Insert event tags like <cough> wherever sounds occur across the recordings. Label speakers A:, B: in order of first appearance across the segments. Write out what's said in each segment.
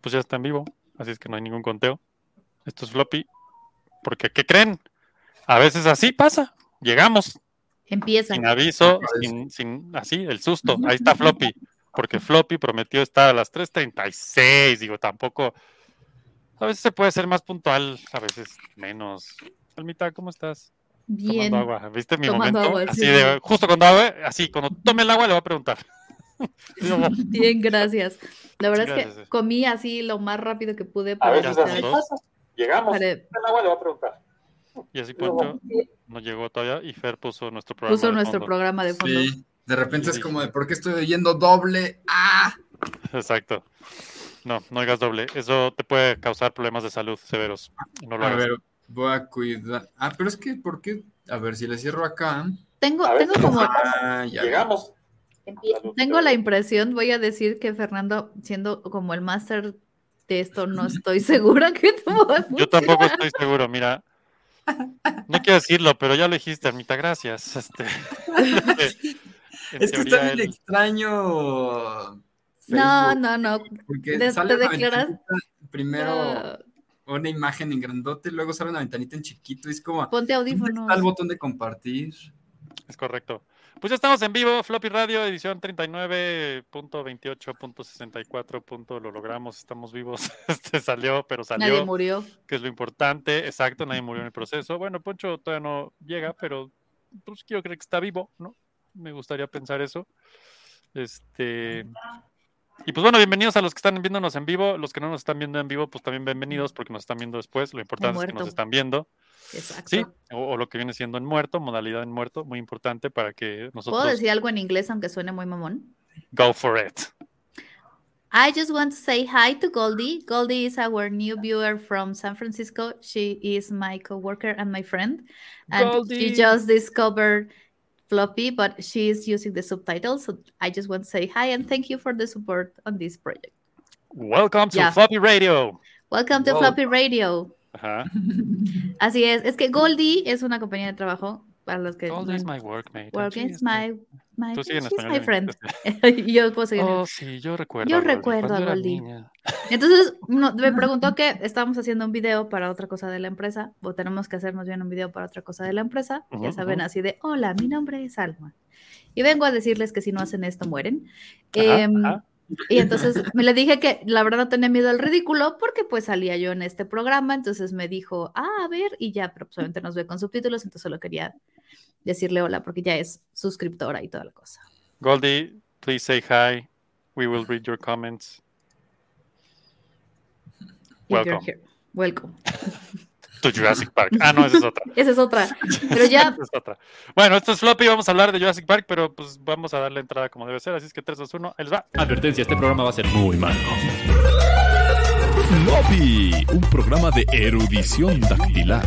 A: pues ya está en vivo, así es que no hay ningún conteo. Esto es floppy, porque ¿qué creen? A veces así pasa, llegamos
B: Empieza.
A: sin aviso, sin, sin- así, el susto, ahí está floppy, porque floppy prometió estar a las 3.36, digo, tampoco, a veces se puede ser más puntual, a veces menos. Almita, ¿cómo estás?
B: Bien.
A: Tomando agua, ¿viste mi
B: Tomando
A: momento?
B: agua,
A: así
B: sí.
A: de, justo cuando agua, así, cuando tome el agua le va a preguntar. <laughs> Digo,
B: <laughs> Bien, gracias. La verdad es
A: Gracias.
B: que comí así lo más rápido que pude
C: A
B: para
C: veces
A: Mira,
B: estar.
C: así
A: dos.
C: pasa. Llegamos,
B: para-
C: el agua le va a preguntar.
A: y así Poncho
C: Luego,
A: no llegó todavía y Fer puso nuestro programa.
B: puso
A: de
B: nuestro
A: fondo.
B: programa de fondo.
D: Sí, de repente
A: Sí,
D: es
A: sí.
D: como de, ¿por qué estoy oyendo doble A?
A: <laughs> Exacto. No, no hagas doble. Eso te puede causar problemas de salud severos. No lo
D: A
A: hagas.
D: ver, voy a cuidar. Ah, pero es que, ¿por qué? A ver, si le cierro acá.
B: Tengo,
C: A
B: tengo
C: veces
B: como,
C: así pasa.
D: Ah, ya.
C: Llegamos.
B: tengo la impresión, voy a decir que Fernando, siendo como el máster de esto, no estoy <laughs> segura que tú
A: Yo tampoco estoy seguro, mira. No quiero decirlo, pero ya lo dijiste, Armita, gracias. Este, <laughs> en
D: Es que está
A: teoría,
D: bien
A: él-
D: extraño.
B: No,
D: Facebook,
B: no, no.
D: Porque
B: Te-
D: sale
B: te Ah.
D: una
B: declaras-
D: ventanita, primero una imagen en grandote, luego sale una ventanita en chiquito. Y es como,
B: no. Ponte
D: ¿dónde está el
B: audífonos.
D: botón de compartir?
A: es correcto. Pues ya estamos en vivo, Floppy Radio, edición 39.28.64. Lo logramos, estamos vivos. <laughs> Este salió, pero salió.
B: Nadie murió.
A: que es lo importante, exacto, nadie murió en el proceso. Bueno, Poncho todavía no llega, pero pues quiero creer que está vivo, ¿no? Me gustaría pensar eso. Este. Y pues bueno, bienvenidos a los que están viéndonos en vivo, los que no nos están viendo en vivo, pues también bienvenidos porque nos están viendo después, lo importante es que nos
B: muerto.
A: están viendo,
B: Exacto.
A: ¿sí? O, o lo que viene siendo en muerto, modalidad en muerto, muy importante para que
B: ¿Puedo
A: nosotros
B: decir algo en inglés aunque suene muy mamón?
A: go for it.
B: I just want to say hi to Goldie. Goldie is our new viewer from San Francisco. She is my coworker and my friend. And
A: Goldie.
B: she just discovered Floppy, but she is using the subtitles. So I just want to say hi and thank you for the support on this project.
A: Welcome to
B: Ya.
A: Floppy Radio.
B: Welcome to
D: Wow.
B: Floppy Radio.
A: Ajá.
B: Así es, es que Goldie es una compañía de trabajo para los que.
A: Gold is my workmate. and
B: Work
A: she
B: is
A: is my-
B: my, my,
A: Tú sigue en
B: she's
A: español.
B: my
A: Jenny.
B: friend. Y <laughs> Yo puedo seguir. en
A: Oh, sí, yo recuerdo.
B: Yo
A: a Goldie,
B: recuerdo
A: cuando
B: a
A: era
B: Goldie.
A: niña.
B: Entonces uno- me preguntó que estábamos haciendo un video para otra cosa de la empresa, o tenemos que hacernos bien un video para otra cosa de la empresa.
A: Ujú,
B: ya saben,
A: ujú.
B: así de: Hola, mi nombre es Alma. Y vengo a decirles que si no hacen esto, mueren.
A: Ajá,
B: Em,
A: ajá.
B: Y entonces me le dije que la verdad no tenía miedo al ridículo porque pues salía yo en este programa, entonces me dijo, ah, a ver, y ya, pero pues, obviamente nos ve con subtítulos, entonces solo quería decirle hola porque ya es suscriptora y toda la cosa.
A: Goldie, please say hi. We will read your comments.
B: If you're
A: Welcome.
B: here. Welcome.
A: To Jurassic Park. Ah, no, esa es otra.
B: Esa es otra. Pero ya,
A: Esa es otra. Bueno, esto es floppy. Vamos a hablar de Jurassic Park, pero pues vamos a darle entrada como debe ser. Así es que 3, 2, 1. Ahí les va.
E: Advertencia, este programa va a ser muy malo. Lobby, un programa de erudición dactilar.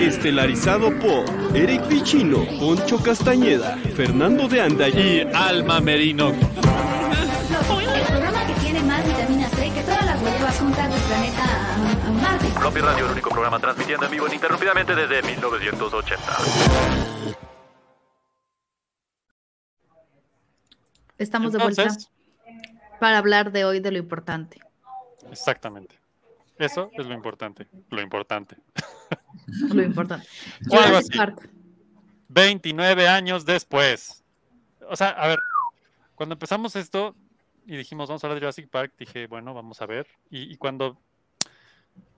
F: Estelarizado por Eric Pichino, Poncho Castañeda, Fernando de Anda y
E: Alma Merino.
G: El programa que tiene más vitamina C que todas las huevas juntas del planeta a- a Marte.
E: Lobby Radio, el único programa transmitiendo en vivo ininterrumpidamente desde 1980.
B: estamos de vuelta
A: Entonces,
B: para hablar de hoy de lo importante.
A: exactamente. Eso es lo importante. Lo importante.
B: Lo importante.
A: O algo
B: Jurassic
A: así.
B: Park.
A: 29 años después. O sea, a ver, cuando empezamos esto y dijimos, vamos a hablar de Jurassic Park, dije, bueno, vamos a ver. Y, y cuando...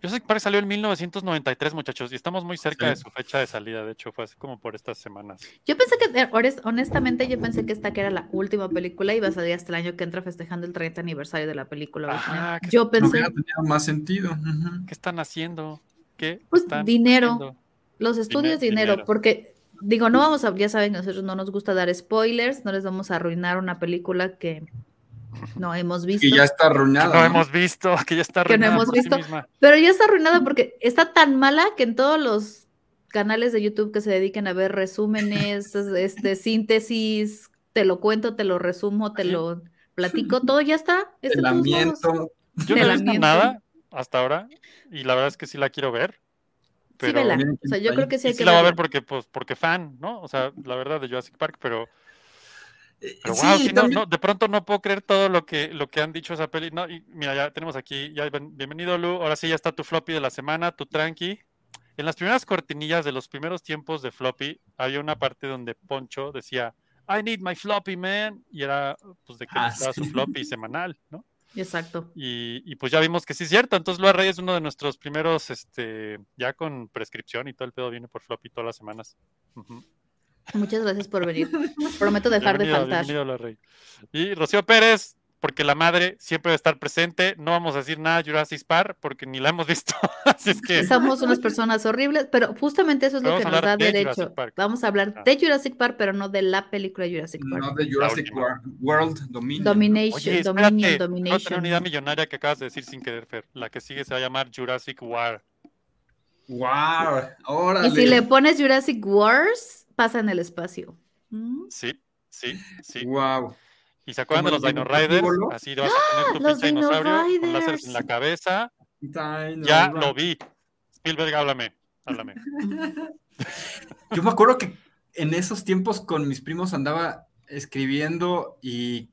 A: Jurassic Park salió en 1993, muchachos, y estamos muy cerca
D: Sí.
A: de su fecha de salida, de hecho, fue así como por estas semanas.
B: Yo pensé que, eh, honest- honestamente, yo pensé que esta que era la última película iba a salir hasta el año que entra festejando el 30 aniversario de la película. original.
A: Ajá, Ah, ¿qué,
B: yo
D: No
B: pensé,
D: hubiera tenido más sentido. ujú.
A: qué están haciendo? ¿Qué
B: Pues,
A: están
B: dinero.
A: haciendo?
B: los estudios
A: Diner-
B: dinero,
A: dinero.
B: porque digo, no vamos a, ya saben, nosotros no nos gusta dar spoilers, no les vamos a arruinar una película que no hemos visto.
D: Y ya está arruinado.
A: No
D: ¿no?
A: hemos visto, que ya está
B: Que no
A: arruinada
B: hemos
A: por sí
B: visto. <laughs>
A: misma.
B: Pero ya está arruinada porque está tan mala que en todos los canales de YouTube que se dediquen a ver
A: <laughs>
B: resúmenes, es- este, síntesis, te lo cuento, te lo resumo, te
A: Sí.
B: lo platico, todo ya está. está en
D: El
B: todos lados.
D: ambiente.
A: Yo no he visto
B: Del ambiente.
A: nada hasta ahora, y la verdad es que sí la quiero ver.
B: Sí,
A: Pero...
B: vela.
D: Miren
B: O sea,
D: quién
B: yo
D: está
B: creo
D: ahí.
B: que sí
A: Y
B: hay
A: sí
B: que
A: la va a ver
B: verla.
A: porque, pues, porque fan, ¿no? O sea, la verdad de Jurassic Park, pero Pero
D: Eh, Sí,
A: wow, sí, no,
D: también-
A: no, de pronto no puedo creer todo lo que, lo que han dicho esa peli. No, y mira, ya tenemos aquí, ya ven- bienvenido Lu, ahora sí ya está tu floppy de la semana, tu tranqui. En las primeras cortinillas de los primeros tiempos de floppy, había una parte donde Poncho decía, I need my floppy, man. Y era pues de que
D: Ah,
A: necesitaba
D: sí.
A: su floppy semanal, ¿no?
B: Exacto.
A: Y, y pues ya vimos que sí es cierto. Entonces Lua Rey es uno de nuestros primeros, este, ya con prescripción y todo el pedo viene por floppy todas las semanas. Ujú.
B: Muchas gracias por
A: <laughs>
B: venir. Prometo dejar de
A: Bienvenido,
B: faltar.
A: bienvenido, Lua Rey. Y Rocío Pérez, porque la madre siempre va a estar presente. No vamos a decir nada de Jurassic Park porque ni la hemos <laughs> visto. Así es que
B: Somos unas personas horribles, pero justamente eso es lo
A: Vamos
B: que
A: a
B: nos da
A: hablar de
B: derecho.
A: Jurassic Park. Ah.
B: Vamos a hablar de Jurassic Park, pero no de la película de Jurassic Park.
D: No de Jurassic
A: La última.
D: Wor- World Dominion.
B: Domination,
A: Oye,
B: Dominion,
A: espérate, otra
B: Domination.
A: unidad millonaria que acabas de decir sin querer, Fer. La que sigue se va a llamar Jurassic War.
D: Wow, órale.
B: Y si le pones Jurassic Wars, pasa en el espacio. ¿Mm?
A: Sí, sí, sí.
D: Wow.
A: ¿Y se acuerdan de
D: Como
A: los
D: los
A: Dino
D: Dino
A: Riders?
D: Riders.
A: Así vas a tener tu
B: ¡Ah!
A: pinche
B: Los Dino
A: dinosaurio con láseres en
B: Riders.
A: la cabeza. Ya lo vi. Spielberg, háblame. Háblame.
D: Yo me acuerdo que en esos tiempos con mis primos andaba escribiendo y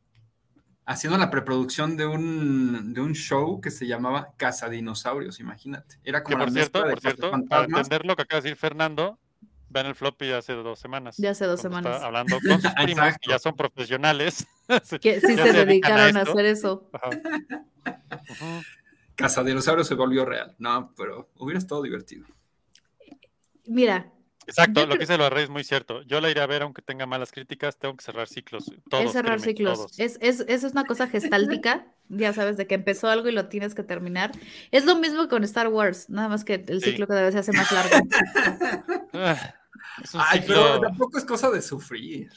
D: haciendo la preproducción de un, de un show que se llamaba Casa Dinosaurios, imagínate. Era
A: Que
D: como
A: por
D: la
A: cierto,
D: mezcla de
A: por cierto, para
D: cazafantasmas.
A: entender lo que acaba de decir Fernando, vean el floppy de hace dos semanas.
B: De hace dos
A: donde
B: semanas.
A: Está hablando con sus primos,
D: <laughs> Exacto.
A: que ya son profesionales.
D: <laughs>
B: Que sí
A: Ya
B: se
A: se dedican a
B: dedicaron a
A: esto.
B: hacer eso.
A: Ajá. Ujú.
D: Casa Dinosaurios se volvió real. No, pero hubiera estado divertido.
B: Mira,
A: Exacto,
B: Yo
A: lo
B: creo-
A: que dice Loarrey es muy cierto. Yo la iré a ver, aunque tenga malas críticas, tengo que cerrar ciclos. Todos,
B: es cerrar
A: créeme,
B: ciclos. Eh,
A: todos.
B: Es, es, eso es una cosa gestáltica. Ya sabes, de que empezó algo y lo tienes que terminar. Es lo mismo que con Star Wars, nada más que el
A: Sí.
B: ciclo cada vez se hace más largo.
A: Ah, Es un
D: Ay,
A: ciclo.
D: pero tampoco es cosa de sufrir.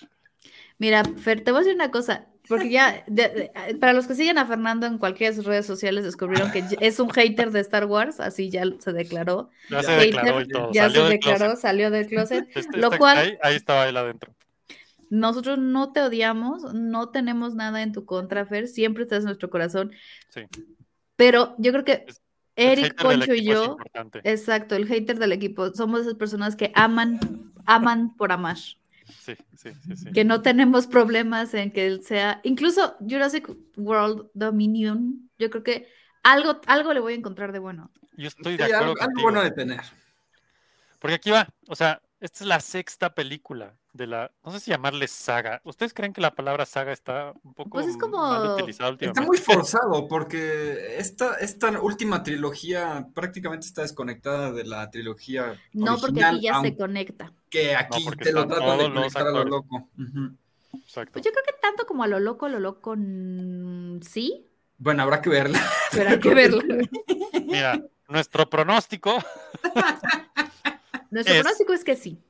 B: Mira, Fer, te voy a decir una cosa, porque ya, de- de- para los que siguen a Fernando en cualquiera de sus redes sociales, descubrieron que es un hater de Star Wars, así ya se declaró.
A: Ya se
D: ya-
A: declaró y
D: ya-
A: todo.
B: ya
A: salió
B: se
A: del
B: declaró,
A: closet.
B: salió del closet.
A: Este-
B: lo
A: este-
B: cual-
A: ahí, ahí estaba él adentro.
B: Nosotros no te odiamos, no tenemos nada en tu contra, Fer, siempre estás en nuestro corazón.
A: Sí.
B: Pero yo creo que
A: Es- El
B: Eric,
A: hater del
B: Poncho y
A: equipo es
B: yo, eh,
A: importante.
B: exacto, el hater del equipo, somos esas personas que aman, aman por amar.
A: Sí, sí, sí, sí.
B: que no tenemos problemas en que él sea, incluso Jurassic World Dominion, yo creo que algo, algo le voy a encontrar de bueno.
A: Yo estoy de
D: Sí,
A: acuerdo
D: algo, algo
A: contigo.
D: bueno de tener.
A: Porque aquí va, o sea, esta es la sexta película de la, no sé si llamarle saga. ¿Ustedes creen que la palabra saga está un poco
B: Pues es como-
A: mal utilizada últimamente?
D: Está muy forzado porque esta, esta última trilogía prácticamente está desconectada de la trilogía.
B: No, porque
D: original,
B: aquí ya se
D: aunque
B: conecta.
D: aquí
A: No, porque
D: te lo
A: están
D: tratan de
A: todos los
D: conectar a lo
A: actores.
D: loco. Ujú.
A: Exacto.
B: Pues yo creo que tanto como a lo loco, a lo loco, mm, sí,
D: Bueno, habrá que verla.
B: <laughs> pero
D: <laughs>
B: hay que verlo.
A: Mira, nuestro pronóstico,
B: Nuestro
A: Es-
B: pronóstico es
A: <laughs>
B: que sí.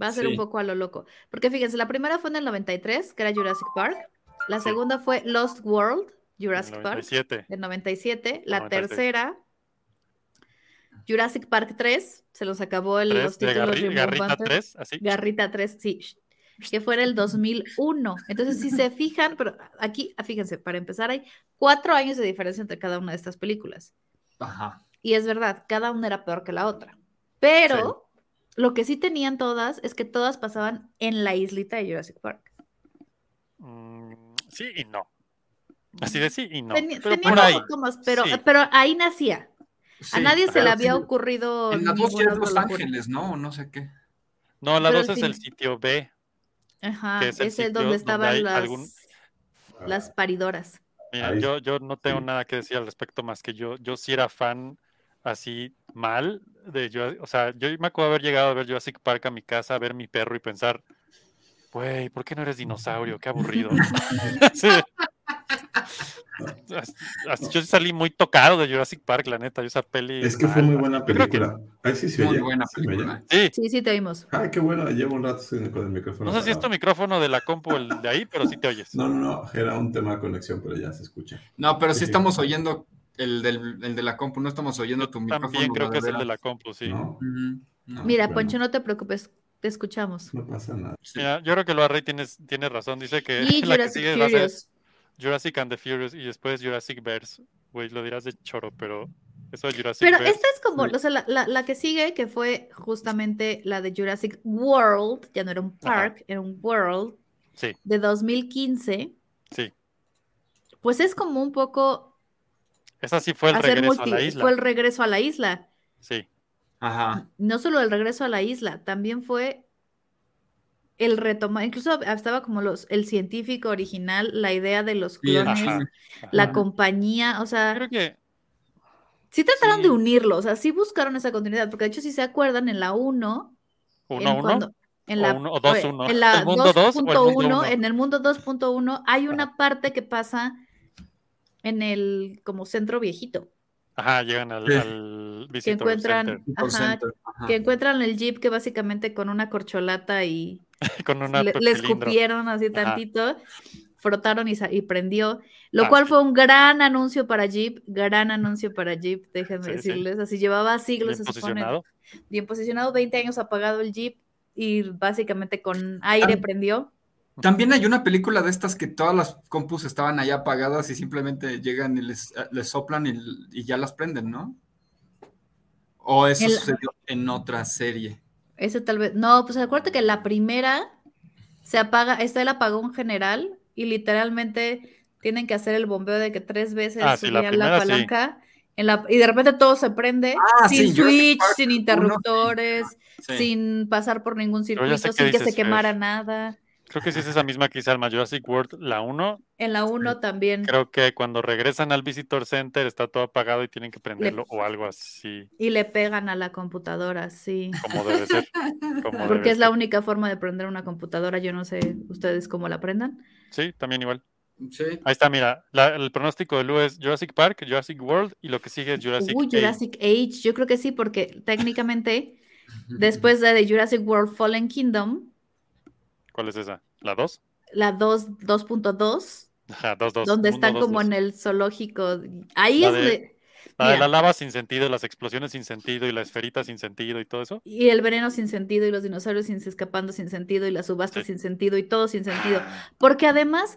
B: Va a ser un
D: Sí.
B: poco a lo loco. Porque fíjense, la primera fue en el 93, que era Jurassic Park. La segunda fue Lost World,
A: el
B: <laughs> Jurassic Park.
A: 97.
B: del 97, la
A: 96.
B: tercera, Jurassic Park 3, se los acabó el, los
A: Tres de
B: títulos
A: Garri- Garrita
B: rimbombantes.
A: 3, así.
B: Garrita 3, sí, sh- que fue en el 2001. Entonces, si se fijan, pero aquí, ah, fíjense, para empezar, hay cuatro años de diferencia entre cada una de estas películas.
D: Ajá.
B: Y es verdad, cada una era peor que la otra. Pero lo que sí tenían todas es que todas pasaban en la islita de Jurassic Park.
A: Mm, sí y no. Así de sí y no.
B: Teni-
A: pero
B: tenían
A: por ahí.
B: un poco más, pero,
A: sí.
B: pero ahí nacía. A
D: Sí,
B: nadie se le
D: ajá,
B: había
D: sí.
B: ocurrido
D: En la dos
B: ninguna
D: ya es Los
B: otra locura.
D: Ángeles, ¿no? O No sé qué.
A: No, la
B: pero
A: 2
B: al
A: es el
B: fin-
A: sitio B.
B: Ajá,
A: que es el
B: ese es
A: sitio
B: donde
A: donde
B: estaban
A: hay
B: las,
A: algún- Ah.
B: las paridoras.
A: Mira,
H: Ahí.
A: yo, yo no tengo nada que decir al respecto más que yo, yo sí era fan así mal de Jura- o sea, yo me acuerdo haber llegado a ver Jurassic Park a mi casa, a ver mi perro y pensar, güey, ¿por qué no eres dinosaurio? Qué aburrido. <laughs> Sí. As- as- Yo sí salí muy tocado de Jurassic Park, la neta, yo esa peli.
H: Es que fue
A: mal.
H: muy buena
A: creo que-
H: película. Ahí sí se
D: Muy
H: oye.
D: buena
H: ¿sí me oye?
D: película.
A: Sí,
B: Sí, sí, te vimos.
H: Ay, qué bueno. Llevo un rato sin- con el micrófono.
A: no sé si es tu
H: apagado.
A: micrófono de la compu el de ahí, pero sí te oyes.
H: No, no, no. Era un tema de conexión, pero ya se escucha.
D: No, pero
H: Sí.
D: sí estamos oyendo el, del, el de la compu, no estamos oyendo tu micrófono.
A: También creo que es el de la
D: veras.
A: compu, sí.
H: ¿No?
D: Ujú,
A: Ah,
D: no,
B: Mira,
H: bueno.
B: Poncho, no te preocupes, te escuchamos.
H: No pasa nada.
D: sí.
A: Mira, yo creo que lo Arrey tienes, tienes razón, dice que Eh,
B: Y
A: <laughs> la que
B: Jurassic
A: sigue va a ser
B: Furious.
A: Jurassic and the Furious y después Jurassic Verse. Güey, lo dirás de choro, pero Eso de Jurassic
B: Pero este
A: Park.
B: esta es como, o sea, la, la- la que sigue, que fue justamente la de Jurassic World, ya no era un
A: Ajá.
B: park, era un world,
A: Sí,
B: de 2015,
A: sí.
B: pues es como un poco
A: Esa sí fue el
B: hacer
A: regreso
B: multi,
A: a la isla.
B: fue el regreso a la isla.
A: Sí,
D: Ajá.
B: No solo el regreso a la isla, también fue el retomar, incluso estaba como los, el científico original, la idea de los
D: Sí, el
B: clones,
A: Ajá.
D: chisme.
B: la
D: Ajá.
B: compañía, o sea...
A: creo que
B: Sí trataron
A: Sí.
B: de unirlo, o sea, sí buscaron esa continuidad, porque de hecho si se acuerdan en la 1,
A: uno a
B: en,
A: uno.
B: cuando- en
A: o
B: la,
A: uno- o dos,
B: a ver,
A: uno.
B: en la
A: ¿El mundo dos o el mundo
B: 2.1,
A: uno?
B: en el mundo 2.1 hay una parte que pasa en el como centro viejito,
A: Ajá, llegan al,
D: Sí.
A: al
B: que
A: visitor
B: encuentran,
A: center <laughs>
D: Un call
B: ajá,
D: center, ajá.
B: que encuentran el jeep que básicamente con una corcholata y
A: con una
B: le, le
A: cilindro.
B: escupieron así
A: Ajá.
B: tantito, frotaron y, sa- y prendió, lo
A: Ah,
B: cual
A: sí.
B: fue un gran anuncio para Jeep, gran anuncio para Jeep, déjenme
A: Sí, sí.
B: decirles, así llevaba
A: bien
B: siglos se supone,
A: posicionado.
B: bien posicionado, 20 años apagado el Jeep y básicamente con aire
D: Ah.
B: prendió.
D: También hay una película de estas que todas las compus estaban ahí apagadas y simplemente llegan y les, les soplan y, y ya las prenden, ¿no? O eso
B: El-
D: sucedió en otra serie.
B: Ese tal vez. No, pues acuérdate que la primera se apaga, está el apagón general y literalmente tienen que hacer el bombeo de que tres veces
A: Ah, sí, la
B: subían
A: primera, sí.
B: palanca. En la, y de repente todo se prende
D: Ah,
B: sin
D: sí, Jurassic
B: switch,
D: Park
B: sin
D: uno,
B: interruptores,
D: Sí.
B: sin pasar por ningún
A: Pero ya
B: circuito,
A: sé
B: sin
A: qué
B: que se
A: dices, Fer.
B: quemara nada.
A: Creo que sí es esa misma que hice Alma Jurassic World, la 1.
B: En la 1 también.
A: Creo que cuando regresan al visitor center está todo apagado y tienen que prenderlo o algo así,
B: Y le pegan a la computadora, sí.
A: como debe
B: <laughs>
A: ser. como debe
B: Porque es la
A: ser.
B: única forma de prender una computadora. Yo no sé ustedes cómo la prendan.
A: Sí, también igual.
D: Sí.
A: Ahí está, mira, la- el pronóstico de Lu es Jurassic Park, Jurassic World y lo que sigue es Jurassic,
B: Uy,
A: Age.
B: Jurassic Age. Yo creo que sí, porque técnicamente después de, The Jurassic World Fallen Kingdom,
A: ¿Cuál es esa? ¿La 2?
B: la 2 2.2,
A: <laughs> Ajá, 2, 2.
B: donde están como en el zoológico. Ahí
A: La
B: es
A: de-
B: donde-
A: La, de
B: mira,
A: la lava sin sentido, las explosiones sin sentido y la esferita sin sentido y todo eso.
B: y el veneno sin sentido, y los dinosaurios sin escapando sin sentido, y la subasta
A: Sí.
B: sin sentido, y todo sin sentido. Porque además,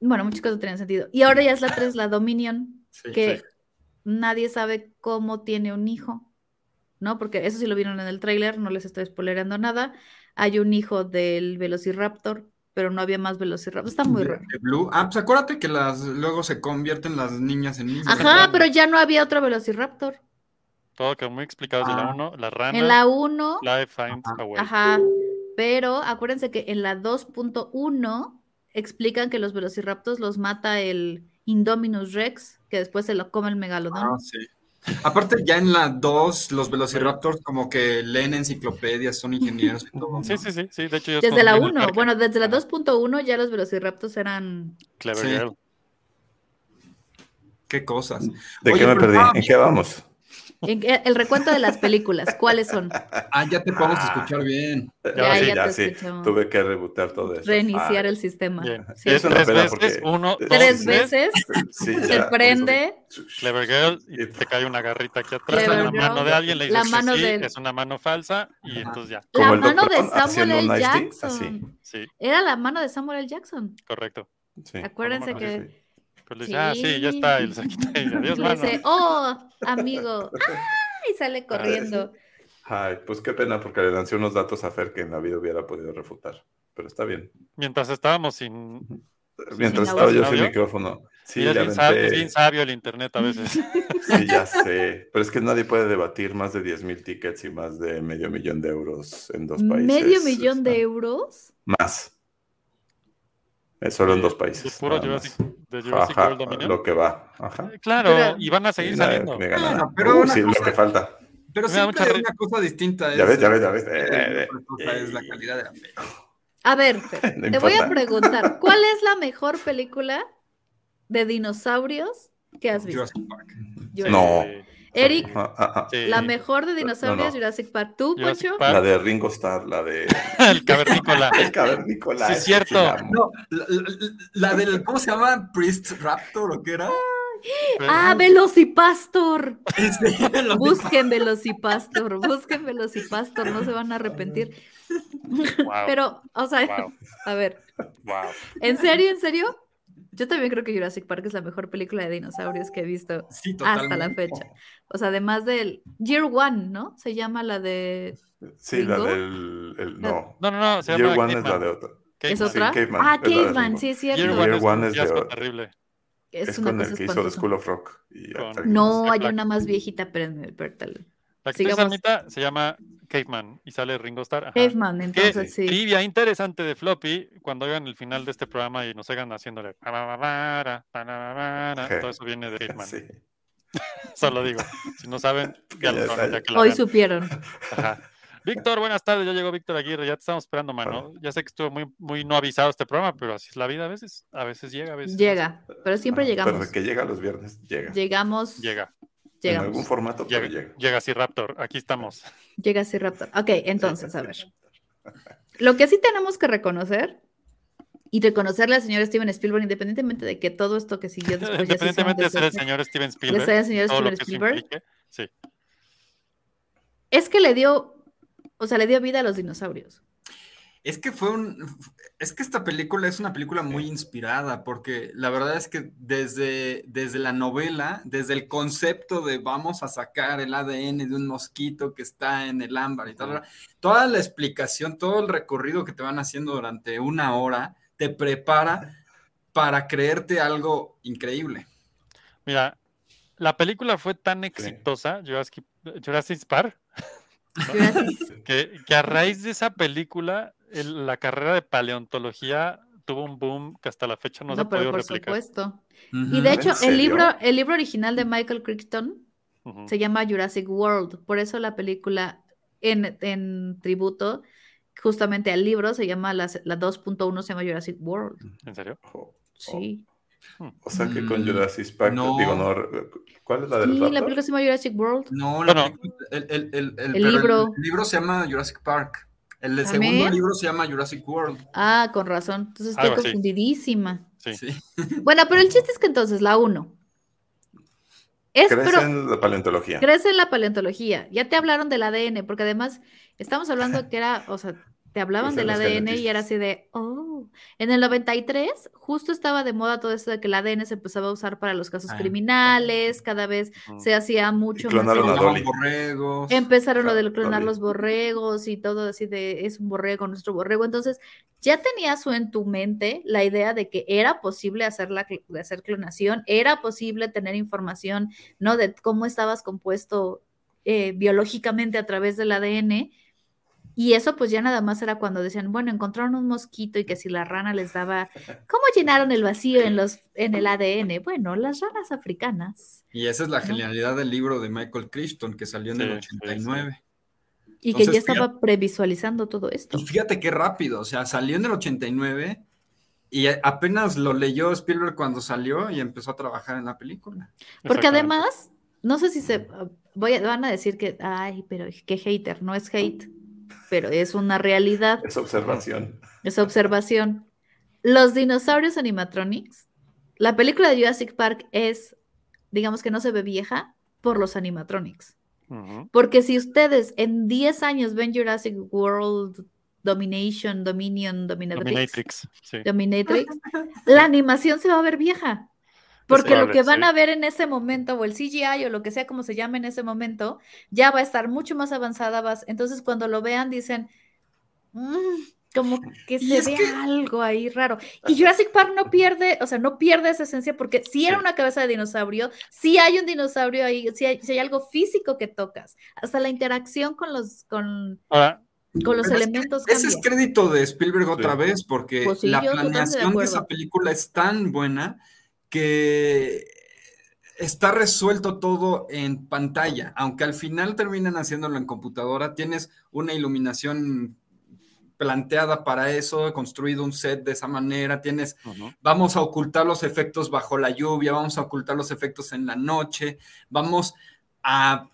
B: bueno, muchas cosas no tenían sentido. Y ahora ya es la 3, la Dominion.
D: Sí,
B: que
D: sí.
B: nadie sabe cómo tiene un hijo, ¿no? Porque eso sí lo vieron en el tráiler, no les estoy spoilerando nada. Hay un hijo del Velociraptor, pero no había más Velociraptor. Está muy
D: De-
B: raro.
D: de Blue. Ah, pues acuérdate que las luego se convierten las niñas en niños.
B: Ajá, pero ya no había otro Velociraptor.
A: Todo quedó muy explicado de la
D: Ah.
A: 1, la rana,
B: En la 1,
A: Life Finds a Way.
B: ajá, pero acuérdense que en la 2.1 explican que los Velociraptors los mata el Indominus Rex, que después se lo come el Megalodón.
D: Ah, sí. Aparte, ya en la 2, los velociraptors como que leen enciclopedias, son ingenieros y todo. ¿no?
A: Sí, sí, sí, sí, de hecho ellos
B: Desde la
A: construyen el
B: 1,
A: parque.
B: bueno, desde la
A: Ajá.
B: 2.1 ya los Velociraptors eran
A: <laughs> Clever
D: Sí.
A: Girl.
D: Qué cosas.
H: ¿De
D: Oye,
H: qué me
D: pero-
H: perdí?
D: ah.
H: ¿En qué vamos?
B: En- eh, el recuento de las películas, ¿cuáles
H: <laughs>
B: son?
D: Ah, ya te podemos escuchar bien.
B: Ya,
H: Ya, sí,
B: ya
H: ya,
B: te
H: sí.
B: escucho.
H: Tuve que rebotar todo eso.
B: Reiniciar
H: Ah,
B: el sistema.
A: Bien.
B: Sí.
A: Es
H: Es una
A: tres
H: pena
A: veces,
H: porque-
A: uno,
H: Tres
B: Tres
A: dos, tres.
B: veces
H: Ah, sí,
B: se
H: ¿eh? ya.
B: prende
A: Clever Girl, y te cae una garrita aquí atrás,
B: Clever
A: la
B: Girl.
A: mano de alguien, le
B: La
A: dices que
B: mano
A: sí,
B: del-
A: es una mano falsa, y entonces ya,
B: la
H: Como el
B: mano
H: Dr.
B: de
H: Oz
B: Samuel
H: haciendo
B: L.
H: un nice thing,
B: Jackson.
H: así.
A: sí,
B: Era la mano de Samuel L. Jackson.
A: correcto.
H: Sí.
B: Acuérdense
A: Sí.
B: que
A: Pues le dice, ah, sí, ya
B: Sí.
A: está, y le quita, y adiós,
B: <laughs> le
A: mano.
B: dice, oh, amigo, ¡ah! y sale corriendo.
H: Ay, pues qué pena, porque le lancé unos datos a Fer que en la vida hubiera podido refutar. Pero está bien.
A: Mientras estábamos sin...
H: Mientras
B: la
H: estaba
B: voz.
H: yo sin
A: ¿Audio?
H: micrófono. Sí,
A: y es
H: le
A: bien, sabio, es
H: aventé-
A: bien sabio el internet a veces.
H: Sí, ya sé. Pero es que nadie puede debatir más de 10 mil tickets y más de medio millón de euros en dos países.
B: ¿Medio millón
H: O
B: de
H: sea,
B: euros?
H: Más. Es solo en dos
A: De
H: países.
A: puro
H: nada más.
A: Jurassic, de Jurassic
H: Ajá,
A: World Dominion.
H: lo que va. Ajá.
A: Claro,
B: Pero-
A: y van a seguir
H: Y nadie
A: saliendo.
H: niega nada.
D: Bueno, pero
H: Uh,
D: una
H: sí,
D: cosa-
H: lo que falta.
D: Pero
A: Me da
D: siempre
A: mucha
D: hay una cosa distinta.
H: Ya
D: es-
H: ves, ya ves, ya ves. Eh, eh,
D: Otra cosa es la
H: eh.
D: calidad de la peli.
B: A ver, Fer,
H: <laughs> No
B: te voy a
H: importa.
B: preguntar, ¿cuál es la mejor película de dinosaurios que has visto?
D: Jurassic Park.
B: Jurassic
H: No.
A: Sí,
B: Eric,
H: Ah, ah, ah.
A: sí.
B: La mejor de dinosaurios,
H: no.
B: Jurassic Park. ¿Tú,
A: Eh, Jurassic
B: Poncho?
A: Park.
H: La de Ringo Starr,
A: <laughs>
H: la de
A: el <laughs> cavernícola.
H: El Cavernícola.
A: Sí,
H: esa
A: cierto.
H: la amo.
D: No, la, la- la del, ¿cómo se llama? Priest Raptor o qué era?
B: <laughs>
D: <laughs>
B: ¡Ah, Velocipastor!
D: Este, <laughs> lo-
B: Busquen Velocipastor, busquen Velocipastor, no se van a arrepentir.
A: Wow,
B: Pero, o sea,
A: wow,
B: <laughs> a ver,
A: wow.
B: ¿en serio, en serio? Yo también creo que Jurassic Park es la mejor película de dinosaurios que he visto
D: Sí,
B: hasta la
D: totalmente.
B: fecha. O sea, además del Year One, ¿no? Se llama la de...
H: Sí, la
B: ¿Ringo?
H: del. el- no.
A: No, no, no, se
H: Year
A: llama
H: One es la
A: Caveman.
H: de otra.
A: Caveman.
B: ¿Es
H: Sí,
B: otra?
H: Caveman,
B: ah,
H: es la de
B: Caveman,
H: Ringo.
B: sí, es cierto.
A: Year
H: Year
A: One es
H: One
A: un
H: es de
A: fiasco
H: otra.
A: terrible.
B: Es,
H: Es
B: una
H: con
B: cosa
H: el que hizo
B: espantosa.
H: School of Rock. y
A: Con-
H: Attack on
B: No,
A: Zac
B: hay
A: Black.
B: una más viejita, pero pero tal.
A: La actriz
B: Sigamos.
A: Anita se llama Caveman y sale Ringo Starr. ajá.
B: Caveman,
A: Qué
B: entonces sí.
A: Trivia interesante de Floppy cuando oigan el final de este programa y nos hagan haciéndole. "Tararara, tararara",
H: Ok.
A: Todo eso viene de Caveman.
H: Sí.
A: Solo digo. Si no saben, ya lo
H: <laughs> Ya
A: saben,
H: está.
A: ya que lo
B: Hoy
A: vean.
B: supieron.
A: Ajá. <laughs> Víctor, buenas tardes. Ya llegó Víctor Aguirre. Ya te estamos esperando, mano. Ya sé que estuvo muy, muy no avisado este programa, pero así es la vida a veces. A veces llega, a veces. no.
B: Llega, pero siempre
H: Ah,
B: llegamos.
H: Pero que llega los viernes, llega.
B: Llegamos,
A: Llega,
H: En algún
B: llegamos.
H: formato, pero
A: Llega.
H: llega.
A: llega así Raptor. Aquí
B: <laughs>
A: estamos.
B: Llega así Raptor. Ok, entonces, a ver. Lo que sí tenemos que reconocer y reconocerle al señor Steven Spielberg, independientemente de que todo esto que siguió
A: <laughs>
B: después Pues ya se hizo un
A: Independientemente de ser el
B: desastre,
A: señor Steven
B: le sea
A: Spielberg.
B: el señor
A: Todo lo
B: Steven
A: que eso
B: Spielberg,
A: implique. Sí.
B: es que le dio, o sea, le dio vida a los dinosaurios.
D: Es que fue un. Es que esta película es una película muy inspirada, porque la verdad es que desde, desde la novela, desde el concepto de vamos a sacar el ADN de un mosquito que está en el ámbar y tal, toda la explicación, todo el recorrido que te van haciendo durante una hora, te prepara para creerte algo increíble.
A: Mira, la película fue tan exitosa, Jurassic, Jurassic Park,
B: Jurassic-
A: que, que a raíz de esa película, el- la carrera de paleontología tuvo un boom que hasta la fecha no, se ha
B: no, pero
A: podido
B: por
A: replicar.
B: supuesto. Y de
D: Ujú.
B: hecho,
H: ¿En
B: el
H: serio?
B: libro, el libro original de Michael Crichton
A: Ujú.
B: se llama Jurassic World. Por eso la película en, en tributo justamente al libro se llama la, la 2.1 se llama Jurassic World.
A: ¿En serio?
H: <laughs> O,
B: Sí.
H: o sea que con
D: Mm,
H: Jurassic Park,
D: no.
H: digo, no. re- ¿Cuál
A: Oh,
H: es la del
B: Sí,
H: raptor?
B: la película se llama Jurassic World.
D: No, la
A: Bueno.
D: película- el, el- el- el-
B: El
D: pero el-
B: libro. ¿Ah,
D: el libro se llama Jurassic Park. El del
B: ¿También?
D: segundo libro se llama Jurassic World.
B: Ah, con razón. Entonces estoy
A: Algo así.
B: confundidísima.
A: Sí.
D: Sí.
B: Bueno, pero el chiste es que entonces la 1 es
H: Crece
B: pero
H: en la paleontología.
B: crece en la paleontología. Ya te hablaron del ADN, porque además estamos hablando que era, o sea, te hablaban
H: Crecen
B: del
H: los
B: ADN y era
H: genetistas.
B: así de, oh. En el 93 justo estaba de moda todo esto de que el ADN se empezaba a usar para los casos
D: Ah.
B: criminales, cada vez
A: Ujú.
B: se hacía mucho más
H: clonaron a
B: elaborado.
H: Dolly.
D: borregos.
B: Empezaron lo
H: Ah,
B: de clonar
H: Dolly.
B: los borregos y todo así de es un borrego, nuestro borrego. Entonces, ya tenías o en tu mente la idea de que era posible hacer, la, cl- hacer clonación, era posible tener información, ¿no? De cómo estabas compuesto eh, biológicamente a través del ADN. Y eso pues ya nada más era cuando decían, bueno, encontraron un mosquito y que si la rana les daba, ¿cómo llenaron el vacío en, los, en el ADN? Bueno, las ranas africanas.
D: Y esa es la
B: ¿no?
D: genialidad del libro de Michael Crichton que salió en el
A: Sí, sí,
D: 89.
B: Y que
D: Entonces,
B: ya estaba previsualizando todo esto.
D: Y fíjate qué rápido, o sea, salió en el 89 y a- apenas lo leyó Spielberg cuando salió y empezó a trabajar en la película.
B: Porque
A: Exactamente.
B: además, no sé si se voy a- van a decir que, ay, pero qué hater, no es hate, pero es una realidad,
H: Es observación.
B: es observación. Los dinosaurios animatronics, la película de Jurassic Park es, digamos que no se ve vieja por los animatronics.
A: Ujú.
B: Porque si ustedes en 10 años ven Jurassic World Domination, Dominion, Dominatrix,
A: Dominatrix. Sí.
D: <laughs>
B: Dominatrix, la animación se va a ver vieja. Porque lo
A: probable,
B: que van
A: sí.
B: a ver en ese momento, o el CGI, o lo que sea como se llame en ese momento, ya va a estar mucho más avanzada. vas- Entonces, cuando lo vean, dicen, "Mm, como que
D: Y
B: se
D: es
B: ve
D: que-
B: algo ahí raro. Y Jurassic Park no pierde, o sea, no pierde esa esencia, porque si era
A: Sí.
B: una cabeza de dinosaurio, si hay un dinosaurio ahí, si hay, sí hay algo físico que tocas, hasta la interacción con los, con,
A: Ahora,
B: con los
D: Pero es que
B: elementos.
D: Ese es
B: cambia.
D: crédito de Spielberg otra
H: Sí.
D: vez porque
B: Pues sí,
D: la
B: yo totalmente de
D: planeación de,
B: acuerdo.
D: esa película es tan buena que está resuelto todo en pantalla, aunque al final terminan haciéndolo en computadora, tienes una iluminación planteada para eso, construido un set de esa manera, tienes
A: ujú.
D: vamos a ocultar los efectos bajo la lluvia, vamos a ocultar los efectos en la noche, vamos a,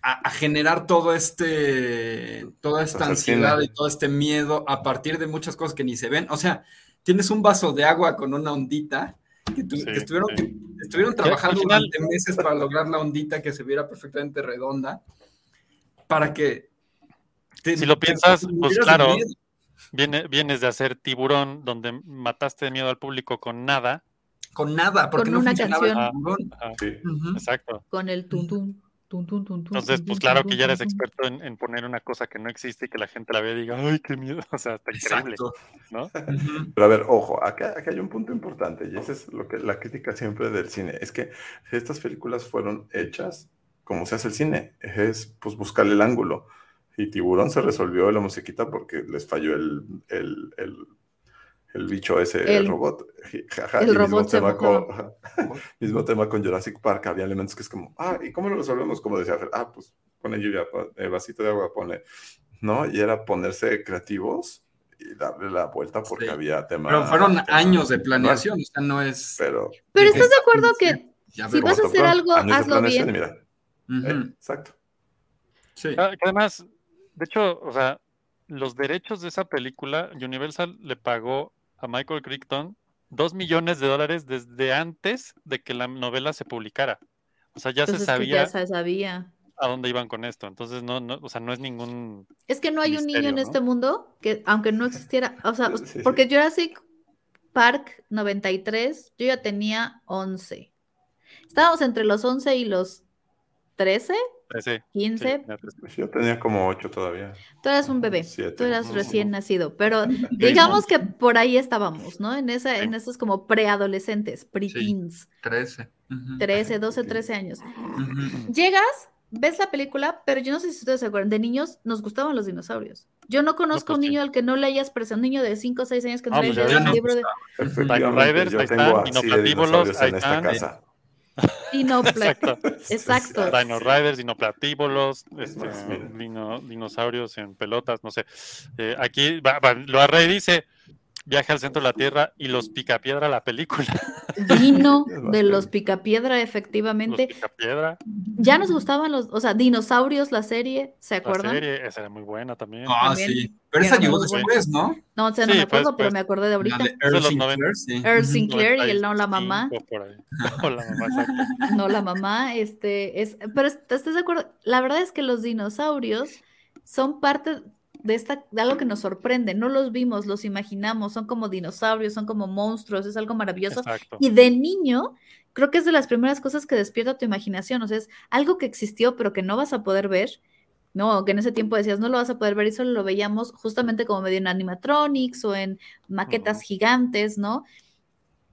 D: a- a generar todo este, toda esta
H: Asesino.
D: ansiedad y todo este miedo a partir de muchas cosas que ni se ven. O sea, tienes un vaso de agua con una ondita que, tu-
A: Sí,
D: que estuvieron,
A: sí.
D: que estuvieron
A: al
D: trabajando
A: final-
D: durante meses para lograr la ondita que se viera perfectamente redonda para que... te-
A: Si lo
D: te-
A: piensas,
D: te
A: pues
D: murieras de
A: claro,
D: miedo.
A: Viene- vienes de hacer Tiburón, donde mataste de miedo al público con nada.
D: Con nada, porque
B: Con
D: no
B: una
D: funcionaba el
A: canción.
D: tiburón.
H: Sí.
D: Ujú.
A: Exacto.
B: con el tum tum, tum tum tum tum.
A: Entonces,
B: tum,
A: pues
B: tum,
A: claro
B: tum,
A: que ya eres
B: tum, tum.
A: experto en, en poner una cosa que no existe y que la gente la vea y diga, ay, qué miedo. <laughs> O sea, está increíble.
D: Exacto.
A: ¿no?
D: Ujú.
H: Pero a ver, ojo, acá, acá hay un punto importante y esa es lo que la crítica siempre del cine. Es que estas películas fueron hechas como se hace el cine. Es pues buscar el ángulo. Y Tiburón se resolvió la musiquita porque les falló el, el, el, el bicho ese, el,
B: El-
H: robot. Y, jaja,
B: el
H: y mismo
B: robot se
H: tema con, Mismo tema con Jurassic Park. Había elementos que es como, ah, ¿y cómo lo resolvemos? Como decía Fer, ah, pues pone lluvia, pon- eh, vasito de agua, pone. No, y era ponerse creativos y darle la vuelta porque
D: Sí.
H: había temas.
A: Ah,
D: Pero fueron años de planeación, o sea, no es...
H: Pero.
B: Pero
D: Dije,
B: estás de acuerdo
D: sí,
B: que
D: ya
B: sí, pues, Si
D: veo.
B: vas a hacer
H: Autoplan,
B: algo,
H: años de
B: hazlo
H: planeación y
B: bien.
H: mira, eh,
D: Ujú,
H: exacto.
D: Sí.
A: Ah, que además, de hecho, o sea, los derechos de esa película, Universal le pagó a Michael Crichton dos millones de dólares desde antes de que la novela se publicara. O sea, ya se
B: Entonces, que
A: sabía
B: ya se sabía.
A: a dónde iban con esto. Entonces, no, no, o sea, no es ningún.
B: Es que no hay un niño
A: Misterio,
B: en
A: ¿no?
B: este mundo que, aunque no existiera, o sea,
H: Sí, sí, sí.
B: porque Jurassic Park 93, yo ya tenía 11. Estábamos entre los 11 y los 13,
A: Sí, sí,
B: 15.
H: Yo tenía como ocho todavía.
B: Tú eras un bebé,
H: Siete.
B: tú eras
H: Ujú.
B: recién nacido, <laughs> pero digamos que por ahí estábamos, ¿no? En, esa, en esos como preadolescentes, preteens,
D: 13. Ujú.
B: 13, 12, 13 años.
D: Ujú.
B: Llegas, ves la película, pero yo no sé si ustedes se acuerdan, de niños nos gustaban los dinosaurios. Yo no conozco
A: pues
B: un
A: sí.
B: niño al que no le hayas presentado, un niño de 5 o 6 años que no
A: Ah,
B: le
A: pues
B: hayas
A: ya
B: leído un
D: ves, nos
B: libro de
H: Efectivamente,
A: Riders,
H: yo
A: ahí
H: tengo
A: están,
H: así de
A: Dinoplatíbulos,
H: dinosaurios
A: ahí
H: en esta
A: están.
H: casa.
A: <laughs>
B: Dino
A: <laughs> Exacto.
B: Exacto.
A: Dino Riders, dinoplatíbolos, este,
H: más, mira.
A: dino- dinosaurios en pelotas, no sé. Eh, aquí va, va, lo arre dice: Viaje al centro de la Tierra y los picapiedra la película. <laughs>
B: Dino
H: Es más
B: de los
H: que-
B: Picapiedra,
A: Los
B: efectivamente.
A: picapiedra,
B: Ya nos gustaban los, o sea, dinosaurios, la serie, ¿se
A: la
B: acuerdan?
A: serie, esa era muy buena también.
D: Ah,
B: También.
D: sí. Pero esa
B: Era
D: llegó
B: muy buena.
D: después, ¿no?
B: No, o sea, no
A: Sí,
B: me acuerdo,
A: pues,
B: pero
A: pues.
B: me acordé de ahorita.
D: La de
A: de
D: Earl
A: los
D: Sinclair, sí.
B: Earl
D: Ujú.
B: Sinclair y el no la mamá.
A: 95 por ahí. <laughs> O la mamá,
B: <laughs>
A: exacto.
B: No, la mamá, este, es, pero est- ¿estás de acuerdo? La verdad es que los dinosaurios son parte de esta, de algo que nos sorprende, no los vimos, los imaginamos, son como dinosaurios, son como monstruos, es algo maravilloso.
A: Exacto.
B: Y de niño, creo que es de las primeras cosas que despierta tu imaginación, o sea, es algo que existió pero que no vas a poder ver. No, que en ese tiempo decías, no lo vas a poder ver y solo lo veíamos justamente como medio en animatronics o en maquetas
A: Ujú.
B: gigantes, ¿no?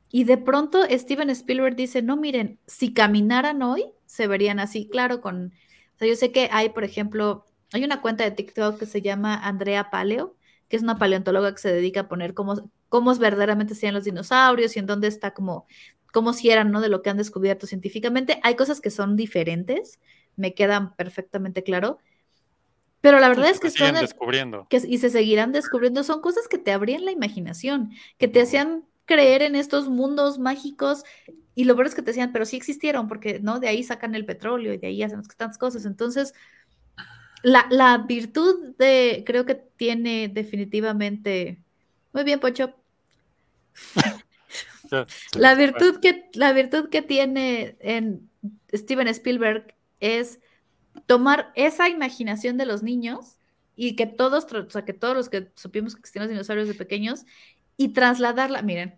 B: Y de pronto Steven Spielberg dice, no, miren, si caminaran hoy, se verían así, claro, con... O sea, yo sé que hay, por ejemplo, hay una cuenta de TikTok que se llama Andrea Paleo, que es una paleontóloga que se dedica a poner cómo, cómo verdaderamente sean los dinosaurios y en dónde está como, cómo si eran, ¿no? De lo que han descubierto científicamente. Hay cosas que son diferentes, me quedan perfectamente claro. Pero la verdad es que
A: siguen
B: son
A: descubriendo.
B: que, y se seguirán descubriendo, son cosas que te abrían la imaginación, que te hacían creer en estos mundos mágicos y lo peor es que te decían, pero sí existieron, porque no de ahí sacan el petróleo y de ahí hacen tantas cosas. Entonces, la, la virtud de, creo que tiene definitivamente, muy bien, Pocho, <laughs>
A: Ya,
B: la virtud que, la virtud que tiene en Steven Spielberg es tomar esa imaginación de los niños y que todos, tra- o sea, que todos los que supimos que existían los dinosaurios de pequeños y trasladarla, miren,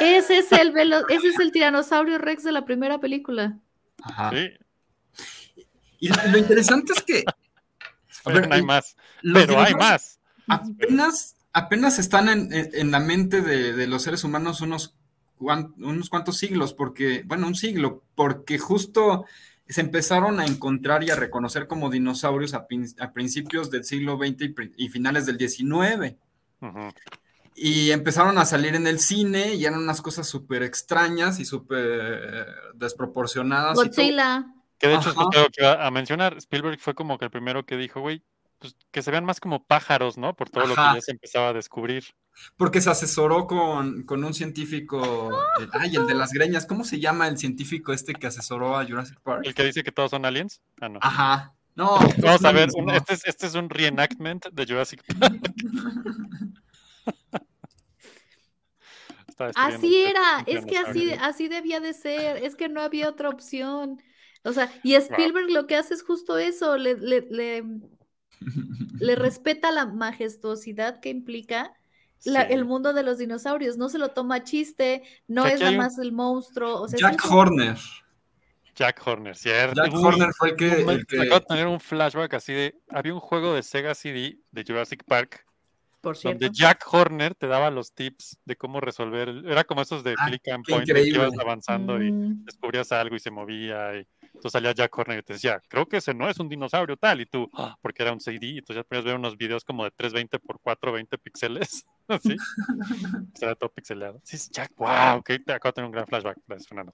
B: ese es el velo- ese es el tiranosaurio Rex de la primera película.
D: Ajá.
A: Sí,
D: Y lo lo interesante es que
A: <laughs> pero
D: ver,
A: no hay
D: y-
A: más.
D: los
A: pero hay
D: dinosaurios
A: más.
B: Ah,
D: apenas, apenas están en, en- en la mente de, de los seres humanos unos, cuan- unos cuantos siglos, porque, bueno, un siglo, porque justo se empezaron a encontrar y a reconocer como dinosaurios a, prin- a principios del siglo XX y, pri- y finales del XIX.
A: Ujú.
D: Y empezaron a salir en el cine y eran unas cosas súper extrañas y súper desproporcionadas. y todo.
B: Godzilla.
A: Que de hecho es lo
D: Ajá.
A: que iba a mencionar. Spielberg fue como que el primero que dijo, güey, pues que se vean más como pájaros, ¿no? Por todo lo que
D: Ajá.
A: ya se empezaba a descubrir.
D: Porque se asesoró con, con un científico, el- ay, el de las greñas, ¿cómo se llama el científico este que asesoró a Jurassic Park?
A: El que dice que todos son aliens. Ah, no.
D: Ajá. No,
A: Vamos a ver,
D: no.
A: un- este, es, este es un reenactment de Jurassic Park.
D: <laughs>
A: Está destruyendo
B: Así
A: usted
B: era,
A: un
B: es que así,
A: dinosaurio.
B: así debía de ser, es que no había
A: <laughs>
B: otra opción. O sea, y Spielberg lo que hace es justo eso, le, le- le Le respeta la majestuosidad que implica la-
D: Sí.
B: el mundo de los dinosaurios. No se lo toma a chiste, no
A: Que
B: es
A: aquí
B: nada
A: hay un-
B: más el monstruo. O sea, es
D: Jack
B: un-
D: Horner.
A: Jack Horner, ¿cierto?
D: Jack
A: Uy,
D: Horner fue el que,
A: no
D: el
A: manches,
D: que-
A: Acabo de tener un flashback así de. Había un juego de Sega CD de Jurassic Park
B: por cierto.
A: donde Jack Horner te daba los tips de cómo resolver. el- Era como esos de
D: Ah,
A: click and
D: qué
A: point que
D: increíble.
A: ibas avanzando y
B: Mm,
A: descubrías algo y se movía. Y entonces salía Jack Horner y te decía, creo que ese no es un dinosaurio tal. Y tú, "Ah", porque era un CD. Y entonces ya podías ver unos videos como de 320 por 420 píxeles. <laughs> Así. Será todo pixelado. Sí, es Jack, wow. que te acabo de tener un gran flashback. Gracias, Fernando.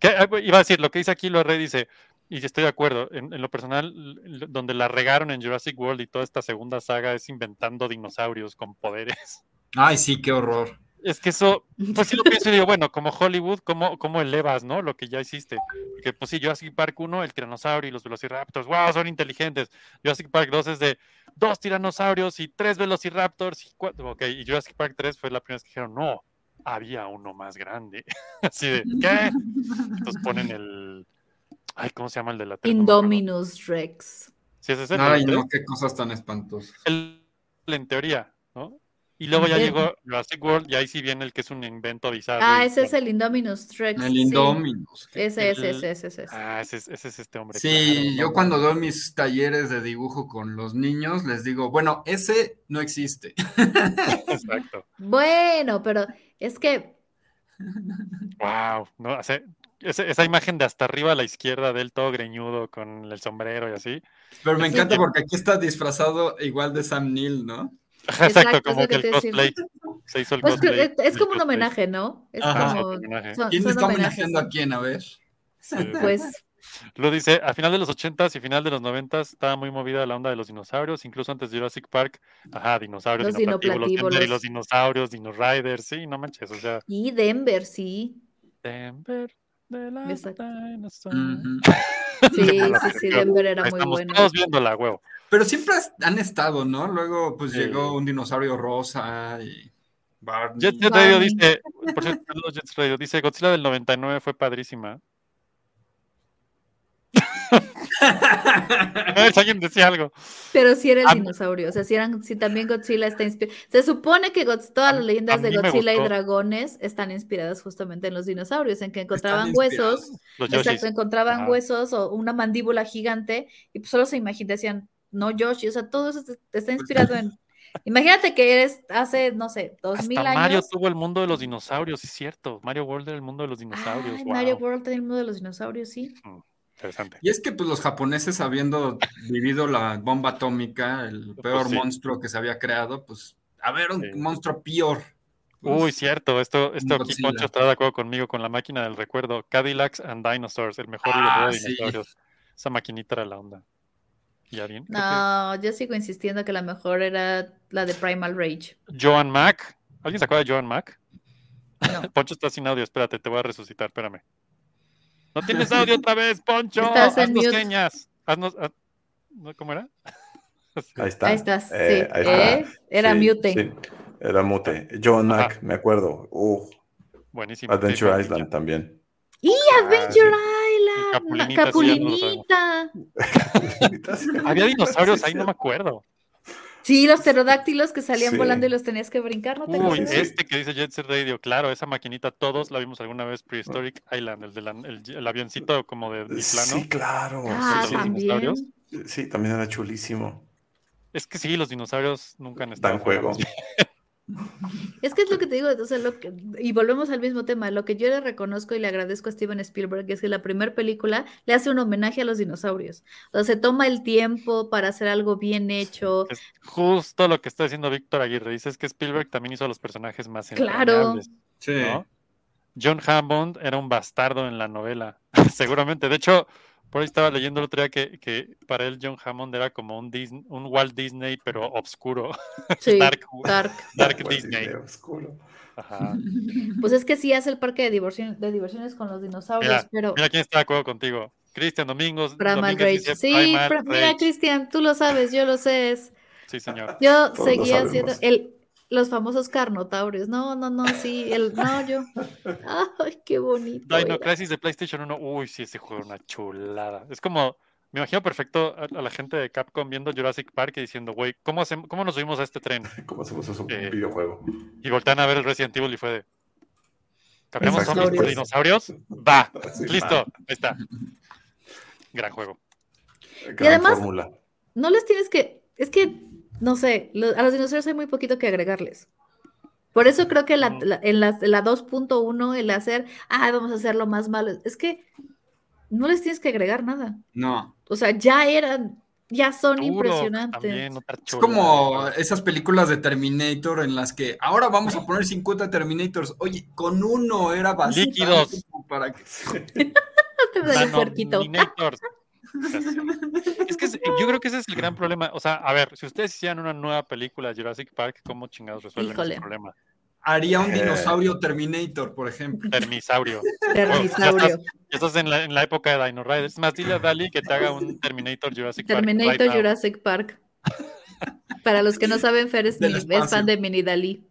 A: Que, ah, pues, iba a decir, lo que dice aquí lo red dice, y estoy de acuerdo, en, en lo personal, l- donde la regaron en Jurassic World y toda esta segunda saga es inventando dinosaurios con poderes.
D: Ay, sí, qué horror.
A: Es que eso, pues
B: <laughs>
A: sí lo pienso y digo, bueno, como Hollywood, ¿cómo, cómo elevas, no? Lo que ya hiciste. Porque, pues sí, Jurassic Park 1, el tiranosaurio y los velociraptors, wow, son inteligentes. Jurassic Park 2 es de dos tiranosaurios y tres velociraptors y cuatro. Ok, y Jurassic Park 3 fue la primera vez que dijeron, no, había uno más grande. <laughs> Así de, ¿qué? Entonces ponen el. Ay, ¿cómo se llama el de la tele? No me acuerdo.
B: Indominus Rex.
A: Sí, ese es el,
D: Ay,
A: el-
D: no, qué cosas tan espantosas.
A: el- en teoría, ¿no? Y luego ya
B: Del-
A: llegó Jurassic World y ahí sí viene el que es un invento avisado.
B: Ah,
A: y-
B: ese es el Indominus Rex.
D: El
B: sí.
D: Indominus. qué-
B: Ese, ese,
A: El-
B: ese, ese, ese.
A: Ah, ese es, ese es este hombre. claro,
D: Sí,
A: ¿no?
D: yo cuando doy mis talleres de dibujo con los niños, les digo, bueno, ese no existe.
A: <laughs>
D: <laughs>
A: Exacto.
B: Bueno, pero es que
A: Wow. No, o sea, ese- esa imagen de hasta arriba a la izquierda de él todo greñudo con el sombrero y así. <laughs>
D: Pero me
A: Sí.
D: encanta porque aquí está disfrazado igual de Sam Neill, ¿no?
A: Exacto,
B: Exacto, es
A: como que
B: lo que
A: el
B: te iba a
A: cosplay.
B: decir.
A: Se hizo el
B: pues,
A: cosplay.
B: es, es
A: el
B: como un
A: cosplay.
B: homenaje, ¿no? Es
D: Ajá.
A: Ajá,
B: como
A: un homenaje.
B: son-
D: ¿Quién
B: son
D: está
B: homenajes,
D: homenajeando a quién? A ver.
A: Sí.
B: Pues
A: Lo dice, a final de los 80s y final de los 90s estaba muy movida la onda de los dinosaurios, incluso antes de Jurassic Park. Ajá, dinosaurios,
B: Los
A: dinoplatíbulos,
B: dinoplatíbulos.
A: Denver y los dinosaurios, Dino Riders, sí, no manches, o sea,
B: y Denver, sí.
A: <laughs> Denver de la
B: Exacto.
A: dinosaur.
D: Ujú.
B: Sí, sí, sí, Denver era muy
A: Estamos
B: bueno.
A: todos viéndola, huevo.
D: Pero siempre has- han estado, ¿no? Luego, pues
A: Sí.
D: llegó un dinosaurio rosa y Barney.
A: Jets Radio
B: Barney.
A: dice, por cierto, saludos, Jets Radio, dice Godzilla del 99 fue
D: <laughs>
A: padrísima. A ver si alguien decía algo.
B: Pero sí era el
A: A-
B: dinosaurio, o sea, sí, eran, sí también Godzilla está inspirado. Se supone que Godz- todas
A: A-
B: las
A: a
B: leyendas de
A: mí me
B: Godzilla y
A: gustó.
B: dragones están inspiradas justamente en los dinosaurios, en que
D: Están
B: encontraban
D: inspirados.
B: huesos
A: Los Yoshis.
B: Exacto, encontraban
A: Ajá.
B: huesos o una mandíbula gigante y pues solo se imaginan, decían, no Yoshi, o sea, todo eso te- te está inspirado
A: <laughs>
B: en... Imagínate que eres hace, no sé, dos mil
A: Hasta Mario
B: años.
A: tuvo el mundo de los dinosaurios, sí es cierto. Mario World era el mundo de los dinosaurios.
B: Ay,
A: wow.
B: Mario World tenía el mundo de los dinosaurios, sí.
A: Interesante.
D: Y es que pues los japoneses habiendo vivido la bomba atómica, el
A: Pues,
D: peor
A: sí.
D: monstruo que se había creado, pues a ver un
A: Sí.
D: monstruo peor. Pues,
A: Uy, cierto, esto, esto aquí
D: Godzilla.
A: Poncho está de acuerdo conmigo con la máquina del recuerdo. Cadillacs and Dinosaurs, el mejor
D: Ah,
A: videojuego de
D: sí.
A: dinosaurios. Esa maquinita era la onda. ¿Ya bien? Creo que-
B: No, yo sigo insistiendo que la mejor era la de Primal Rage.
A: Joan Mac. ¿Alguien se acuerda de Joan Mac?
B: No.
A: <laughs> Poncho está sin audio, espérate, te voy a resucitar, espérame. No tienes audio otra vez, Poncho.
B: Estás en
A: Haznos
B: mute.
A: señas. Haznos. haz- ¿no? ¿Cómo era?
H: Ahí está.
B: Ahí estás, sí.
H: Eh, ahí está.
B: ¿eh? Era
H: Sí,
B: mute.
H: sí, Era mute. John
A: Ajá.
H: Mac, me acuerdo. Uh,
A: Buenísimo.
H: Adventure
A: Sí,
H: Island también.
B: Adventure
A: Ah, sí.
B: Island, una-
A: Capulinita, sí, ya no lo sabemos.
B: Capulinita.
A: Había dinosaurios ahí, no me acuerdo.
B: Sí, los pterodáctilos que salían
H: Sí.
B: volando y los tenías que brincar, ¿no te
A: Uy,
B: acuerdas?
H: sí.
A: este que dice Jet Set Radio, claro, esa maquinita todos la vimos alguna vez, Prehistoric Island, el, de la- el, el avioncito como de biplano.
H: Sí, claro.
B: Ah,
H: sí, sí,
A: también.
B: también.
A: dinosaurios.
H: sí, sí, también era chulísimo.
A: Es que sí, los dinosaurios nunca han estado.
H: Dan juego. <laughs>
B: Es que es lo que te digo, o sea, lo que- y volvemos al mismo tema, lo que yo le reconozco y le agradezco a Steven Spielberg es que la primera película le hace un homenaje a los dinosaurios. O sea, se toma el tiempo para hacer algo bien hecho.
A: Es <laughs> justo lo que está diciendo Víctor Aguirre. Dice es que Spielberg también hizo a los personajes más
B: Claro.
A: entrañables,
D: Sí.
A: ¿no? John Hammond era un bastardo en la novela, <laughs> seguramente. De hecho, por ahí estaba leyendo el otro día que, que para él John Hammond era como un, Disney- un Walt Disney, pero obscuro.
B: Sí,
A: <laughs> Dark,
B: Dark.
A: Dark
H: Pues, sí,
A: Disney.
H: de oscuro.
A: Ajá.
B: Pues es que sí hace el parque de, diversión, de diversiones con los dinosaurios, pero
A: Mira quién está de acuerdo contigo. Cristian Domingos.
B: Primal
A: Domínguez
B: Rage.
A: dice
B: Sí,
A: Primal
B: pero- mira,
A: Rage.
B: Cristian, tú lo sabes, yo lo sé. es-
A: Sí, señor.
B: Yo
H: lo
B: seguía
H: sabemos.
B: siendo el, los famosos carnotaurios. No, no, no, sí, el, no, yo. <laughs> Ay, qué bonito.
A: Dino
B: era.
A: Crisis de PlayStation 1. Uy, sí, ese juego era una chulada. Es como Me imagino perfecto a, a la gente de Capcom viendo Jurassic Park y diciendo, güey, ¿cómo, hacemos- ¿cómo nos subimos a este tren?
H: ¿Cómo hacemos eso con
A: Eh,
H: un videojuego?
A: Y voltean a ver el Resident Evil y fue de. ¿Cambiamos
H: Exacto.
A: zombies por dinosaurios? Va,
H: Sí,
A: listo, ahí está. Gran juego.
H: Gran
B: además-
H: fórmula.
B: No les tienes que. Es que, no sé, lo- a los dinosaurios hay muy poquito que agregarles. Por eso creo que la,
A: Ujú.
B: la- en la, la 2.1, el hacer, ah, vamos a hacerlo más malo. Es que no les tienes que agregar nada.
D: No.
B: O sea, ya eran, ya son
A: Turok
B: impresionantes.
A: También, otra
D: Es
A: chulada.
D: como esas películas de Terminator en las que ahora vamos a poner 50 Terminators. Oye, con uno era bastante.
A: Líquidos.
D: Para que...
B: Te da el
A: Nano-
B: puerquito.
D: <laughs>
A: Minators. Es que es- yo creo que ese es el gran problema. O sea, a ver, si ustedes hicieran una nueva película de Jurassic Park, ¿cómo chingados resuelven
B: Híjole.
A: ese problema?
D: Haría un
H: Eh.
D: dinosaurio Terminator, por ejemplo.
A: Termisaurio.
B: Termisaurio.
A: <laughs> Ya estás en la, en la época de Dino Riders. Es más, dile a Dali que te haga un Terminator Jurassic Park.
B: Terminator
A: right now.
B: Jurassic Park. Para los que no saben, Fer es,
D: Del
B: mi- es
D: espacio.
B: fan de Mini Dalí.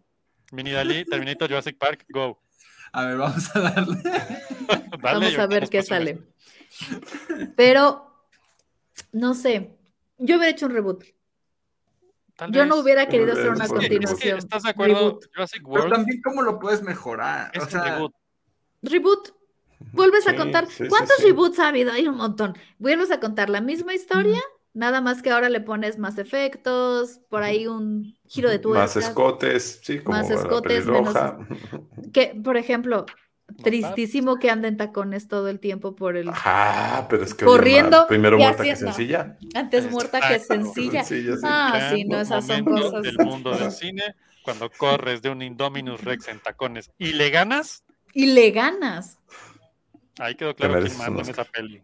A: Mini Dali, Terminator Jurassic Park, go.
D: A ver, vamos a darle.
A: Dale,
B: Vamos
A: yo-
B: a ver qué
A: nos pusimos.
B: sale. <laughs> Pero, no sé. Yo hubiera hecho un reboot.
A: Tal
B: Yo no
A: vez.
B: hubiera querido hacer
H: Pero
B: una
A: Pues
H: es que- es que
B: continuación.
A: ¿Estás de acuerdo?
B: Reboot.
A: Jurassic
D: Pero
A: World
D: también, ¿cómo lo puedes mejorar?
A: es
D: O
A: un
D: sea,
A: reboot.
B: Reboot. Vuelves a
H: Sí,
B: contar.
H: sí, sí,
B: ¿Cuántos
H: sí. Mm.
B: reboots ha habido? Hay un montón. Vuelves a contar la misma historia, nada más que ahora le pones más efectos, por ahí un giro de tuerca.
H: Más escotes, sí, como
B: Más
H: la
B: escotes,
H: pelirroja. <laughs>
B: Que, por ejemplo,
A: Matar.
B: tristísimo que anden tacones todo el tiempo por el
H: Ah, Ajá, pero es que
B: Corriendo
H: oye, ma, primero
B: y
H: muerta que
B: haciendo.
H: sencilla.
B: antes muerta que
A: Exacto.
B: sencilla.
H: Sencilla, sí.
B: Ah,
A: gran
B: sí, no, esas son
A: momento
B: cosas.
A: del mundo del cine
B: <laughs>
A: cuando corres de un Indominus Rex en tacones y le ganas.
B: Y le ganas.
A: Ahí quedó claro
H: Te
A: quién
H: mereces un
A: manda en esa
H: Oscar.
A: peli.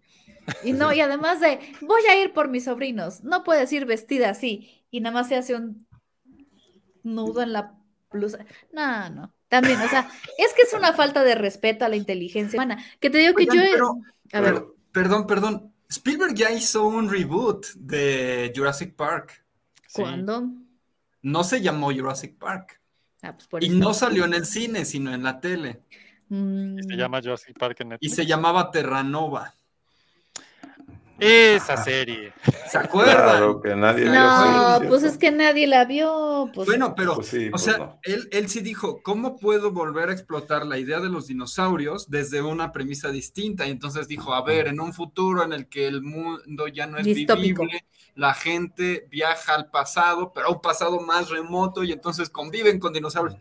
B: Y no, y además de, voy a ir por mis sobrinos, no puedes ir vestida así. Y nada más se hace un nudo en la blusa. No, no. También, o sea, es que es una falta de respeto a la inteligencia humana. Que te digo que
D: Oigan,
B: yo. he-
D: pero-
B: a ver,
D: Perdón, perdón. Spielberg ya hizo un reboot de Jurassic Park.
A: Sí.
B: ¿cuándo?
D: No se llamó Jurassic Park.
B: Ah, pues por
D: Y
B: eso.
D: no salió en el cine, sino en la tele.
B: Mm,
A: Y se llama Jurassic Park en
D: Y
A: Netflix.
D: se llamaba Terranova.
A: Esa serie.
D: ¿Se acuerdan?
H: Claro, que nadie vio,
B: No,
H: sí,
B: pues
H: cierto.
B: es que nadie la vio. Pues,
D: Bueno, pero,
H: Pues sí,
D: o
H: pues
D: sea,
H: no.
D: él, él sí dijo, ¿cómo puedo volver a explotar la idea de los dinosaurios desde una premisa distinta? Y entonces dijo, a ver, en un futuro en el que el mundo ya no es
B: Distópico.
D: vivible, la gente viaja al pasado, pero a un pasado más remoto y entonces conviven con dinosaurios.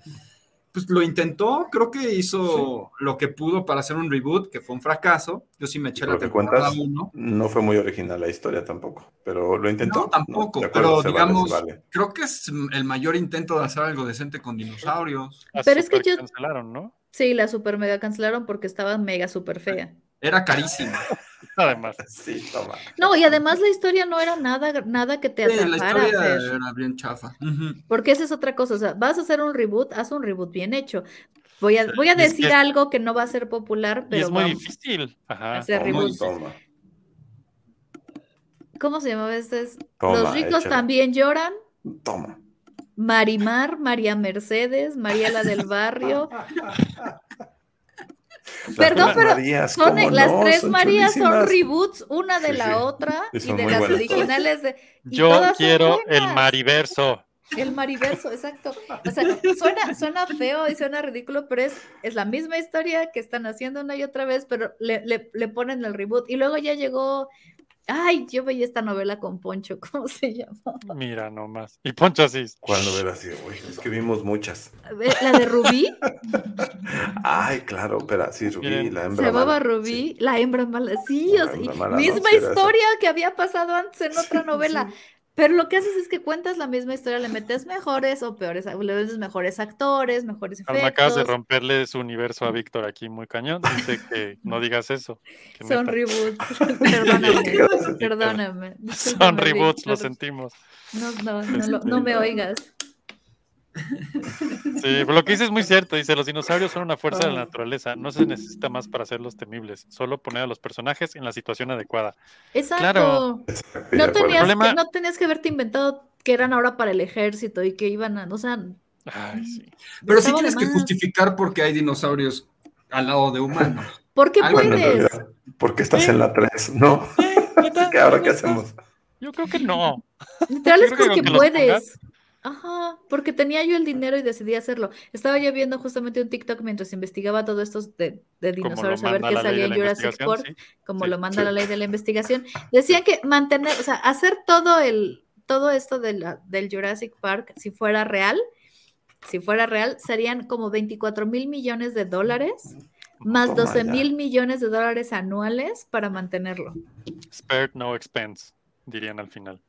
D: Pues lo intentó, creo que hizo lo que pudo para hacer un reboot, que fue un fracaso. Yo sí me eché
H: Por
D: la
H: lo que
D: temporada
H: cuentas,
D: uno.
H: No fue muy original la historia tampoco, pero lo intentó.
D: No, tampoco,
H: De
D: pero
H: acuerdo, se vale,
D: digamos-
H: se vale.
D: Creo que es el mayor intento de hacer algo decente con dinosaurios.
A: La
B: Pero es que
A: super
B: yo-
A: cancelaron, ¿no?
B: sí, la super mega cancelaron porque estaba mega super fea.
D: Era carísimo.
A: Además.
H: Sí, toma.
B: No, y además la historia no era nada, nada que te
D: Sí, la
B: atrapara.
D: historia
B: Fer.
D: era bien chafa.
B: Porque esa es otra cosa, o sea, vas a hacer un reboot, haz un reboot bien hecho. Voy a, voy a
A: Y es que-
B: decir algo que no va a ser popular,
A: Y
B: pero
A: es muy
B: vamos,
A: difícil. Ajá.
B: hacer
H: Toma,
B: reboot.
H: toma,
B: ¿Cómo se llama veces?
H: toma,
B: Los ricos
H: échale.
B: también lloran.
H: Toma.
B: Marimar, María Mercedes, María la del Barrio. Perdón, pero Son, las tres Marías son
H: ribos
B: reboots, una de
H: Sí,
B: la
H: sí.
B: otra
H: Y
B: y,
H: son
B: de
H: muy
B: las
H: buenas todas.
B: originales de y
A: Yo
B: todas son
A: quiero el
B: buenas.
A: mariverso.
B: El mariverso, exacto.
A: <laughs>
B: O sea, suena, suena feo y suena ridículo, pero es, es la misma historia que están haciendo una y otra vez, pero le, le- le ponen el reboot. Y luego ya llegó. Ay, yo veía esta novela con Poncho, <laughs> ¿cómo se llama?
A: Mira nomás. Y Poncho así.
H: Cuando verás, sí, güey, es que vimos muchas.
B: Ve- La de
H: <laughs>
B: Rubí,
H: Ay, claro, pero sí, Rubí,
A: Miren,
H: la
B: se
H: hembra.
B: llamaba
H: mala,
B: Rubí,
H: sí.
B: la hembra mala. Sí,
H: La
B: o sea,
H: hembra
B: y
H: mala, ¿no?
B: misma
H: Sí, era esa.
B: historia que había pasado antes en otra
H: Sí,
B: novela. Pero lo que haces es que cuentas la misma historia, le metes mejores o peores, le metes mejores actores, mejores efectos.
A: Alma, acabas de romperle su universo a Víctor aquí muy cañón.
B: <laughs>
A: Dice que no digas eso. que
B: Son
A: neta. <laughs>
B: reboots. Perdóname. perdóname.
A: Son
B: discúlpame,
A: reboots, lo Este,
B: Víctor. <laughs>
A: sentimos.
B: No, no, no, lo- no me oigas.
A: Sí, pero lo que dice es muy cierto. Dice, los dinosaurios son una fuerza de
B: Ah.
A: la naturaleza. No se necesita más para hacerlos temibles. Solo poner a los personajes en la situación adecuada.
B: Exacto.
A: Claro.
H: Sí, de
B: No,
H: acuerdo.
B: tenías
A: El problema-
B: que, no tenías que haberte inventado que eran ahora para el ejército y que iban a. O sea, Mm.
A: Ay, sí.
D: Pero sí
B: Estaba de
D: tienes que
B: más.
D: justificar porque hay dinosaurios al lado de humanos.
B: ¿por qué
D: Algo en
H: Bueno, en
B: puedes?
H: <laughs> realidad, ¿por qué estás en la 3? No,
A: Neta,
H: ¿Qué, ¿Ahora
A: la
H: qué
A: neta,
H: hacemos?
A: Yo creo que no.
B: Literal es
A: Yo creo que
B: porque
A: con que los
B: puedes. Ajá, porque tenía yo el dinero y decidí hacerlo. Estaba yo viendo justamente un TikTok mientras investigaba todo esto de,
A: Como
B: de
A: lo
B: dinosaurios, a ver
A: manda
B: qué
A: la ley
B: salía
A: de
B: en
A: la
B: Jurassic
A: investigación,
B: Park,
A: sí.
B: como
A: sí,
B: lo manda
H: sí.
B: la ley de la investigación. Decían que mantener, o sea, hacer todo el, todo esto de la- del Jurassic Park, si fuera real, si fuera real, serían como 24 mil millones de dólares,
A: Oh
B: más
H: Toma
B: 12
H: ya.
B: mil millones de dólares anuales para mantenerlo.
A: Spared no expense, dirían al final.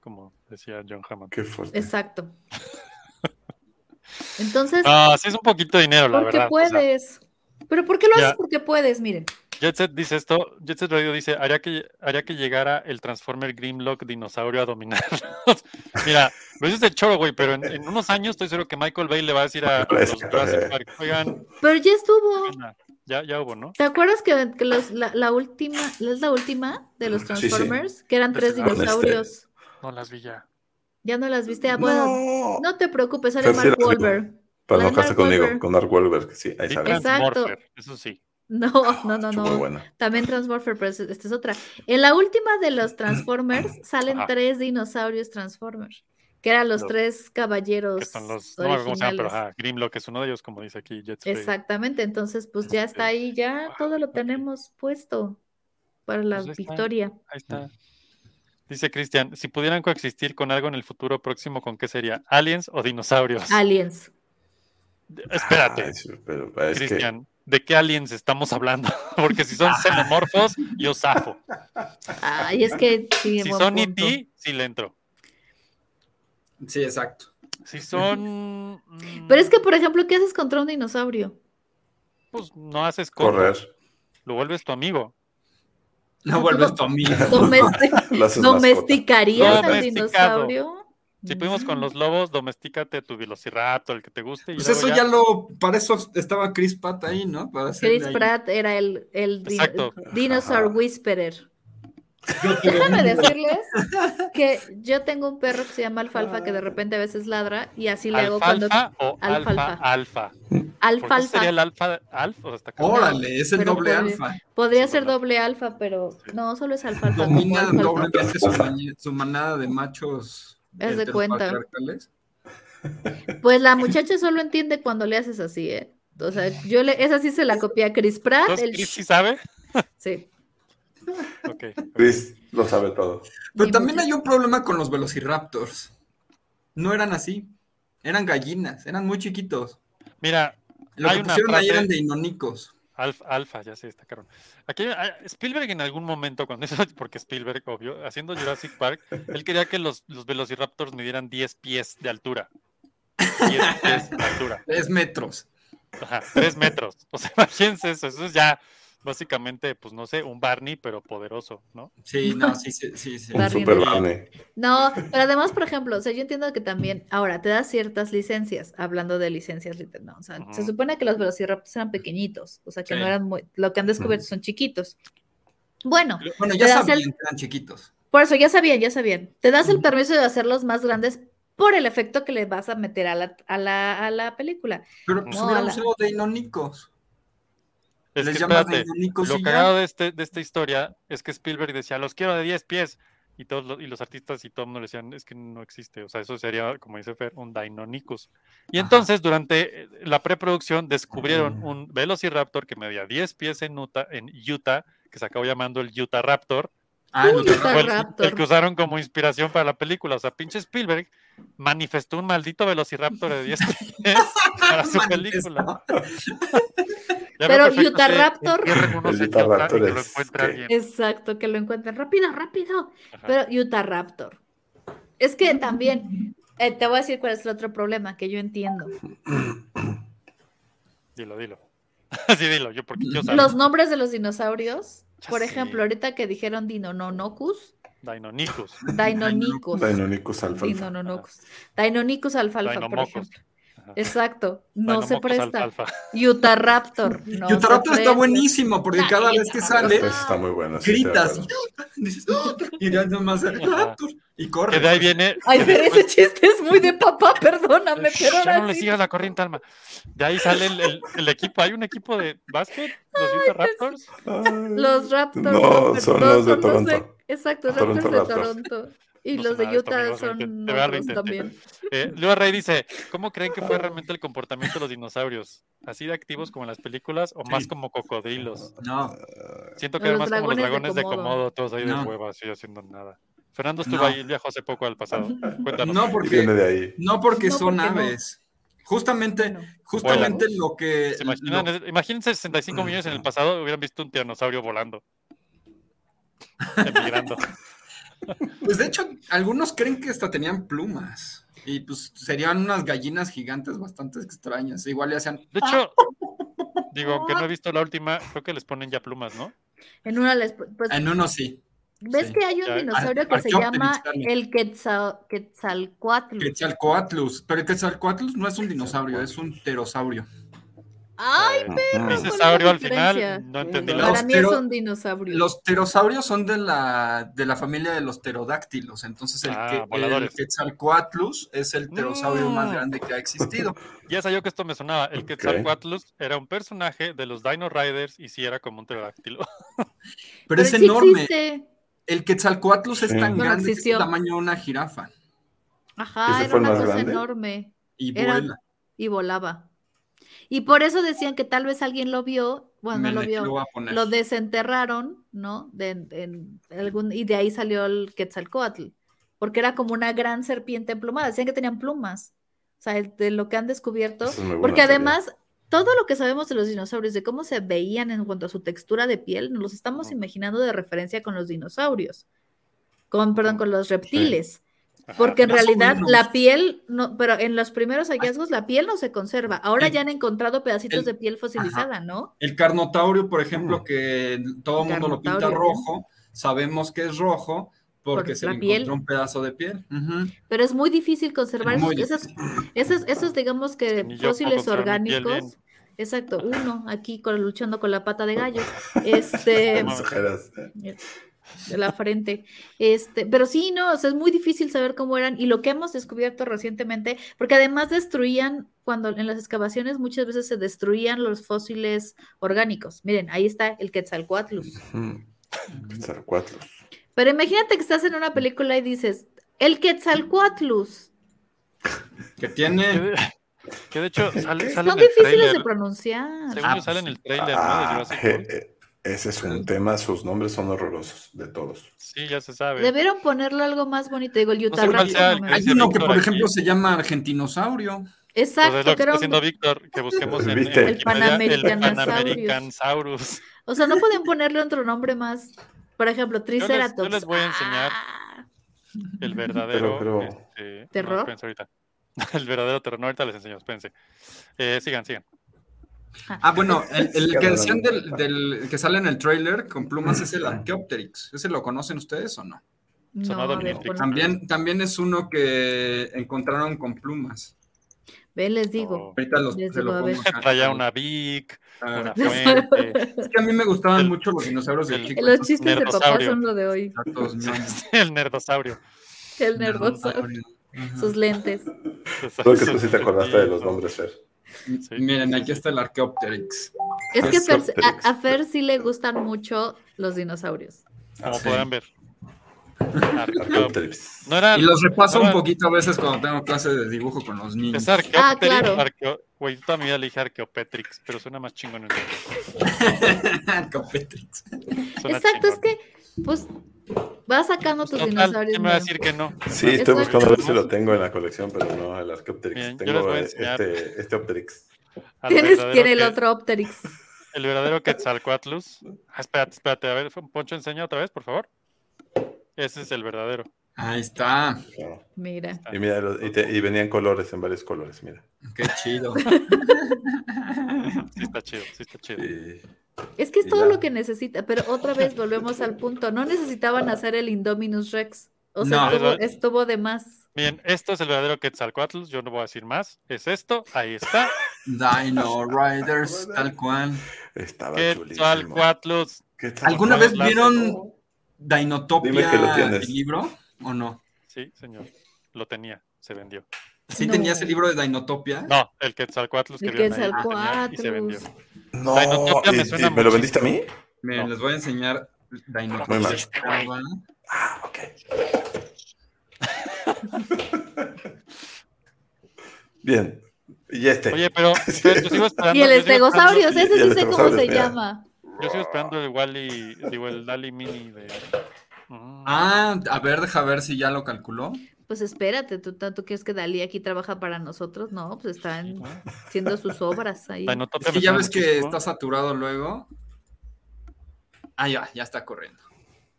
A: Como decía John Hammond.
H: Qué fuerte.
B: Exacto. Entonces,
A: Ah, sí es un poquito de dinero, la
B: Pues Porque
A: verdad. o sea,
B: puedes. Pero ¿por qué lo
A: Ya.
B: haces? Porque puedes, miren.
A: Jet Set dice esto, Jet Set Radio dice, haría que, haría que llegara el Transformer Grimlock dinosaurio a dominarnos. <laughs> Mira, lo dices de choro, güey, pero en, en unos años estoy seguro que Michael Bay le va a decir a
H: Michael
A: los
H: Bay,
A: Jurassic
H: eh.
A: Park, oigan,
B: Pero ya estuvo.
A: ya, ya hubo, ¿no?
B: ¿Te acuerdas que, que los- la, la última, es la última de los
H: Sí, sí.
B: Transformers? Que eran tres
A: Sí, sí.
B: dinosaurios.
A: No las vi ya.
B: Ya no las viste. Ah, bueno,
H: No,
B: no, te preocupes, sale
H: Pero sí
B: Mark
H: las vi.
B: Wahlberg. <laughs>
H: para no
B: la de
H: casarse
B: Mark
H: conmigo,
B: Wahlberg.
H: con Dark Wahlberg, que sí, ahí
A: Vi
H: saben.
B: Exacto.
A: Transmorpher, eso sí.
B: No,
A: Ah,
B: no, no,
H: Está Muy
B: no.
H: buena.
B: También Transformers, pero es- esta es otra. En la última
A: <clears throat>
B: de los Transformers salen
A: Ajá.
B: tres dinosaurios Transformers. Que eran los
A: Los-
B: tres caballeros.
A: Que son los, no me acuerdo cómo se llaman, pero
B: originales.
A: ajá, Grimlock es uno de ellos, como dice aquí Jet Set Radio.
B: Exactamente, entonces pues ya está ahí, ya
A: Wow,
B: todo lo
A: Ah, ok.
B: tenemos puesto para la
A: Pues ahí está.
B: victoria.
A: Ahí está. Dice Cristian, si pudieran coexistir con algo en el futuro próximo, ¿con qué sería? ¿Aliens o dinosaurios?
B: Aliens.
A: Espérate.
H: Ay, sí, pero es que- Ah.
A: Cristian, ¿de qué aliens estamos hablando? <laughs> Porque si son xenomorfos, yo
B: <laughs>
A: zafo.
B: Ay, es que sí,
A: Si
B: buen
A: son E
B: punto.
A: E.T., sí le entro.
D: Sí, exacto.
A: Si son. mm,
B: Pero es que, por ejemplo, ¿qué haces contra un dinosaurio?
A: Pues no haces correr.
H: correr. <laughs>
A: Lo vuelves tu amigo.
D: No vuelves tu
A: <laughs>
D: amigo.
B: Domesti-
H: Lo haces
B: ¿Domesticarías al
A: Domesticado.
B: dinosaurio?
A: Si fuimos con los lobos, domestícate tu velociraptor, el que te guste. Y
D: Pues
A: luego
D: eso ya lo. Para eso estaba Chris Pat ahí, ¿no? Para hacerle
B: Chris
D: ahí-
B: Pratt era el, el di-
A: Exacto.
B: dinosaur
H: Ajá.
B: whisperer. <laughs>
D: Yo te-
B: Déjame decirles que yo tengo un perro que se llama Alfalfa que de repente a veces ladra y así le hago cuando...
A: Alfalfa o alfa,
B: Alfalfa.
A: alfa. ¿Por qué
B: Alfalfa.
A: sería el alfa, alfa? O sea, está cabrón.
D: Órale, es el
B: Pero
D: doble
B: por-
D: alfa.
B: Podría
A: Sí,
B: ser
A: ¿verdad?
B: doble alfa, pero no, solo es alfalfa. como
D: Domina
B: alfalfa.
D: doblemente su, mañ- su manada de machos. eh,
B: Haz de cuenta.
D: heteropatriarcales.
B: Pues la muchacha solo entiende cuando le haces así, ¿eh? O sea, yo le, esa sí se la copié a Chris Pratt.
A: Entonces,
B: el-
A: Chris sí sabe.
B: sí.
A: Ok.
H: Chris lo sabe todo.
D: Pero
B: Y
D: también
B: mucho.
D: hay un problema con los velociraptors. No eran así. Eran gallinas, eran muy chiquitos.
A: Mira,
D: Lo
A: Hay
D: que
A: una
D: pusieron ahí
A: frase-
D: eran de inonicos.
A: Alfa, alfa, ya sé, está caro. Aquí ah, Spielberg en algún momento, cuando eso, <laughs> porque Spielberg, obvio, haciendo Jurassic Park, él quería que los, los velociraptors midieran 10 pies de altura. 10 pies de altura.
D: Tres metros.
A: Ajá, 3 metros. O sea, <laughs> imagínense eso. Eso es ya básicamente, pues no sé, un Barney, pero poderoso, ¿no?
D: Sí, no, sí, sí, sí. sí.
H: Un
B: Barney
H: super
B: Rubio.
H: <clears throat> Barney.
B: No, pero además, por ejemplo, o sea, yo entiendo que también ahora te das ciertas licencias, hablando de licencias, liter- no, o sea, se
A: Ujú.
B: supone que los velociraptors eran pequeñitos, o sea, que
D: Sí.
B: no eran muy, lo que han descubierto son chiquitos. Bueno,
D: Bueno, ya
B: Pero hace
D: sabían
B: el-
D: que eran chiquitos.
B: Por eso ya sabían, ya sabían. Te das el
D: Ujú.
B: permiso de hacerlos más grandes por el efecto que le vas a meter a la, a la, a la película.
D: Pero pues
B: No,
D: hubieran
B: la-
D: usado de inonicos.
A: Es
D: Les
A: que
D: llaman de
A: espérate,
D: inonicos
A: lo
D: y
A: cagado
D: ya.
A: de, este, de esta historia es que Spielberg decía, los quiero de 10 pies. Y todos los, y los artistas y todo el mundo le decían, es que no existe. O sea, eso sería, como dice Fer, un Deinonychus. Y
D: Ajá.
A: entonces, durante eh, la preproducción, descubrieron
B: Mm.
A: un Velociraptor que medía 10 pies en Utah, en Utah que se acabó llamando el Utah Raptor.
D: Ah,
B: Uy,
D: no,
B: está
A: Fue el,
B: Raptor.
A: el que usaron como inspiración para la película. O sea, pinche Spielberg manifestó un maldito Velociraptor de 10
B: <laughs>
A: pies <laughs> para su película. Ya veo
B: Pero
A: perfecto
B: Utah
A: que
B: Raptor.
A: entierren unos
H: El
A: en
H: Utah
A: Utah y
H: Raptor
A: que lo
H: es
A: encuentre
H: que-
A: alguien.
B: Exacto, que lo encuentren rápido, rápido.
A: Ajá.
B: Pero Utah Raptor. Es que también, eh, te voy a decir cuál es el otro problema que yo entiendo.
A: Dilo, dilo. <laughs> sí, dilo, yo porque yo sabía.
B: Los nombres de los dinosaurios,
A: Ya
B: por
A: sé.
B: ejemplo, ahorita que dijeron
H: <laughs>
B: Dinononocus,
A: Deinonychus.
B: Dinonicus. Pues,
H: Deinonychus alfa.
B: Dinonononicus. Deinonychus alfalfa, por
A: Deinomocos.
B: ejemplo. Exacto, no se
A: Dynamocos
B: presta.
A: Alfalfa.
B: Utah Raptor. No se
D: Yutaraptor está
B: presta.
D: buenísimo porque
B: Nah,
D: cada
B: sí,
D: vez que
B: nah.
D: sale
H: Pues está muy bueno. sí, estoy de
D: gritas
H: acuerdo.
D: <laughs> dices, "Ah", y ya nomás "Raptor", y
A: Que
D: corre. pues.
A: de ahí viene.
B: Ay, pero ese chiste es muy de papá, <laughs> perdóname,
A: Shh,
B: pero
A: ya
B: ahora
A: no le
B: sí.
A: sigas la corriente, Alma. De ahí sale el, el- el equipo. Hay un equipo de básquet, los Utah Raptors.
B: <laughs>
H: Ay,
B: Los Raptors.
H: No, son
B: perdón,
H: los de Toronto.
B: exacto,
H: Toronto
B: Raptors de
H: Raptors.
B: Toronto. Y
A: No sé
B: los de
A: nada de esto,
B: Utah
A: amigos, lo
B: son
A: intenté, de verdad lo
B: otros
A: intenté.
B: también.
A: Eh, Lua Rey dice: ¿Cómo creen que fue realmente el comportamiento de los dinosaurios? ¿Así de activos como en las películas o más
D: Sí.
A: como cocodrilos?
D: No,
A: Siento que
B: Los
A: era más como los
B: dragones
A: dragones
B: de
A: de
B: Komodo.
A: Komodo, todos ahí
D: No.
A: de hueva, así haciendo nada. Fernando estuvo
D: No.
A: ahí, viajó hace poco al
B: <laughs>
A: pasado. Cuéntanos.
D: no
H: Y
D: porque,
H: viene de ahí.
D: no porque
B: No,
D: son
B: porque no.
D: aves. Justamente,
B: No.
D: justamente lo que
A: pues, ¿Se imaginan?
D: lo-
A: Imagínense 65 millones en el pasado, hubieran visto un tiranosaurio
B: <laughs>
A: volando. Emigrando.
D: pues de hecho, algunos creen que hasta tenían plumas. Y pues serían unas gallinas gigantes bastante extrañas. Igual le hacían
A: De hecho, digo, aunque no he visto la última, creo que les ponen ya plumas, ¿no?
B: En una les. pues,
D: en uno ah, sí,
B: ¿Ves
D: sí.
B: que hay un
A: Ya,
B: dinosaurio que se
D: Archaeopteryx
B: llama
D: también.
B: el Quetzal, Quetzalcoatl?
D: Quetzalcoatlus. Pero el Quetzalcoatlus no es un dinosaurio, es un pterosaurio.
B: ¡Ay!
H: Ujú.
A: Dice
B: ¿cuál es la
A: Saurio al
B: diferencia?
A: final, no entendí la
B: Para
D: Los
B: mí es
D: tero-
B: un dinosaurio.
D: Los pterosaurios son de la, de la familia de los pterodáctilos, entonces el,
A: Ah,
D: que, el
A: voladores.
D: Quetzalcoatlus es el pterosaurio
A: Mm.
D: más grande que ha
B: <laughs>
D: existido.
A: Ya sabía que esto me sonaba. El Quetzalcoatlus era un personaje de los Dino Riders y sí era como un
H: <laughs>
A: pterodáctilo.
D: Pero, es
B: sí
D: enorme.
B: existe.
D: El Quetzalcoatlus es
H: Sí.
D: tan
B: Bueno,
D: grande que es
B: existió.
D: el tamaño de una jirafa
B: Ajá,
H: ¿Ese
B: era
H: fue el
B: una
H: más
B: cosa
H: grande?
B: enorme.
D: y
B: Era-
D: vuela.
B: y volaba. Y por eso decían que tal vez alguien lo vio, bueno,
D: Me
B: no lo
D: le-
B: vio,
D: lo voy a poner.
B: lo desenterraron, ¿no? De, en- en algún, y de ahí salió el Quetzalcoatl, porque era como una gran serpiente emplumada, decían que tenían plumas, o sea, el- de lo que han descubierto,
H: Esa es muy buena
B: porque
H: teoría.
B: además todo lo que sabemos de los dinosaurios, de cómo se veían en cuanto a su textura de piel, nos los estamos
A: Ujú.
B: imaginando de referencia con los dinosaurios, con, perdón, con los reptiles.
A: Ajá.
B: Porque en
D: Más o
B: realidad
D: menos.
B: la piel, no, pero en los primeros hallazgos la piel no se conserva. Ahora
D: El-
B: ya han encontrado pedacitos
D: el-
B: de piel fosilizada, ¿no?
D: El carnotaurio, por ejemplo,
A: Mm.
D: que todo
B: El
D: el mundo lo pinta
B: carnotaurio,
D: rojo, sabemos que es rojo porque
B: Por
D: se
B: la
D: le
B: piel.
D: encontró un pedazo de piel. Ujú.
B: Pero es muy difícil conservar
D: Muy
B: esos, esos, esos, esos, digamos que
A: ni yo puedo
B: fósiles
A: conservar mi piel
B: orgánicos. Exacto, uno aquí con- luchando con la pata de gallo,
H: <laughs>
B: este,
H: Las ojeras.
B: de la frente, este, pero sí, no, o sea, es muy difícil saber cómo eran y lo que hemos descubierto recientemente, porque además destruían cuando en las excavaciones muchas veces se destruían los fósiles orgánicos. Miren, ahí está el Quetzalcoatlus.
H: Ujú. Quetzalcoatlus.
B: Pero imagínate que estás en una película y dices, el Quetzalcoatlus.
A: Que
D: Que tiene
A: de, que de hecho sale, sale
B: Son
A: en el
B: difíciles de
A: trailer.
B: pronunciar.
A: Según
D: Ah,
A: yo, sale en el trailer, ¿no? De
H: Ah,
A: Jurassic
H: je-
A: World.
H: eh, ese es un tema, sus nombres son horrorosos de todos.
A: Sí, ya se sabe.
B: Debieron ponerle algo más bonito. Digo, el
A: sé
B: Utah
A: cuál
B: Raptor
A: sea el
B: no me
A: que
D: hay
A: dice
B: gusta.
D: uno que
A: Víctor
D: por
A: aquí.
D: ejemplo se llama argentinosaurio.
A: Pues es
B: Exacto,
A: lo que
B: que era
A: está
B: un-
A: haciendo Víctor, que busquemos en, en
H: Viste. El
A: Wikipedia el
B: Panamericanas-
A: Panamericansaurus.
B: O sea, no pueden ponerle otro nombre más. Por ejemplo,
A: les- yo
B: Triceratops.
A: les voy a enseñar.
B: Ah.
A: El verdadero
H: pero-
A: este, no,
B: ¿Terror?
A: espérense ahorita. <laughs> El verdadero terror. No, ahorita les enseño, espérense. Eh, sigan, sigan.
D: Ah,
A: <laughs>
D: bueno, el, el
H: Sí,
D: que
H: cabrón.
D: decían del, del- que sale en el trailer con
A: Mm.
D: plumas es el Archaeopteryx. ¿Ese lo conocen ustedes o no?
B: No,
A: Sonado
B: a ver,
A: Omnitrix.
B: pon-
D: También, también es uno que encontraron con plumas.
B: ve, les
A: Oh,
B: digo.
D: Ahorita los,
B: Les
D: se lo
B: digo, a ver.
D: pongo acá.
A: Traía una Vic,
D: Ah,
A: una
B: <laughs>
A: fuente, <laughs>
D: Es que a mí me gustaban
A: El-
D: mucho los dinosaurios de
A: el-
D: chico.
B: eh, Los chistes de papá
A: Nerdosaurio.
B: son lo
A: <laughs>
B: de hoy.
D: Datos,
B: <laughs>
D: ñoños.
A: el nerdosaurio.
B: El nerdosaurio.
D: Ajá.
B: Sus lentes.
A: <laughs>
H: Creo que tú sí te acordaste de los nombres, Fer.
A: Sí.
D: Miren, aquí está el Archaeopteryx.
B: Es que Fer-
H: Triceratops.
B: a, a Fer sí le gustan mucho los dinosaurios.
A: Como
D: Sí.
A: podrán ver. Arqueópteris.
H: Archaeopteryx.
A: No era.
D: Y los repaso
A: Ahora-
D: un poquito a veces cuando tengo clase de dibujo con los niños.
A: Es Arqueópteris.
B: Ah, claro.
A: arqueo- Güey, yo toda mi vida le dije Arqueopetrix, pero suena más chingón. en inglés.
D: <laughs> Archaeopteryx.
A: Suena
B: Exacto, es
A: chingón.
B: que, pues, vas sacando tus
A: Total,
B: dinosaurios.
A: ¿quién me va a
B: nuevos.
A: decir que no?
H: Sí, estoy
B: Exacto.
H: buscando a ver si lo tengo en la colección, pero no, el Archaeopteryx.
A: Bien, yo les
H: tengo
A: voy a
H: eh,
A: enseñar.
H: este, este Opteryx.
A: Al
B: Tienes,
A: verdadero
B: tiene el
A: que-
B: otro Opterix.
A: El verdadero Quetzalcoatlus. Ah, espérate, espérate. A ver, Poncho, enseña otra vez, por favor. Ese es el verdadero.
D: Ahí está.
H: ¿no?
A: Ah.
B: Mira.
H: Y, mira, los- y, te- y venían colores, en varios colores, mira.
D: Qué chido.
A: Sí está chido, sí está chido.
H: Y-
B: Es que es
H: Y
B: todo
H: ya.
B: lo que necesita, pero otra vez
A: Ah.
B: volvemos al punto. No necesitaban hacer el Indominus Rex. O sea,
D: No.
B: estuvo, estuvo de más.
A: Bien, esto es el verdadero Quetzalcoatl, yo no voy a decir más. Es esto, ahí está.
D: Dino Riders, tal cual.
H: Estaba chulísimo.
A: Quetzalcoatl.
H: Quetzalcoatl.
D: ¿Alguna vez
A: Claro.
D: vieron
H: Dime que lo
D: Dinotopia,
H: tienes.
D: el libro? ¿O no?
A: Sí, señor. Lo tenía, se vendió.
D: ¿Sí
B: No.
D: tenías el libro de Dinotopia?
A: No, el Quetzalcoatl que
B: El
A: vieron ahí, lo tenía y se vendió.
B: Quetzalcoatlus.
H: No,
A: Ay, no, ya me
H: ¿y- y
A: suena
H: ¿me lo vendiste a mí?
A: muchísimo.
D: Miren,
A: No.
D: les voy a enseñar
H: Muy mal.
D: Dinotopia. Estaba-
H: Ah,
B: <laughs>
H: ok. Bien. Y este.
A: Oye,
B: <laughs>
A: pero pero yo sigo esperando.
B: Y el
A: yo sigo esperando-
B: estegosaurio,
H: y
B: ese
H: el
B: sí sé cómo
H: estegosaurio,
B: se
H: mira.
B: llama.
A: Yo sigo esperando el Wally, digo, el Dali Mini de. Mm.
D: Ah, a ver, deja ver si ya lo calculó.
B: Pues espérate, ¿tú, tú quieres que Dalí aquí trabaja para nosotros? No, pues están haciendo sus obras ahí.
A: Ah, Dinotopia
D: Es que
A: me
D: ya
A: suena
D: ves que
A: muchísimo.
D: está saturado luego. Ah, ya, ya está corriendo.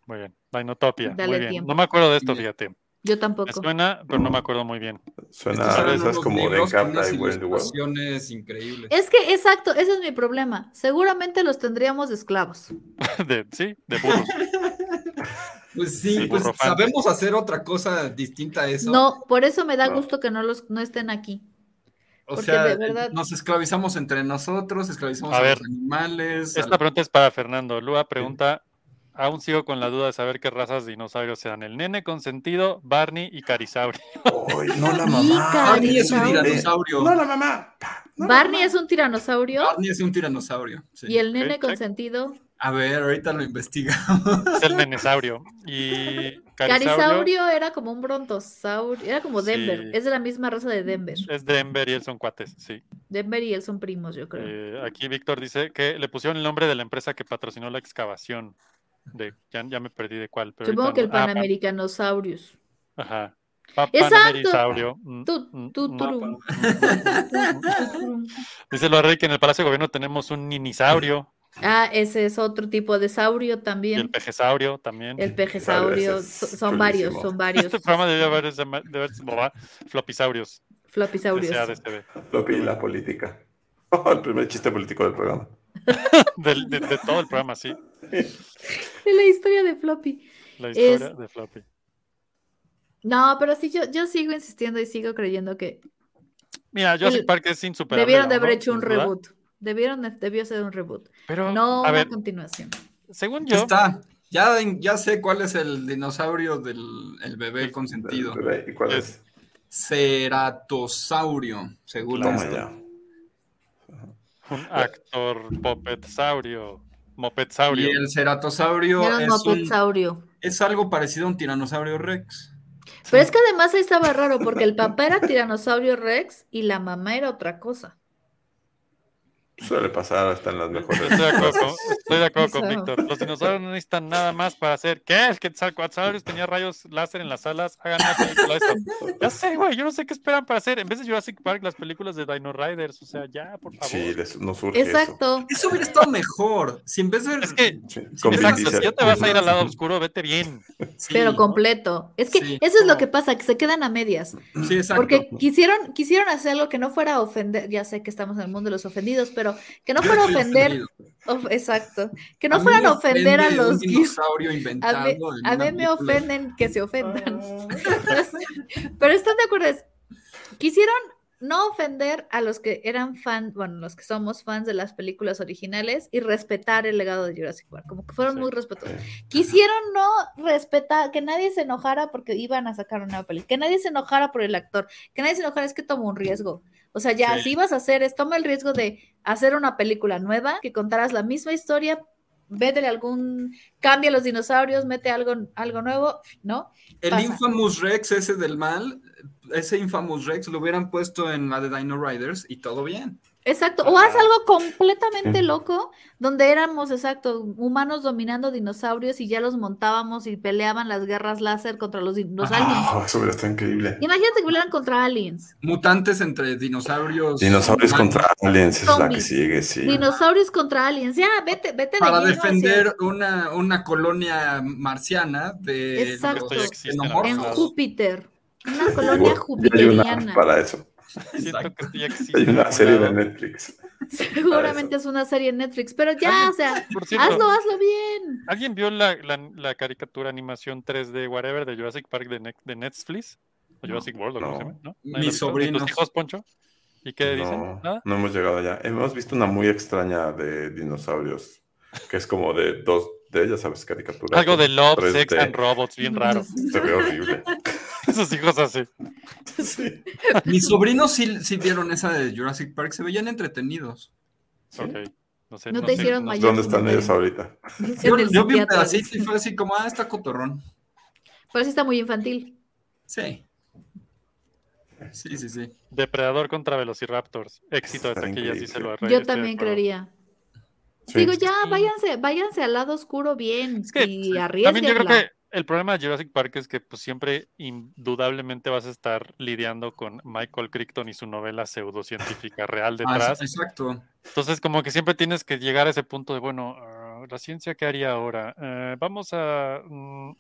A: Muy bien, Dinotopia.
B: Dale
A: muy bien.
B: tiempo.
A: No me acuerdo de esto,
D: Bien.
A: fíjate.
B: Yo
A: Me
B: tampoco.
A: suena, pero no me acuerdo muy bien. <laughs>
H: Suena
D: Estos
H: a
D: eran
H: esas
D: unos
H: como de
D: libros con
H: Encarta
D: unas
H: y Where in the World.
D: ilustraciones increíbles.
B: Es que, exacto, ese es mi problema. Seguramente los tendríamos de esclavos.
A: De- sí, de
D: <laughs>
A: burros.
D: Pues sí,
A: Sí,
D: pues
A: burrofante.
D: sabemos hacer otra cosa distinta a eso.
B: No, por eso me da
H: No.
B: gusto que no los no estén aquí.
D: o
B: porque
D: sea,
B: de verdad-
D: nos esclavizamos entre nosotros, esclavizamos
A: A
D: a,
A: ver,
D: los animales. a
A: Esta
D: la-
A: pregunta es para Fernando. Lua pregunta: Aún sigo con la duda de saber qué razas de dinosaurios serán el nene consentido, Barney y Carisauri.
H: Ay, no la
B: Mica,
H: mamá.
D: Barney es un
B: Dinosaurio.
D: tiranosaurio.
H: No la mamá. No,
B: Barney es un tiranosaurio
D: Barney es un tiranosaurio. sí.
B: y el nene
A: check.
B: consentido.
D: A ver, ahorita lo investiga.
A: Es el nenesaurio. Y Carisaurio
B: Carisaurio era como un brontosaurio, era como Denver,
A: Sí.
B: es de la misma raza de Denver.
A: es Denver y él son cuates, sí.
B: Denver y él son primos, yo creo.
A: Eh, aquí Víctor dice que le pusieron el nombre de la empresa que patrocinó la excavación. De, ya, ya me perdí de cuál. Pero
B: Supongo
A: ahorita
B: que el
A: no- ah,
B: Panamericanosaurus.
A: pa- ajá. Pa-
B: ¡Exacto!
A: Panamerisaurio. Mm,
B: Tu-
A: mm,
B: tu-
A: no,
B: turum.
A: Dice lo rey que en el Palacio de Gobierno tenemos un ninisaurio
B: Ah, ese es otro tipo de saurio
A: y el
B: también.
A: pejesaurio también.
B: El pejesaurio.
H: Ese
B: so-
H: es
B: Son varios,
H: chulísimo.
B: son varios.
A: Este
B: <laughs>
A: programa debería haber, llama- debe haberse llamado Flopisaurios.
B: Flopisaurios.
A: SADCB.
H: Lo pide la política. <laughs> el primer chiste político del programa.
A: Del- De, de todo el programa, sí.
B: De la historia de Floppy.
A: La historia
B: <laughs> Es-
A: de Floppy.
B: No, pero sí, yo, yo sigo insistiendo y sigo creyendo que
A: Mira, Jurassic
B: El-
A: Park es insuperable.
B: debieron de
A: ¿no?
B: haber hecho un
A: Sin duda.
B: reboot. Debieron, de- debió ser un reboot.
A: Pero,
B: No
A: a
B: una
A: ver,
B: continuación.
A: según <laughs>
D: Ya
A: yo,
D: está. Ya, ya sé cuál es el dinosaurio del el bebé consentido.
H: ¿Y cuál es?
D: Ceratosaurio, según
H: Toma
D: esto.
H: ya.
A: un actor popetsaurio,
D: Y
A: mopedsaurio.
D: el ceratosaurio
B: Era un
D: es, un-
B: mopetsaurio.
D: es algo parecido a un tiranosaurio rex.
B: Pero es que además ahí estaba raro porque el papá era tiranosaurio Rex y la mamá era otra cosa.
H: Suele pasar hasta en
A: <laughs>
H: las mejores.
A: Estoy de acuerdo
B: <laughs>
A: con, estoy de acuerdo con
B: Eso.
A: Víctor. Los dinosaurios no necesitan nada más para hacer. ¿Qué? El Quetzalcoatl tenía rayos láser en las alas. Hagan una película de
B: <laughs>
A: eso. Ya sé, güey. Yo no sé qué esperan para hacer. En vez de Jurassic Park, las películas de Dino Riders. O sea, ya, por favor.
H: Sí, les, no surge
B: Exacto.
D: Eso hubiera estado mejor. Si en vez de.
A: Es que,
H: eso. Sí, con Vin
A: exacto.
H: Diesel.
A: Si ya te vas a ir al lado oscuro, vete bien.
D: Sí,
B: Pero completo. Es que
D: Sí,
B: eso es lo
D: no.
B: que pasa, que se quedan a medias.
D: Sí, exacto.
B: Porque quisieron, quisieron hacer algo que no fuera a ofender, ya sé que estamos en el mundo de los ofendidos, pero que no
D: Yo
B: fuera a
D: estoy
B: ofender,
D: ofendido.
B: of- exacto, que
D: A
B: no
D: mí
B: fueran
D: me
B: a ofender a
D: ofende
B: los
D: Un
B: geeks.
D: dinosaurio
B: <laughs>
D: inventado.
B: A mí,
D: en
B: a
D: una
B: mí me
D: película.
B: ofenden que se ofendan. <laughs> Pero están de acuerdo, es- quisieron no ofender a los que eran fan, bueno, los que somos fans de las películas originales y respetar el legado de Jurassic Park, como que fueron
A: Sí.
B: muy respetuosos. Quisieron no respetar, que nadie se enojara porque iban a sacar una película, que nadie se enojara por el actor, que nadie se enojara es que tomó un riesgo. O sea, ya,
D: Sí.
B: si ibas a hacer es, toma el riesgo de hacer una película nueva, que contarás la misma historia, vétele algún, cambia los dinosaurios, mete algo, algo nuevo, ¿no?
D: El
B: Pasa.
D: Infamous Rex, ese del mal, ese Infamous Rex lo hubieran puesto en la de Dino Riders y todo bien.
B: Exacto, o haz algo completamente loco, donde éramos, exacto, humanos dominando dinosaurios y ya los montábamos y peleaban las guerras láser contra los, din- los aliens.
H: Ah, eso hubiera estado increíble.
B: Imagínate que pelearan contra aliens,
D: Mutantes entre dinosaurios.
H: Dinosaurios
D: humanos.
H: contra aliens es la que
B: Zombies.
H: sigue, sí.
B: dinosaurios contra aliens, ya, vete, vete de
D: para
B: lleno hacia-
D: defender una, una colonia marciana de
B: Exacto.
A: Esto ya existe en
D: xenomorfos.
B: en
A: Ajá.
B: Júpiter, una
H: Digo,
B: colonia
H: ya hay una
B: jupiteriana.
H: para eso.
A: Siento que esto ya existe.
H: Hay una
A: en
H: serie de
A: algún lado.
H: Netflix.
B: <laughs> Seguramente es una serie en Netflix, pero ya, o sea,
A: Por cierto,
B: hazlo, hazlo bien.
A: ¿Alguien vio la, la- la caricatura animación 3D, whatever, de Jurassic Park de, Net- de Netflix? o Jurassic World, o
H: no.
A: cómo se llama, ¿no? ¿Nadie
D: Mis
A: lo ha visto? ¿Ni
D: sobrinos.
A: ¿Tus hijos, Poncho? ¿Y qué dicen? ¿Ah?
H: No,
A: ¿Nada?
H: no hemos llegado allá. Hemos visto una muy extraña de dinosaurios, que es como de dos de ellas, ¿sabes? Caricaturas.
A: Algo de Love,
H: 3D.
A: Sex and Robots,
B: <laughs>
A: bien raro.
H: Se ve horrible.
A: <laughs> Esos hijos así.
H: Sí.
D: Mis sobrinos sí, sí vieron esa de Jurassic Park, se veían entretenidos.
A: Ok. No, sé,
B: No
A: no
B: te
A: sé,
B: hicieron
A: no-
B: mayor.
H: ¿Dónde están ellos ahorita?
D: Yo,
B: En el
D: yo vi un
B: psiquiatra.
D: pedacito y fue así como, ah, está cotorrón.
B: Pero sí está muy infantil.
D: Sí. Sí, sí, sí.
A: Depredador contra Velociraptors. Éxito de
H: Está
A: taquilla, sí se lo este
H: increíble.
A: arreglo.
B: Yo
A: estoy de
B: también
A: acuerdo.
B: creería.
H: Sí.
B: Digo, ya,
A: Sí.
B: váyanse, váyanse al lado oscuro bien
A: Es que
B: y
A: También yo
B: arriesguenla.
A: creo que el problema de Jurassic Park es que pues, siempre indudablemente vas a estar lidiando con Michael Crichton y su novela pseudocientífica real
D: Ah,
A: detrás.
D: exacto.
A: Entonces, como que siempre tienes que llegar a ese punto de, bueno, ah, la ciencia, ¿qué haría ahora? Eh, vamos a... mm,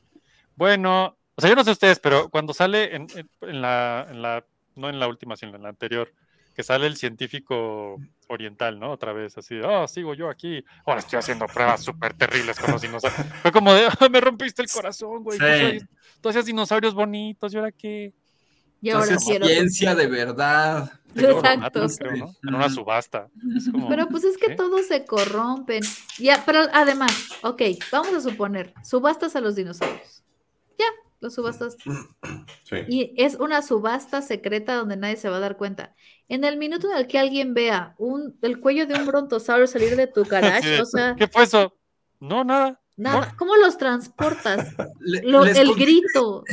A: bueno, o sea, yo no sé ustedes, pero cuando sale en, en- en la, en la- no en la última, sino en la anterior, que sale el científico oriental, ¿no? Otra vez, así, oh, sigo yo aquí, ahora estoy haciendo pruebas súper terribles con los dinosaurios. Fue como de, "Ah, me rompiste el corazón, güey. tú
D: Sí.
A: sabes- Tú hacías dinosaurios bonitos, ¿y ahora qué?
B: Y ahora
D: Entonces,
B: quiero.
D: ciencia de verdad.
A: Te lo
B: Exacto.
A: matan, creo, ¿no? En una
D: Ujú.
A: subasta. Es como,
B: Pero pues es que
A: ¿qué?
B: todos se corrompen. Ya, pero además, ok, vamos a suponer, subastas a los dinosaurios. Ya, los subastas.
H: Sí.
B: Y es una subasta secreta donde nadie se va a dar cuenta. En el minuto en el que alguien vea un, el cuello de un brontosaurio salir de
A: <laughs>
B: tu
A: Así de,
B: garage, o sea,
A: ¿Qué fue eso? No, nada.
B: nada, ¿cómo
A: <laughs>
B: los transportas?
D: Le-
B: Lo-
D: les,
B: el
D: conté,
B: grito.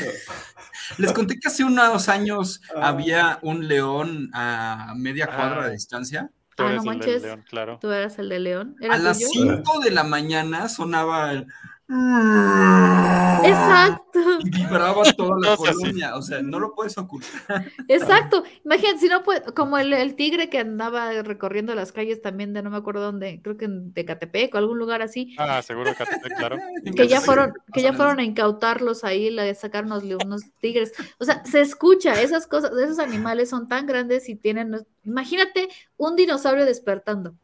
D: les conté que hace unos años había un león a media
A: Ah.
D: cuadra de distancia.
A: Tú
B: Ah,
A: eres
B: no
A: el del
B: manches.
A: león, claro.
B: Tú eras el de León. ¿Era
D: A las
B: tuyo?
D: 5 de la mañana sonaba el...
A: <laughs>
B: Exacto,
D: Y vibraba toda la
A: Cosas así.
D: colonia. O sea, no lo puedes ocultar.
B: exacto. Imagínate, si no puede, como el, el tigre que andaba recorriendo las calles también de no me acuerdo dónde, creo que en Tecatepec o algún lugar así,
A: Ah, seguro que claro.
B: que ya
D: Sí,
B: fueron, que ya
D: pasan
B: fueron a incautarlos ahí, le sacaron unos, le- unos tigres. O sea, se escucha, esas cosas, esos animales son tan grandes y tienen, imagínate un dinosaurio despertando.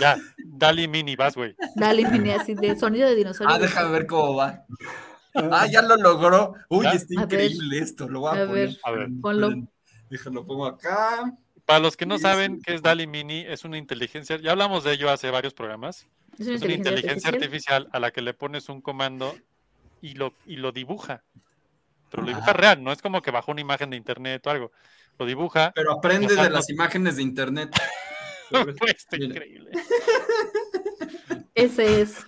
A: Ya, Dali Mini, vas, güey.
B: Dale, mini, así de sonido de dinosaurio.
D: Ah, déjame ver cómo va. Ah, ya lo logró. Uy,
A: Ya.
D: está
B: A ver.
D: increíble esto. Lo voy a,
B: A
D: poner.
B: ver,
A: A ver.
B: ponlo.
D: Esperen. Déjalo, pongo acá.
A: Para los que no
D: Sí,
A: saben qué es Dali Mini, es una inteligencia, ya hablamos de ello hace varios programas,
B: es una
A: es una
B: inteligencia,
A: inteligencia
B: artificial.
A: artificial a la que le pones un comando y lo, y lo dibuja. Pero lo dibuja
D: Ah.
A: real, no es como que bajó una imagen de internet o algo. Lo
D: <laughs>
A: dibuja.
D: Pero aprende de
A: Ojalá.
D: las imágenes
A: <laughs>
D: de internet.
A: Pues, está
D: Mira.
A: increíble.
B: Ese es.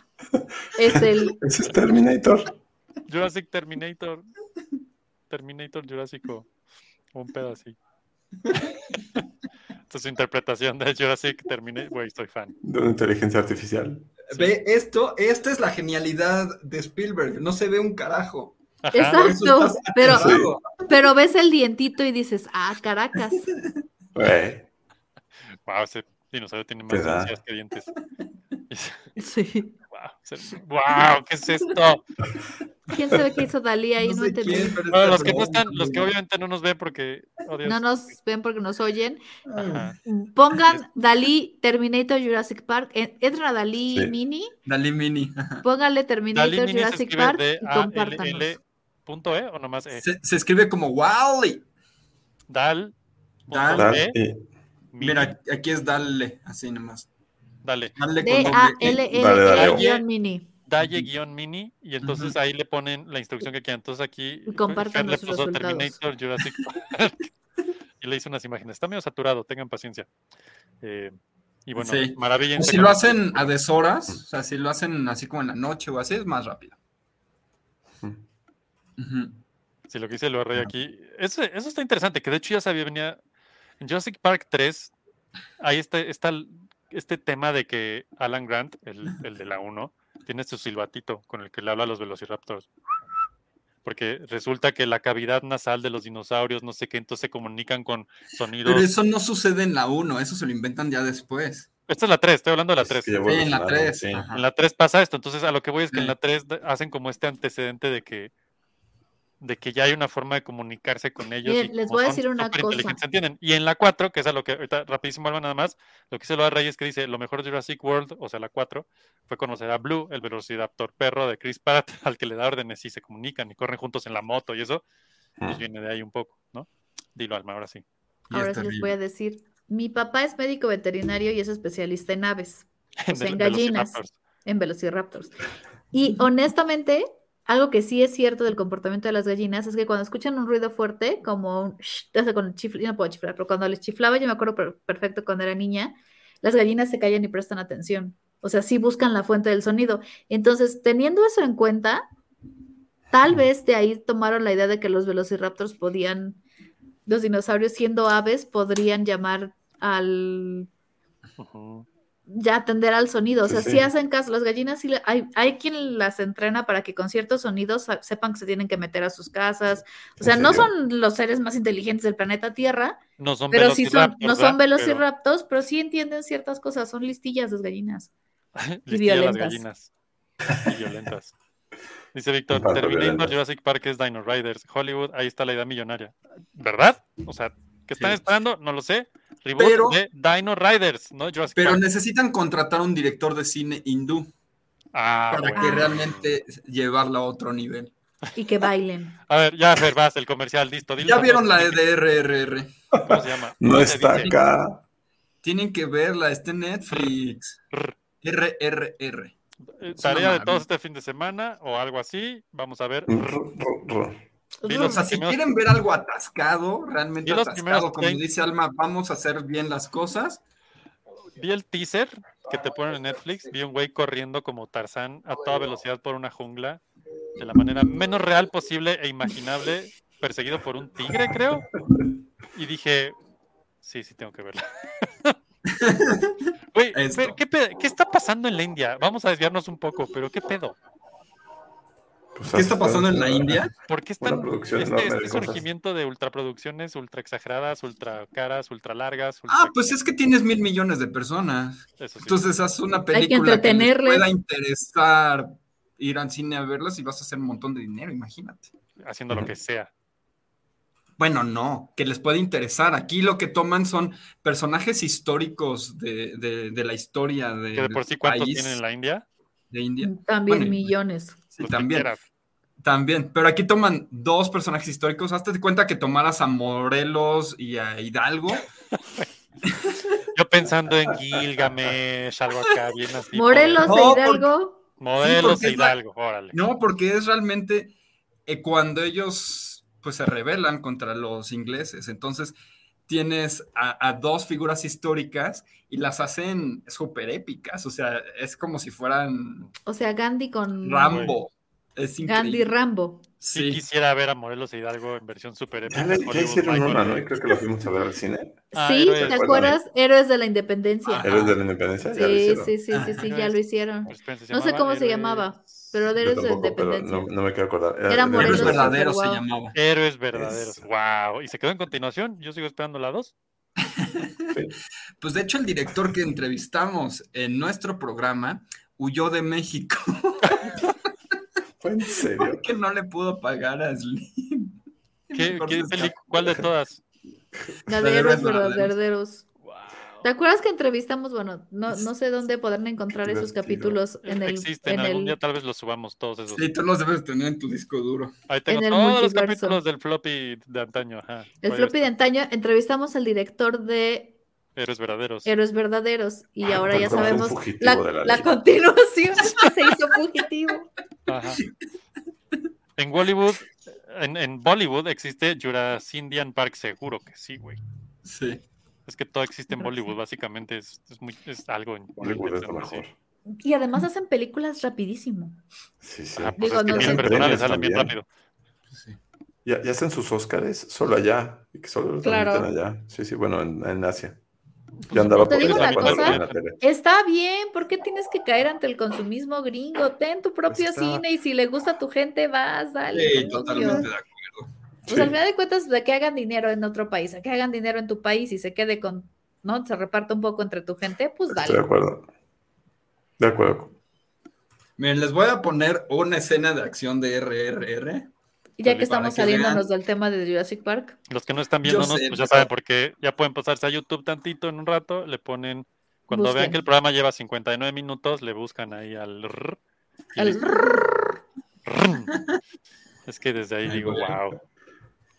B: Es
H: <laughs>
B: el.
H: Ese es Terminator.
A: Jurassic Terminator. Terminator Jurásico. Un pedo
D: <laughs>
A: así. Esta es su interpretación de Jurassic Terminator. Güey, estoy fan.
H: De una inteligencia artificial.
D: Ve esto, esta es la genialidad de Spielberg. No se ve un carajo.
A: Ajá.
B: Exacto.
D: estás
B: Pero,
H: Sí.
B: pero ves el dientito y dices, ah, caracas.
A: ¿Eh?
H: Güey,
A: Wow, ese dinosaurio tiene
H: Te
A: más
H: da.
A: encías que
B: <laughs>
A: dientes.
B: Sí.
A: Wow, se- wow, ¿qué es esto?
B: ¿Quién sabe qué hizo Dalí ahí? No,
D: sé
B: entendí.
D: quién, pero
A: Bueno,
D: esta
A: los que no
D: broma,
A: están, los que
D: güey.
A: obviamente no nos ven porque oh, Dios.
B: No nos ven porque nos oyen.
A: Ajá. Este,
B: Pongan Dalí Terminator Jurassic Park. en- Entren a Dalí
H: Sí.
B: Mini.
D: Dalí Mini.
B: Pónganle Terminator
A: Dalí Mini se
B: Jurassic
A: escribe
B: Park
A: D
B: y
A: A L L
B: compártanos.
A: punto E o nomás E.
D: Se, se escribe como Wally.
A: Dal. punto
D: Dal.
H: tal,
A: E,
H: y-
A: mini.
D: Mira, aquí es Dale, así nomás.
A: Dale.
D: Dale con
B: D
D: doble
B: A
D: E.
B: L
H: Dale, dale.
B: L guión Mini.
A: Dalle guión mini y entonces ahí le ponen la instrucción que quieran. Entonces aquí
B: Y compartan
A: Fer le
B: los
A: puso
B: resultados.
A: Terminator Jurassic Park <laughs> y le hizo unas imágenes. Está medio saturado, tengan paciencia. Eh, y bueno,
D: Sí. Pues
A: maravillense
D: Si
A: con
D: lo
A: el-
D: hacen a deshoras, o sea, si lo hacen así como en la noche o así, es más rápido. Ujú.
A: Sí, lo que dice el Barrey aquí. Eso, eso está interesante, que de hecho ya sabía, venía. En Jurassic Park 3, ahí está, está el- este tema de que Alan Grant, el, el de la 1, tiene su silbatito con el que le habla a los velociraptors. Porque resulta que la cavidad nasal de los dinosaurios, no sé qué, entonces se comunican con sonidos.
D: Pero eso no sucede en la 1, eso se lo inventan ya después.
A: Esta es la 3, estoy hablando de la
H: es que
A: 3.
H: ya
D: Sí, en la
H: evolucionaron,
D: 3.
H: sí.
A: En la 3 pasa esto, entonces a lo que voy es que en
D: Sí.
A: la 3 hacen como este antecedente de que de que ya hay una forma de comunicarse con ellos.
B: Miren,
A: y
B: les
A: como
B: voy a
A: son
B: decir una
A: superinteligentes,
B: cosa.
A: se entienden. Y en la 4, que es a lo que ahorita rapidísimo Alba nada más, lo que hizo Loa Reyes que dice, lo mejor de Jurassic World, o sea, la 4, fue conocer a Blue, el velociraptor perro de Chris Pratt, <laughs> al que le da órdenes y se comunican y corren juntos en la moto y eso, pues viene de ahí un poco, ¿no? Dilo Alma, ahora sí. <laughs>
D: Y es
B: Ahora sí les voy a
D: terrible.
B: decir, mi papá es médico veterinario y es especialista en aves, O sea,
A: Del
B: Pues en gallinas.
A: velociraptors.
B: en velociraptors. Y honestamente, algo que sí es cierto del comportamiento de las gallinas es que cuando escuchan un ruido fuerte, como un shh, o sea, con el chifl- yo no puedo chiflar, pero cuando les chiflaba, yo me acuerdo per- perfecto cuando era niña, las gallinas se callan y prestan atención. O sea, sí buscan la fuente del sonido. Entonces, teniendo eso en cuenta, tal vez de ahí tomaron la idea de que los velociraptors podían, los dinosaurios siendo aves, podrían llamar al
A: Ujú.
B: ya atender al sonido. O
H: Sí,
B: sea,
H: sí.
B: sí hacen caso. Las gallinas sí le- hay, hay quien las entrena para que con ciertos sonidos sa- sepan que se tienen que meter a sus casas. O
H: ¿En
B: sea, no
H: serio?
B: son los seres más inteligentes del planeta Tierra,
A: No son
B: pero sí son,
A: velociraptors,
B: no son
A: ¿verdad? Pero-
B: velociraptors, pero sí entienden ciertas cosas. Son listillas las gallinas.
A: Listillas
B: violentas.
A: las gallinas. Y
H: <laughs>
A: violentas. Dice Víctor,
H: Un par de
A: Terminator,
H: violentas.
A: Jurassic Park es Dino Riders, Hollywood, ahí está la idea millonaria. ¿Verdad? O sea, ¿qué están
D: Sí.
A: esperando? No lo sé. Reboot
D: Pero-
A: de Dino Riders, ¿no? Jurassic
D: Pero
A: Park.
D: necesitan contratar a un director de cine hindú
A: Ah,
D: para
A: bueno.
D: que realmente llevarla a otro nivel.
B: Y
A: <laughs>
B: que bailen.
A: A ver, ya, Fer, vas, el comercial, listo. dile
D: Ya
A: la
D: vieron la E
A: frase,
D: de RRR.
A: ¿Cómo se llama?
H: No
A: ¿Cómo se
H: está
A: dice?
H: acá.
D: Tienen que verla, está en Netflix.
A: Rr.
D: RRR.
A: Eh, Tarea
D: una
A: de
D: maravilla.
A: todos este fin de semana o algo así. Vamos a ver.
H: Ru, ru, ru.
A: Vi
D: O
A: los
D: sea, si
A: primeros-
D: quieren ver algo atascado, realmente
A: Y los
D: atascado,
A: primeros
D: como
A: 30.
D: dice Alma, vamos a hacer bien las cosas.
A: Vi el teaser que te ponen en Netflix. Vi un güey corriendo como Tarzán a toda velocidad por una jungla de la manera menos real posible e imaginable, perseguido por un tigre, creo. Y dije, sí, sí, tengo que
H: <laughs>
A: verla. Güey,
D: Esto.
A: Fer, ¿qué, pe- qué está pasando en la India? Vamos a desviarnos un poco, pero ¿qué pedo?
H: Pues
D: ¿Qué está
H: así
D: pasando en la India?
A: ¿Por qué están
H: Una producción
A: este,
H: enorme de
A: este
H: cosas.
A: surgimiento de ultraproducciones ultra exageradas, ultra caras, ultra largas?
D: Ah,
A: ultra-
D: pues es que tienes mil millones de personas.
A: Eso sí.
H: pues,
D: Entonces haz una
B: que
D: película que, les
B: entretenerles.
D: pueda interesar ir al cine a verlas y vas a hacer un montón de dinero, imagínate.
A: haciendo lo que sea.
D: Bueno, no, que les puede interesar. Aquí lo que toman son personajes históricos de, de- de la historia de,
A: Que de por sí, ¿cuántos tienen en la India?
D: de India.
B: También
D: Bueno, y-
B: millones.
D: Sí,
A: Los que
D: también.
A: quieras.
D: También, pero aquí toman dos personajes históricos. Hazte de cuenta que tomaras a Morelos y a Hidalgo.
A: Yo pensando en Gilgamesh, algo acá, bien así.
B: Morelos
D: No,
B: e
D: porque-
B: Hidalgo.
A: Modelos
D: porque
A: de
D: es la-
A: Hidalgo, órale.
D: No, porque es realmente eh, cuando ellos pues se rebelan contra los ingleses. Entonces tienes a, a dos figuras históricas y las hacen súper épicas. O sea, es como si fueran
B: O sea, Gandhi
D: Mm,
B: con
D: Rambo. Es
B: Gandhi
D: increíble.
B: Rambo.
A: Sí.
D: Sí,
A: quisiera ver a Morelos e Hidalgo en versión super épica.
H: Ya, le- ya
A: Hollywood
H: hicieron
A: Michael
H: una, ¿no?
A: Bay.
H: Y creo que lo fuimos a ver al cine.
A: Ah,
B: sí,
A: héroes.
B: ¿te
H: Bueno,
B: acuerdas? Héroes de la Independencia.
D: Ajá.
H: ¿Héroes de la Independencia? Ah, Ya lo
B: Sí,
H: hicieron.
B: sí, sí, sí, sí, ya lo hicieron.
A: Pues, espérense,
B: No sé
A: llamaba
B: cómo se
A: Héroes-
B: llamaba, pero de
H: Yo
B: héroes de
H: tampoco, pero
B: independencia.
H: no, no me quiero acordar. Eh,
B: Era
H: de-
B: Morelos
D: Héroes
B: Morelos
D: verdaderos se
B: Superguau.
D: llamaba.
A: Héroes verdaderos.
H: Es-
A: Wow. ¿Y se quedó en continuación? Yo sigo esperando la 2.
D: Pues de hecho el director que entrevistamos en nuestro programa huyó de México
H: ¿Fue
D: <laughs>
H: en serio?
D: porque no le pudo pagar a Slim.
A: ¿Qué,
D: Mejor
A: qué
D: se
A: peli-
D: escapó.
A: ¿Cuál de todas?
B: La
D: La de
B: de héroes
D: héroes verdaderos.
B: verdaderos.
A: Wow.
B: ¿Te acuerdas que entrevistamos? Bueno, no, no sé dónde podrán encontrar
H: Qué
B: esos
H: divertido.
B: capítulos en el,
A: Existen,
B: en
A: algún día
B: el,
A: tal vez los subamos todos esos.
D: Sí, tú los debes tener en tu disco duro.
A: Ahí tengo
B: en el
A: todos los
B: multiverso.
A: capítulos del floppy de antaño. Ajá.
B: el
A: Por ahí
B: floppy de
A: está.
B: antaño. Entrevistamos al director de
A: Héroes verdaderos.
B: héroes verdaderos y
H: Ah,
B: ahora ya
H: perdón,
B: sabemos
H: un fugitivo
B: la,
H: de la
B: la
H: ley. <laughs>
B: continuación que se hizo fugitivo.
A: Ajá. En Bollywood, en, en Bollywood existe Jurasindian Park, seguro que sí, güey.
D: Sí.
A: Es que todo existe en
B: Creo que
A: Bollywood, básicamente es, es muy, es algo en
H: Hollywood es lo
A: interesante,
H: mejor.
A: sí.
B: Y además hacen películas rapidísimo.
H: Sí, sí.
A: Ajá, pues
B: Digo,
A: es que
B: no
A: ni
B: sé.
A: el personal le
H: Premios
A: salen bien
H: también.
A: rápido.
D: sí.
H: Y, y hacen sus Óscares solo allá. Y que solo los
B: Claro.
H: transmiten allá. Sí, sí, bueno, en, en Asia. Yo andaba
B: te
H: por
B: digo
H: allá
B: una
H: cuando lo vi
B: cosa.
H: en la tele.
B: Está bien, ¿por qué tienes que caer ante el consumismo gringo? Ten tu propio
H: Está-
B: cine y si le gusta a tu gente, vas, dale.
D: Sí,
B: coño.
D: totalmente de acuerdo.
B: Pues al final de cuentas, de que hagan dinero en otro país, a que hagan dinero en tu país y se quede con, ¿no? Se reparta un poco entre tu gente, pues
H: Estoy de
B: dale.
H: acuerdo. De acuerdo.
D: Miren, les voy a poner una escena de acción de RRR
B: Y ya
D: Dale,
B: que estamos
D: para que vean.
B: saliéndonos del tema de Jurassic Park,
A: Los que no están viéndonos,
D: sé,
A: pues ya
D: pero-
A: saben, porque ya pueden pasarse a YouTube tantito en un rato, le ponen, cuando
B: Busquen.
A: vean que el programa lleva 59 minutos, le buscan ahí al... rrr, y
B: el
A: listo. Rrrn. Es que desde ahí
D: Ay,
A: digo,
D: güey.
A: wow.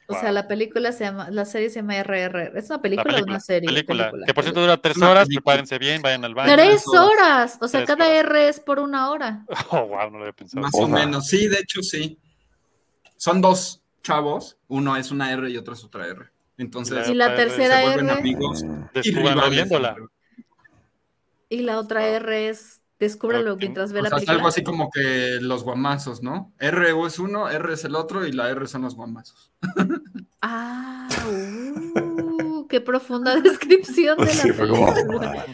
B: O
A: Wow.
B: sea, la película se llama, la serie se llama RRR. ¿Es una película, o una serie?
A: película,
B: Película.
A: que por cierto dura tres
D: Una
A: horas,
D: película.
A: prepárense bien, vayan al baño.
B: Tres
D: Tres
B: horas. O sea,
A: Tres
B: cada
A: horas.
B: R es por una hora.
A: <laughs> Oh, wow, no lo había pensado.
D: Más
H: Ojo.
D: o menos, sí, de hecho sí. Son dos chavos, uno es una R y otro es otra R. Entonces
B: Y la
A: RRR,
B: tercera
D: se vuelven
B: R
D: amigos.
H: Mm,
A: Descúbranlo
D: rivales.
A: viéndola.
B: y la otra R es descúbrelo
A: Ok.
B: mientras ve
D: O
B: la
D: sea, es Pues
B: película.
D: algo así como que los guamazos, ¿no? R es uno, R es el otro y la R son los guamazos. <laughs>
B: Ah, uh, qué profunda <laughs> descripción
D: Pues
B: de la
H: <laughs> Sí, fue
B: <laughs>
H: como-
B: película.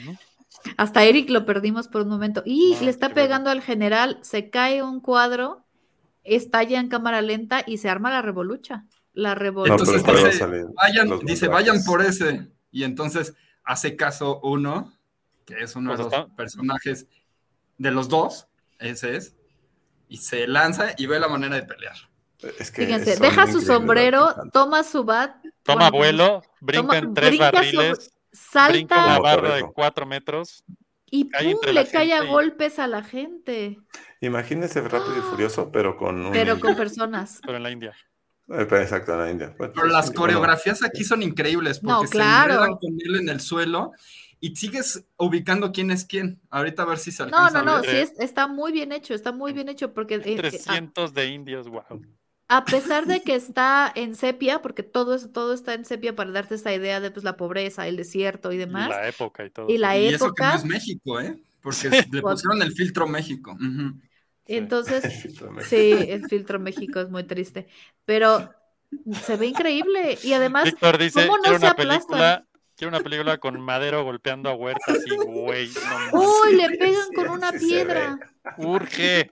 B: Hasta Eric lo perdimos por un momento. Y
A: Ah,
B: le está
A: qué bueno.
B: pegando al general, se cae un cuadro, estalla en cámara lenta y se arma la revolucha. La
H: No,
B: revolucha.
H: pero
D: Entonces, pues,
H: todavía no
D: dice,
H: sale.
D: Vayan,
H: Los
D: dice,
H: guamazos.
D: vayan por ese. Y entonces hace caso uno, que es uno
A: O
D: de
A: sea,
D: los
A: está-
D: personajes de los dos, ese es, y se lanza y ve la manera de pelear.
H: Es que
B: Fíjense,
H: son
B: deja su
H: increíbles,
B: sombrero,
H: me encantan.
B: toma su bat.
A: Toma
B: cuando
A: vuelo, brinca
B: toma-
A: en tres
B: brinca sobre-
A: barriles, brinca
B: Salta
A: una
H: Como
A: barra de
H: torero.
A: cuatro metros.
B: y
A: cae
B: ¡pum!
A: entre la
B: le cae a
A: gente y-
B: golpes a la gente,
H: Imagínense
B: <gasps>
H: rápido y furioso, pero con un.
B: pero
D: <laughs>
B: con personas.
A: Pero en la India.
H: Eh, pero Exacto, en la India. Este, Bueno,
D: Pero las
H: sí,
D: coreografías aquí son increíbles
B: No,
D: porque
B: claro.
D: se enredan con él en el suelo y sigues ubicando quién es quién. Ahorita a ver si se
B: No,
D: alcanza
B: no, no,
D: a ver.
B: sí es- está muy bien hecho, está muy bien hecho porque eh, eh, a-
A: 300 de indios, wow.
B: a pesar de que está en sepia, porque todo es, todo está en sepia para darte esa idea de pues la pobreza, el desierto y
A: Y
B: demás,
A: la época y todo.
B: y la
D: y eso que no
B: época, Pues
D: es México, ¿eh? Porque le pusieron el filtro México. Ujú.
A: Sí.
H: <laughs>
B: entonces
H: bueno.
B: sí, el filtro México es muy triste, pero se ve increíble y además
A: Víctor dice,
B: ¿cómo no
A: quiero
B: se
A: una
B: aplastan?
A: película, quiero una película con Madero golpeando a Huerta así, güey. No, mames.
B: <laughs> ¡Uy! Le
H: sí,
B: pegan
H: sí,
B: con una
H: sí se
B: piedra.
A: urge,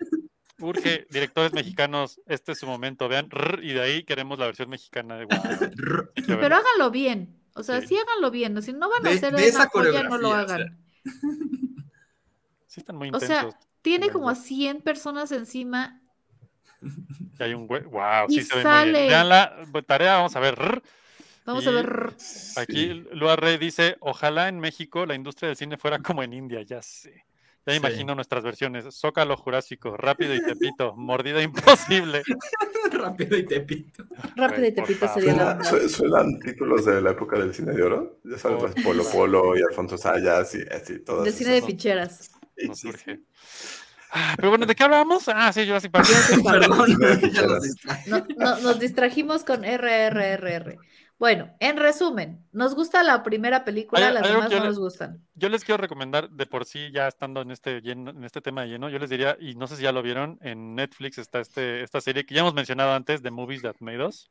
A: urge, directores mexicanos, este es su momento, vean, rrr, y de ahí queremos la versión mexicana de
B: <laughs>
A: Guau.
D: Rrr.
A: Hay que
B: Pero
A: verlo.
B: háganlo bien. O sea, sí,
A: Sí.
B: háganlo bien. Si no van a
D: De-
B: hacer
D: de
B: esa,
D: esa
B: joya, no lo
D: coreografía, o sea.
B: hagan.
A: Sí están muy
B: O
A: intensos.
B: sea, tiene
A: la
B: como a
A: verdad.
B: 100 personas encima.
A: Y hay un güey, wow,
B: y
A: sí se ve muy
B: sale.
A: bien. Vean la tarea, vamos a ver. rrr.
B: Vamos
A: Y-
B: a ver.
A: Aquí Lua Rey dice, ojalá en México la industria del cine fuera como en India, ya sé. Ya
D: Sí.
A: imagino nuestras versiones. Zócalo Jurásico, Rápido y Tepito, Mordida Imposible.
D: <laughs> Rápido y
B: <laughs>
D: te pito.
B: Rápido y
A: Güey, por
B: Tepito
A: favor.
B: sería la
H: Suena-
B: verdad.
H: su- Suenan títulos de la época del cine de oro. Ya sabes,
A: Por-
H: pues, Polo Polo y Alfonso Sayas y así, todas
B: Oh. Del
H: esas
B: cine de
H: son-
B: ficheras.
H: Sí,
A: Nos
H: sí,
A: surge. Ah, Pero bueno, ¿de qué hablábamos? Ah, sí, Jurassic Park.
D: Perdón,
H: Cine
D: ya
H: de
D: los
H: ficheras.
D: distraje.
B: No- no- nos distrajimos con RRRR. Bueno, en resumen, nos gusta la primera película,
A: Hay-
B: las
A: hay algo
B: demás
A: que yo
B: no
A: le-
B: nos gustan.
A: Yo les quiero recomendar, de por sí, ya estando en este, lleno- en este tema de lleno, yo les diría, y no sé si ya lo vieron, en Netflix está este, esta serie que ya hemos mencionado antes, de Movies That Made Us.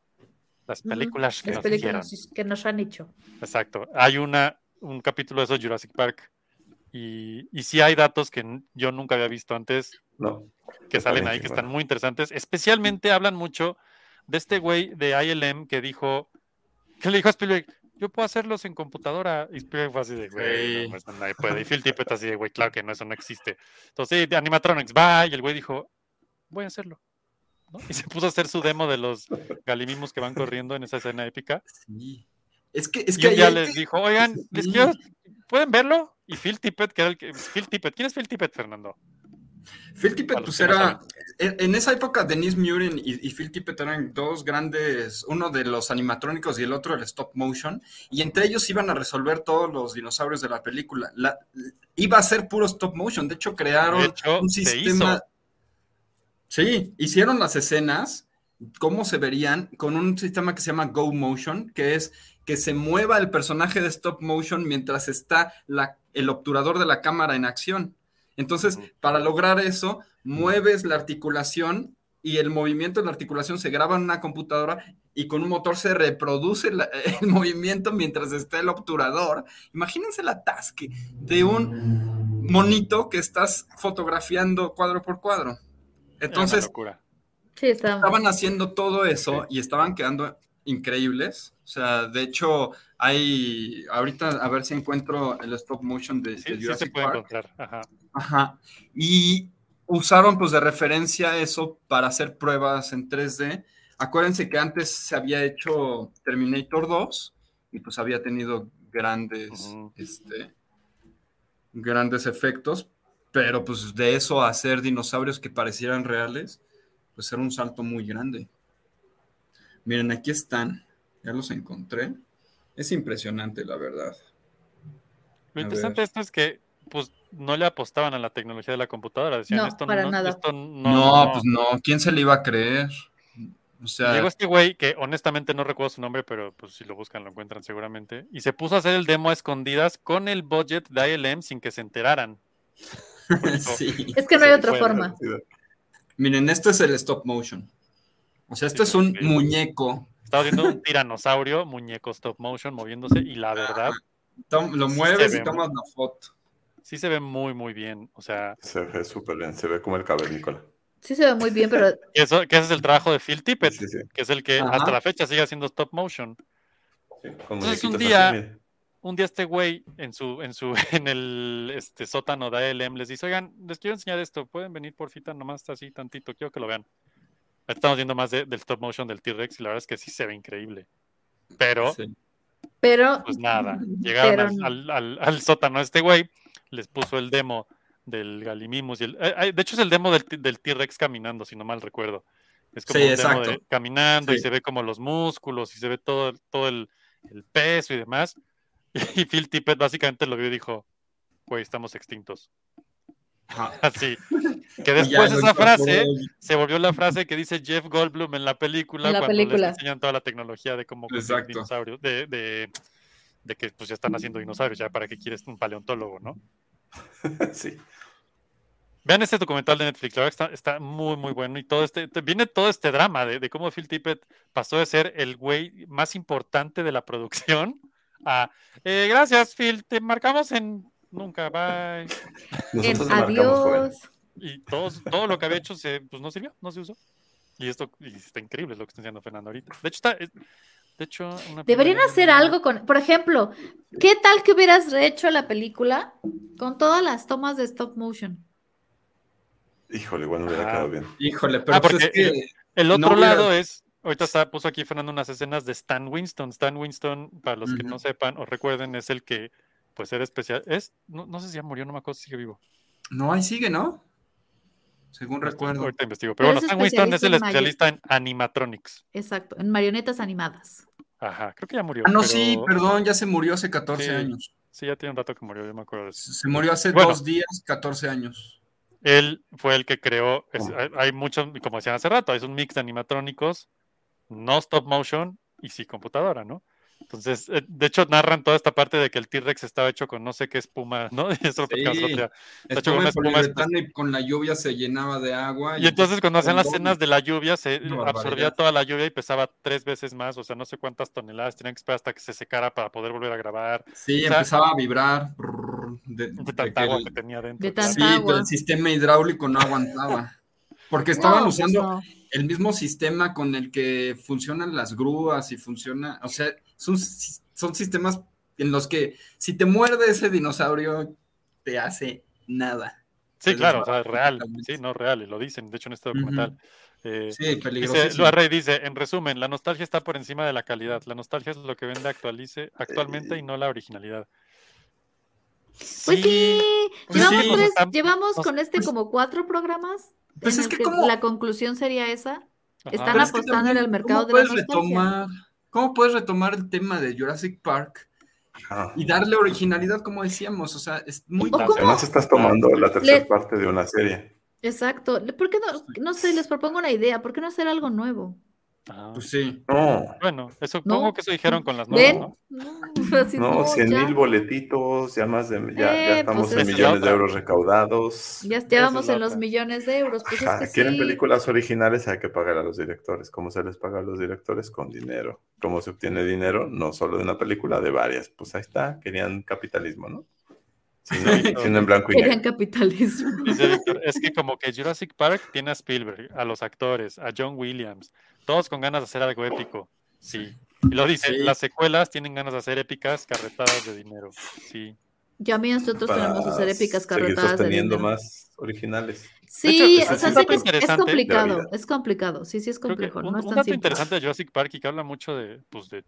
A: Las
B: Ujú,
A: películas que
B: Las
A: nos hicieron.
B: películas que nos han hecho.
A: Exacto. Hay una, un capítulo de eso, Jurassic Park. Y, y sí hay datos que n- yo nunca había visto antes
H: No,
A: que
H: Está
A: salen
H: bien
A: ahí, que
H: chingón.
A: están muy interesantes. Especialmente hablan mucho de este güey de ILM que dijo, que le dijo a Spielberg, yo puedo hacerlos en computadora. Y Spielberg fue así de, güey,
D: Sí.
A: no, pues, nadie puede. Y Phil Tippett así de, güey, claro que no, eso no existe. Entonces, sí, de animatronics, va. Y el güey dijo, voy a hacerlo. ¿no? Y se puso a hacer su demo de los galimimos que van corriendo en esa escena épica.
D: Sí. Es que, es
A: y
D: que
A: un
D: ahí
A: día
D: hay
A: les
D: que-
A: dijo, oigan, les
D: Sí.
A: quiero, ¿pueden verlo? Y Phil Tippett, que era el que... Phil Tippett, ¿quién es Phil Tippett, Fernando?
D: Phil
A: Para
D: Tippett
A: los
D: pues,
A: que no
D: era, en en esa época Denise Muren y, y Phil Tippett eran dos grandes, uno de los animatrónicos y el otro el stop motion, y entre ellos iban a resolver todos los dinosaurios de la película. La- iba a ser puro stop motion, de hecho crearon
A: De hecho,
D: un
A: se hizo.
D: sistema... Sí, hicieron las escenas, cómo se verían, con un sistema que se llama Go Motion, que es que se mueva el personaje de stop motion mientras está la- el obturador de la cámara en acción. Entonces,
A: Ujú.
D: para lograr eso, mueves la articulación y el movimiento de la articulación se graba en una computadora y con un motor se reproduce la- <laughs> el movimiento mientras está el obturador. Imagínense la tasque de un monito que estás fotografiando cuadro por cuadro.
A: Era una
D: Entonces,
A: locura.
B: Sí, está.
D: estaban haciendo todo eso y estaban quedando increíbles. O sea, de hecho, hay. Ahorita a ver si encuentro el stop motion de, de
A: Sí, sí se
D: Jurassic
A: puede
D: Park.
A: encontrar. Ajá.
D: Ajá. Y usaron, pues, de referencia eso para hacer pruebas en 3D. Acuérdense que antes se había hecho Terminator 2 y pues había tenido grandes,
A: Ujú.
D: este, grandes efectos, pero pues de eso a hacer dinosaurios que parecieran reales, pues era un salto muy grande. Miren, aquí están, ya los encontré. Es impresionante, la verdad.
A: Lo
D: A
A: interesante de
D: ver.
A: esto es que pues no le apostaban a la tecnología de la computadora. Decían,
B: No,
A: esto,
B: para
A: no,
B: nada.
A: esto
D: No,
A: no,
D: pues no, ¿quién se le iba a creer? O sea,
A: Llegó este güey que honestamente no recuerdo su nombre, pero pues si lo buscan lo encuentran seguramente. Y se puso a hacer el demo a escondidas con el budget de ILM sin que se enteraran.
D: <laughs> sí.
B: Es que no hay
A: Sí,
B: otra
A: bueno,
B: forma.
D: Miren, este es el stop motion. O sea, este
A: Sí,
D: es un
A: sí.
D: muñeco.
A: Estaba viendo
D: <laughs>
A: un tiranosaurio, muñeco stop motion, moviéndose y la verdad
D: Tom- lo
A: Sí se
D: mueves
A: ve,
D: y tomas la foto.
A: sí se ve muy muy bien. O sea,
H: Se ve súper bien, se ve como el cavernícola.
B: Sí se ve muy bien, pero
A: que eso, que ese es el trabajo de Phil Tippett,
H: Sí, sí,
A: que es el que
D: Ajá.
A: hasta la fecha sigue haciendo stop motion.
H: sí, con
A: Entonces, un
H: muñequitos
A: día-
H: así, mira. <laughs>
A: un día este güey en su en su <laughs> en el este sótano de ALM les dice, "Oigan, les quiero enseñar esto, pueden venir porfita nomás así tantito, quiero que lo vean." Ahorita Estamos viendo más de- del stop motion del T-Rex y la verdad es que sí se ve increíble. Pero
D: Sí.
H: <laughs>
B: pero
A: pues nada, llegaron
B: Pero
A: al-
B: no.
A: al, al- al sótano este güey, les puso el demo del Galimimus. Y el, eh, eh, de hecho, es el demo del T- del T-Rex caminando, si no mal recuerdo. Es como
D: Sí,
A: un demo de
D: exacto.
A: caminando y
D: Sí.
A: se ve como los músculos y se ve todo, todo el, el peso y demás. <laughs> Y Phil Tippett básicamente lo vio y dijo, güey, estamos extintos. <laughs>
D: Ajá.
A: Así. Que
D: Y ya
A: después
D: lo
A: esa frase
D: incorporó y-
A: se volvió la frase que dice Jeff Goldblum en la película
B: En la
A: cuando
B: película.
A: les enseñan toda la tecnología de cómo conseguir
D: Exacto.
A: dinosaurios, de, de, de que pues ya están haciendo dinosaurios, ya para qué quieres un paleontólogo, ¿no?
H: sí.
A: Vean este documental de Netflix, la verdad que está, está muy, muy bueno. Y todo este, te- viene todo este drama de, de cómo Phil Tippett pasó de ser el güey más importante de la producción a eh, gracias, Phil, te marcamos en nunca, bye.
B: en
H: Nosotros le marcamos, joven.
B: adiós.
A: Y todo, todo lo que había hecho se, pues no sirvió, no se usó. Y esto y está increíble lo que está diciendo Fernando ahorita. De hecho, está. eh, De hecho, una
B: Deberían
A: primera-
B: hacer algo con, por ejemplo, ¿qué tal que hubieras hecho la película con todas las tomas de stop motion?
H: Híjole, igual no hubiera
A: Ajá.
H: quedado bien.
D: Híjole, pero
A: Ah,
D: pues
A: porque-
D: es que
A: El
D: No
A: otro
D: hubiera-
A: lado es. Ahorita está, puso aquí Fernando unas escenas de Stan Winston. Stan Winston, para los que no
D: Ujú.
A: sepan o recuerden, es el que pues era especial. Es, no, no sé si ya murió, no me acuerdo si sigue vivo.
D: no, ahí sigue, ¿no? Según
A: Pues,
D: recuerdo.
A: Ahorita investigo. Pero,
B: Pero
A: bueno,
B: es
A: Stan Winston es el
B: especialista en magia.
A: especialista en animatronics.
B: Exacto, en marionetas animadas.
A: Ajá, creo que ya murió.
D: Ah, no,
A: pero-
D: sí, perdón, ya se murió hace 14
A: Sí.
D: años.
A: Sí, ya tiene un rato que murió, yo me acuerdo de eso.
D: Se murió hace
A: Bueno.
D: dos días, 14 años.
A: Él fue el que creó, es- hay, hay muchos, y como decían hace rato, es un mix de animatrónicos, no stop motion y sí computadora, ¿no? Entonces, eh, de hecho, narran toda esta parte de que el T-Rex estaba hecho con no sé qué espuma, <laughs> ¿no? Y eso lo platicamos el otro día. hecho
D: Estuvo
A: con una
D: en
A: espuma
D: poliuretano y con la lluvia se llenaba de agua.
A: Y entonces cuando hacían las
D: Condón.
A: cenas de la lluvia, se
D: Una
A: absorbía
D: barbaridad.
A: toda la lluvia y pesaba tres veces más, o sea, no sé cuántas toneladas, tenían que esperar hasta que se secara para poder volver a grabar,
D: Sí,
A: o sea,
D: empezaba a vibrar. brrr, de-
A: de
D: de
A: tanta
D: que
A: agua
D: el-
A: que tenía dentro.
B: de
A: claro.
D: Sí,
B: Tanta agua.
D: el sistema hidráulico no aguantaba. Porque estaban
B: No, pues
D: usando
B: no.
D: el mismo sistema con el que funcionan las grúas y funciona, o sea, son, si- son sistemas en los que si te muerde ese dinosaurio, te hace nada.
A: Sí,
D: Entonces,
A: claro, o sea, real,
D: prácticamente.
A: sí, no real, y lo dicen, de hecho, en este documental. Eh,
D: Sí,
A: Dice,
D: peligrosísimo.
A: Lua Rey dice, en resumen, la nostalgia está por encima de la calidad. La nostalgia es lo que vende actualice, actualmente y no la originalidad.
B: Pues sí,
D: pues
B: llevamos,
D: sí,
B: tres-
A: está-
B: llevamos
A: pues-
B: con este como cuatro programas.
D: Pues
B: en
D: es
B: el
D: que como-
B: la conclusión sería esa.
A: Ajá.
B: están
D: Pero
B: la-
D: es que
B: apostando
D: también,
B: en el mercado
D: ¿cómo
B: de la
D: puedes
B: nostalgia?
D: retomar- ¿Cómo puedes retomar el tema de Jurassic Park
H: Ah.
D: y darle originalidad, como decíamos? O sea, es muy...
B: ¿O cómo?
H: Además estás tomando la tercera
B: Le-
H: parte de una serie.
B: Exacto. ¿Por qué no? No sé, les propongo una idea. ¿Por qué no hacer algo nuevo?
A: Ajá.
D: Pues sí.
H: No,
A: Bueno, eso supongo
B: No.
A: que eso dijeron con las nuevas,
B: ¿Ven?
A: ¿no?
B: No, <laughs> así,
H: no,
B: no,
H: 100
B: ya.
H: mil boletitos, ya más de, ya, ya
B: Eh,
H: estamos
B: pues
H: en
A: esa es la
H: millones de
A: otra.
H: euros recaudados.
B: Ya
A: es
B: estábamos
A: la
B: en los
A: otra.
B: millones de euros. Pues es
H: Ajá,
B: que
H: Quieren
B: sí.
H: películas originales, hay que pagar a los directores. ¿Cómo se les paga a los directores? Con dinero. ¿Cómo se obtiene dinero? No solo de una película, de varias. Pues ahí está, querían capitalismo, ¿no? Si no,
B: <laughs>
H: si no en blanco y
B: Querían
H: negro.
B: capitalismo.
A: Dice Víctor, es que como que Jurassic Park tiene a Spielberg, a los actores, a John Williams, todos con ganas de hacer algo épico. Sí. Y lo dice,
D: Sí.
A: las secuelas tienen ganas de hacer épicas carretadas de dinero. Sí.
B: Yo a mí nosotros
H: para
B: tenemos que hacer épicas
H: seguir
B: carrotadas de
H: sosteniendo
B: dinero.
H: más originales.
B: Sí,
A: hecho,
B: o sea,
A: es un
B: sé
A: dato
B: que es- es,
A: interesante de la
B: complicado,
H: vida.
B: es complicado, sí, sí es
A: Creo que
B: complejo,
A: un,
B: no es
A: un
B: tan
A: dato
B: simple.
A: interesante de Jurassic Park y que habla mucho de, pues de,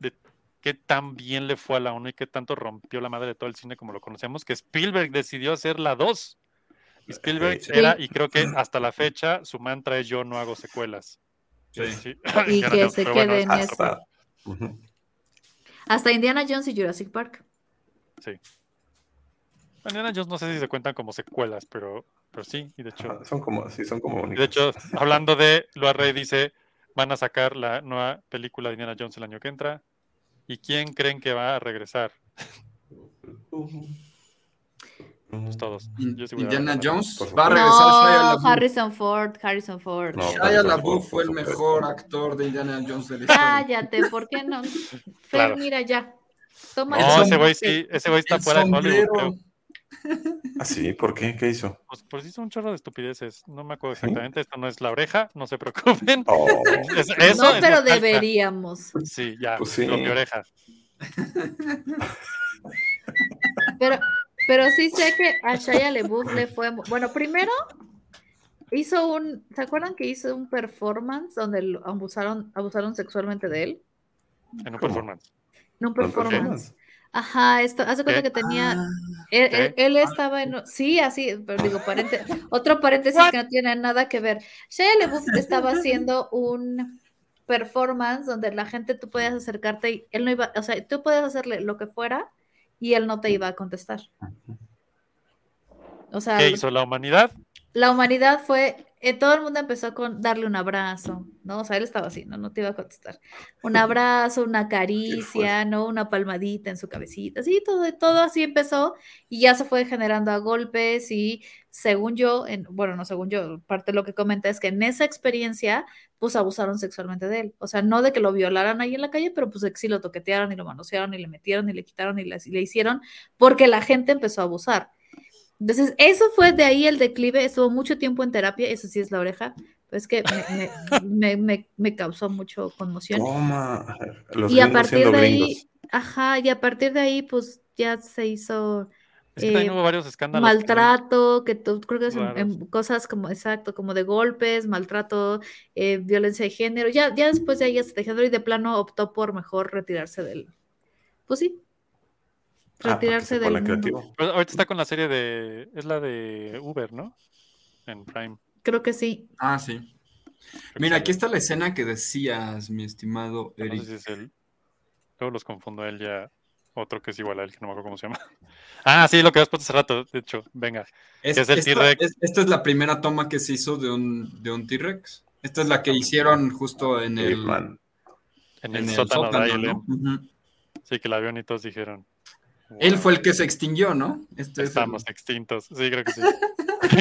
A: de qué tan bien le fue a la 1 y qué tanto rompió la madre de todo el cine como lo conocemos, que Spielberg decidió hacer la 2. Y Spielberg
H: Sí.
A: era, y creo que hasta la fecha, su mantra es yo no hago secuelas. Sí.
B: <laughs>
A: <laughs>
B: Y
A: Ya no
B: que
A: tengo,
B: se
A: pero bueno,
B: quede
A: es-
B: en eso.
H: Hasta, Ujú.
B: Hasta Indiana Jones y Jurassic Park.
A: Indiana Jones no sé si se cuentan como secuelas, pero, pero sí, y de hecho,
H: Ajá, son como, sí, son como
A: y
H: únicos.
A: de hecho, hablando de Loa Rey dice, van a sacar la nueva película de Indiana Jones el año que entra. ¿Y quién creen que va a regresar?
H: Ujú.
A: Pues todos.
D: In-
A: Yo sí voy a
D: Indiana
A: dar la-
D: Jones
H: Por
D: va a
H: supuesto.
D: regresar Shia
B: No,
D: LaBeouf.
B: Harrison Ford, Harrison Ford.
H: No.
D: Shia
H: Harrison
D: LaBeouf
H: Ford,
D: fue el
H: por supuesto.
D: mejor actor de Indiana Jones de la
B: Ah,
D: historia.
B: Cállate, ¿por
A: <laughs>
B: qué no? Fer,
A: Claro.
B: mira ya. Toma
A: No,
D: El
A: ese güey
B: sombrero.
A: sí, ese güey está
D: El
A: fuera de Hollywood.
D: sombrero.
A: creo.
H: Ah, sí, ¿por qué? ¿Qué hizo?
A: Pues, pues hizo un chorro de estupideces. No me acuerdo
H: Sí.
A: exactamente. Esto no es la oreja, no se
D: <laughs>
A: preocupen. <laughs>
H: Oh,
A: Es- eso
B: no,
A: es
B: pero
A: nostalgia.
B: deberíamos.
A: Sí, ya,
H: Pues sí.
A: lo mi oreja.
B: Pero, pero sí sé que a Shia LaBeouf le fue. mu- Bueno, primero hizo un. ¿Se acuerdan que hizo un performance donde lo abusaron, abusaron sexualmente de él?
A: En un
H: ¿Cómo?
A: performance.
B: No, un
H: ¿no te
B: performance.
H: acuerdas?
B: Ajá, esto, hace cuenta
A: ¿Qué?
B: que tenía.
D: Ah,
B: Él,
A: ¿Qué?
B: él- él estaba en. Sí, así, pero digo, paréntesis, otro paréntesis que no tiene nada que ver. Shia LaBeouf estaba haciendo un performance donde la gente tú podías acercarte y él no iba, o sea, tú podías hacerle lo que fuera y él no te iba a contestar. O sea,
A: ¿Qué hizo la humanidad?
B: la humanidad fue, eh, todo el mundo empezó con darle un abrazo, ¿no? O sea, él estaba así, no, no te iba a contestar. Un abrazo, una caricia, ¿no? Una palmadita en su cabecita, así, todo, todo así empezó y ya se fue generando a golpes y según yo, en- bueno, no según yo, parte de lo que comenta es que en esa experiencia, pues abusaron sexualmente de él. O sea, no de que lo violaran ahí en la calle, pero pues de que sí lo toquetearon y lo manosearon y le metieron y le quitaron y le- y le hicieron porque la gente empezó a abusar. Entonces, eso fue de ahí el declive. Estuvo mucho tiempo en terapia, eso sí es la oreja. Pero es que me, me- me- me- me causó mucho conmoción.
H: Toma. Los
B: y a
H: gringos
B: partir
H: siendo
B: de ahí,
H: gringos. Ah,
B: ajá, y a partir de ahí, pues ya se hizo
A: Es que también
B: Eh,
A: hubo varios escándalos.
B: maltrato, que tú- creo que es en-
A: Raros.
B: en cosas como, exacto, como de golpes, maltrato, eh, violencia de género. Ya, ya después de ahí, hasta de género, y de plano optó por mejor retirarse del. Pues sí.
H: Ah, porque
B: Retirarse
H: se
B: del.
H: pone
B: mundo.
H: creativo.
A: Pero ahorita está con la serie de. Es la de Uber, ¿no? En Prime.
B: Creo que sí.
D: ah, sí. Mira, aquí está la escena que decías, mi estimado
A: No sé si
D: Eric.
A: es él. Luego los confundo a él ya. Otro que es igual a él, que no me acuerdo cómo se llama. <laughs> Ah, sí, lo que has puesto hace rato. De hecho, venga.
D: Es-
A: que es el
D: esta,
A: T-Rex.
D: es- esta es la primera toma que se hizo de un, de un T-Rex. Esta es la que hicieron justo en el, <laughs>
H: Hitman.
A: En
D: en
A: el,
D: el
A: sótano, de
D: sótano,
A: ILM.
D: ¿no? Ujú.
A: Sí, que la vieron y todos dijeron. "Wow,
D: Él fue el que se extinguió, ¿no? Este es el-
A: Estamos extintos. Sí, creo que sí.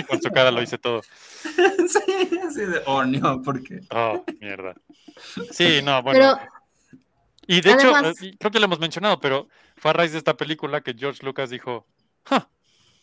A: Con su cara lo hice todo.
D: <laughs> sí, así de, oh no, porque
A: Oh, mierda. Sí, no, bueno.
B: Pero
A: y de hecho,
B: además-
A: eh, creo que lo hemos mencionado, pero fue a raíz de esta película que George Lucas dijo: "Ja,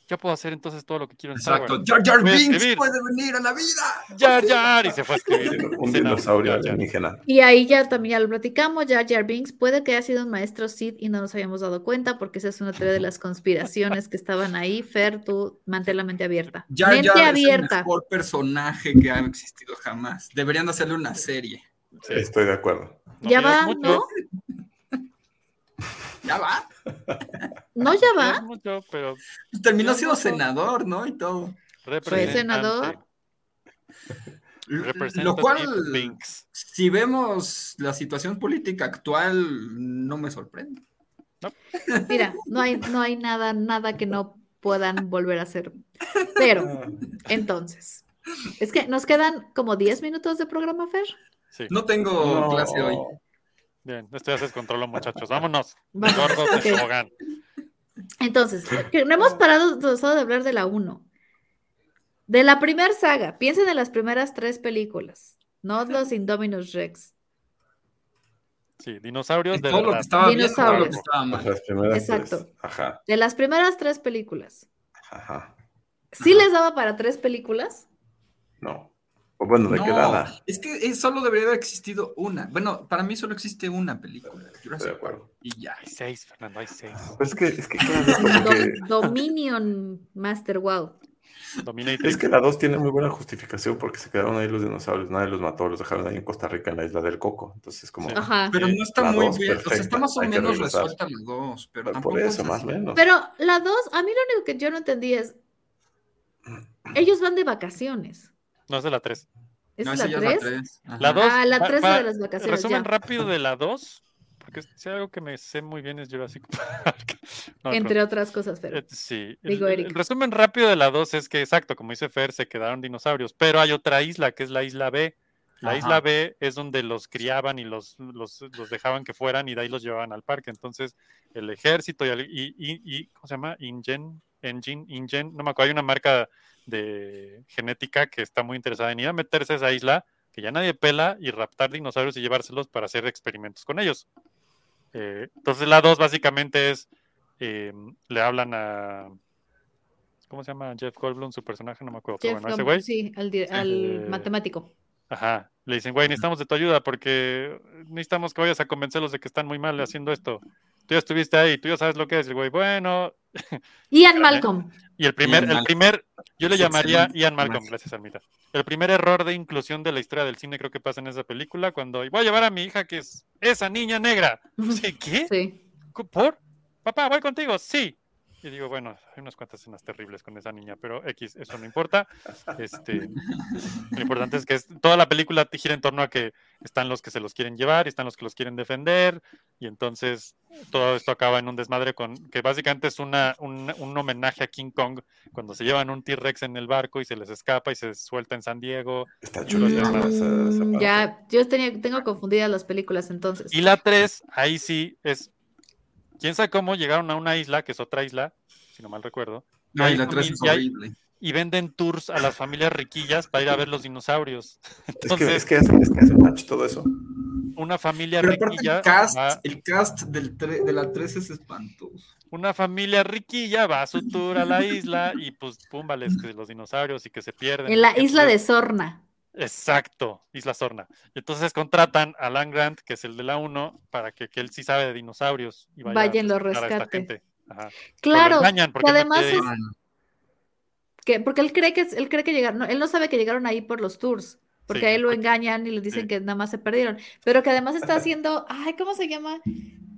A: Ya puedo hacer entonces todo lo que quiero en Star Wars".
D: Exacto. Jar Jar
A: Voy a
D: Binks
A: escribir.
D: puede venir a la vida.
A: Jar Jar y se fue a
D: <laughs>
A: escribir.
H: Un
A: Sí, no,
H: dinosaurio
A: Jar Jar.
H: alienígena.
B: Y ahí ya también ya lo platicamos, Jar Jar Binks puede que haya sido un maestro Sith y no nos habíamos dado cuenta porque esa es una teoría de las conspiraciones que estaban ahí. Fer, tú mantén la mente abierta.
D: Jar
B: mente
D: Jar es el
B: abierta.
D: mejor personaje que ha existido jamás. Deberían de hacerle una serie.
A: Sí.
H: Estoy de acuerdo.
A: No
B: ya
A: pidas
B: va,
A: mucho,
B: ¿no?
D: Ya va.
B: No, ya
A: no pidas
B: va.
A: mucho, pero
D: Terminó siendo senador, ¿no? Y todo.
A: representante.
B: senador.
D: Lo
A: Representative
D: cual,
A: Binks.
D: si vemos la situación política actual, no me sorprende.
B: Mira, no hay, no hay nada, nada que no puedan volver a hacer. Pero,
H: Ah,
B: entonces, es que nos quedan como 10 minutos de programa, Fer.
A: Sí,
D: No tengo
H: No.
D: clase hoy.
A: bien, esto ya se descontroló, muchachos. Vámonos.
B: Vamos,
A: Gordos
B: ok.
A: de tobogán.
B: Entonces, que no hemos parado solo de hablar de la 1. De la primera saga, piensen en las primeras tres películas, no los Indominus Rex.
A: Sí, dinosaurios de
D: Todo lo que
A: verdad.
D: estaba bien, todo lo
B: Dinosaurios.
D: que estaba mal.
H: Las primeras
B: Exacto.
H: tres. Ajá,
B: De las primeras tres películas,
H: ajá.
B: ¿sí les daba para tres películas?
H: No. O bueno, ¿de qué
D: No,
H: lana?
D: Es que es- solo debería haber existido una. Bueno, para mí solo existe una película.
H: Estoy
D: Jurassic
H: de acuerdo.
D: Park, Y ya.
A: Hay seis, Fernando, hay seis.
H: Pero Pues es que, es que, queda
B: <laughs>
H: de esto porque-
B: Do- Dominion Master Wow.
A: Dominatrix.
H: es que la 2 tiene muy buena justificación porque se quedaron ahí los dinosaurios, nadie los mató, los dejaron ahí en Costa Rica, en la isla del Coco. Entonces es como,
A: Sí.
B: Ajá.
D: Pero no está
H: La
D: muy
H: dos,
D: bien. O sea,
H: perfecta,
D: está más o
H: hay que
D: menos
H: regresar.
D: resuelta las dos. Pero tampoco.
H: por eso,
D: es
H: más
D: así.
H: o menos.
B: Pero la dos, a mí lo único que yo no entendí es. Ellos van de vacaciones.
A: No, es de la 3.
B: ¿Es
D: No,
B: la
D: esa ya es la
B: 3?
D: tres. Ajá.
A: La 2.
B: Ah, la 3 de las vacaciones.
A: Resumen
B: ya.
A: rápido de la 2. Porque si hay algo que me sé muy bien es Jurassic <laughs> Park. No,
B: entre
A: pero-
B: otras cosas, pero.
A: eh, sí. El-
B: Digo,
A: el,
B: Eric.
A: el resumen rápido de la 2 es que, exacto, como dice Fer, se quedaron dinosaurios. Pero hay otra isla que es la isla B. La
D: Ajá.
A: isla B es donde los criaban y los, los, los dejaban que fueran y de ahí los llevaban al parque. Entonces, el ejército y, al- y, y- y- ¿cómo se llama? Ingen, Engine, Ingen, no me acuerdo, hay una marca de genética que está muy interesada en ir a meterse a esa isla que ya nadie pela y raptar dinosaurios y llevárselos para hacer experimentos con ellos. Eh, entonces la 2 básicamente es, eh, le hablan a, ¿cómo se llama? Jeff Goldblum, su personaje, no me acuerdo, pero
B: Jeff
A: bueno, ese
B: Goldblum,
A: güey.
B: sí, al, di- al
A: Eh,
B: matemático.
A: Ajá. Le dicen, güey, necesitamos de tu ayuda porque necesitamos que vayas a convencerlos de que están muy mal haciendo esto. Tú ya estuviste ahí, tú ya sabes lo que es. El güey, bueno.
B: Ian
A: ¿eh?
B: Malcolm.
A: Y el primer,
D: Ian
A: el
D: Malcolm.
A: primer, yo le
D: Es
A: llamaría
D: excelente.
A: Ian Malcolm, gracias, Almita. El primer error de inclusión de la historia del cine creo que pasa en esa película cuando voy a llevar a mi hija que es esa niña
B: <laughs>
A: negra. Sí, ¿qué?
B: Sí.
A: ¿Cu- ¿Por? Papá, voy contigo, sí. Y digo, bueno, hay unas cuantas escenas terribles con esa niña, pero X, eso no importa. Este, lo importante es que es- toda la película te gira en torno a que están los que se los quieren llevar, y están los que los quieren defender, y entonces todo esto acaba en un desmadre con que básicamente es una, un, un homenaje a King Kong cuando se llevan un T-Rex en el barco y se les escapa y se suelta en San Diego.
H: Está chulo
A: Mm,
H: esa- esa- esa
B: Mm,
H: parte.
B: Ya, yo tenía, tengo confundidas las películas entonces.
A: Y la 3, ahí sí es. Quién sabe cómo llegaron a una isla, que es otra isla, si no mal recuerdo,
D: No, y
A: hay-
D: la tres es
A: y hay-
D: horrible.
A: y venden tours a las familias riquillas para ir a ver los dinosaurios.
H: Es que,
A: Entonces,
H: es que hace, es que hace match todo eso.
A: una familia
D: Pero aparte,
A: riquilla.
D: el cast,
A: va-
D: el cast del tre- de la 3 es espantoso.
A: una familia riquilla va a su tour a la isla y pues púmbales que los dinosaurios y que se pierden.
B: En la
A: Y
B: isla de
A: entonces-
B: Sorna.
A: Exacto, Isla Sorna. Y entonces contratan a Alan Grant, que es el de la 1, para que, que él sí sabe de dinosaurios y vaya
B: Vayan, lo
A: a rescatar a esta
B: rescate.
A: gente. Ajá. Pero lo
B: Claro,
A: engañan porque
B: que
A: no
B: además
A: quiere ir.
B: es-
D: Ah,
B: que, porque él cree que es- él cree que llegaron, no, él no sabe que llegaron ahí por los tours, porque
A: Sí,
B: a él lo
A: porque-
B: engañan y le dicen
A: sí.
B: que nada más se perdieron, pero que además está haciendo, ay, ¿cómo se llama?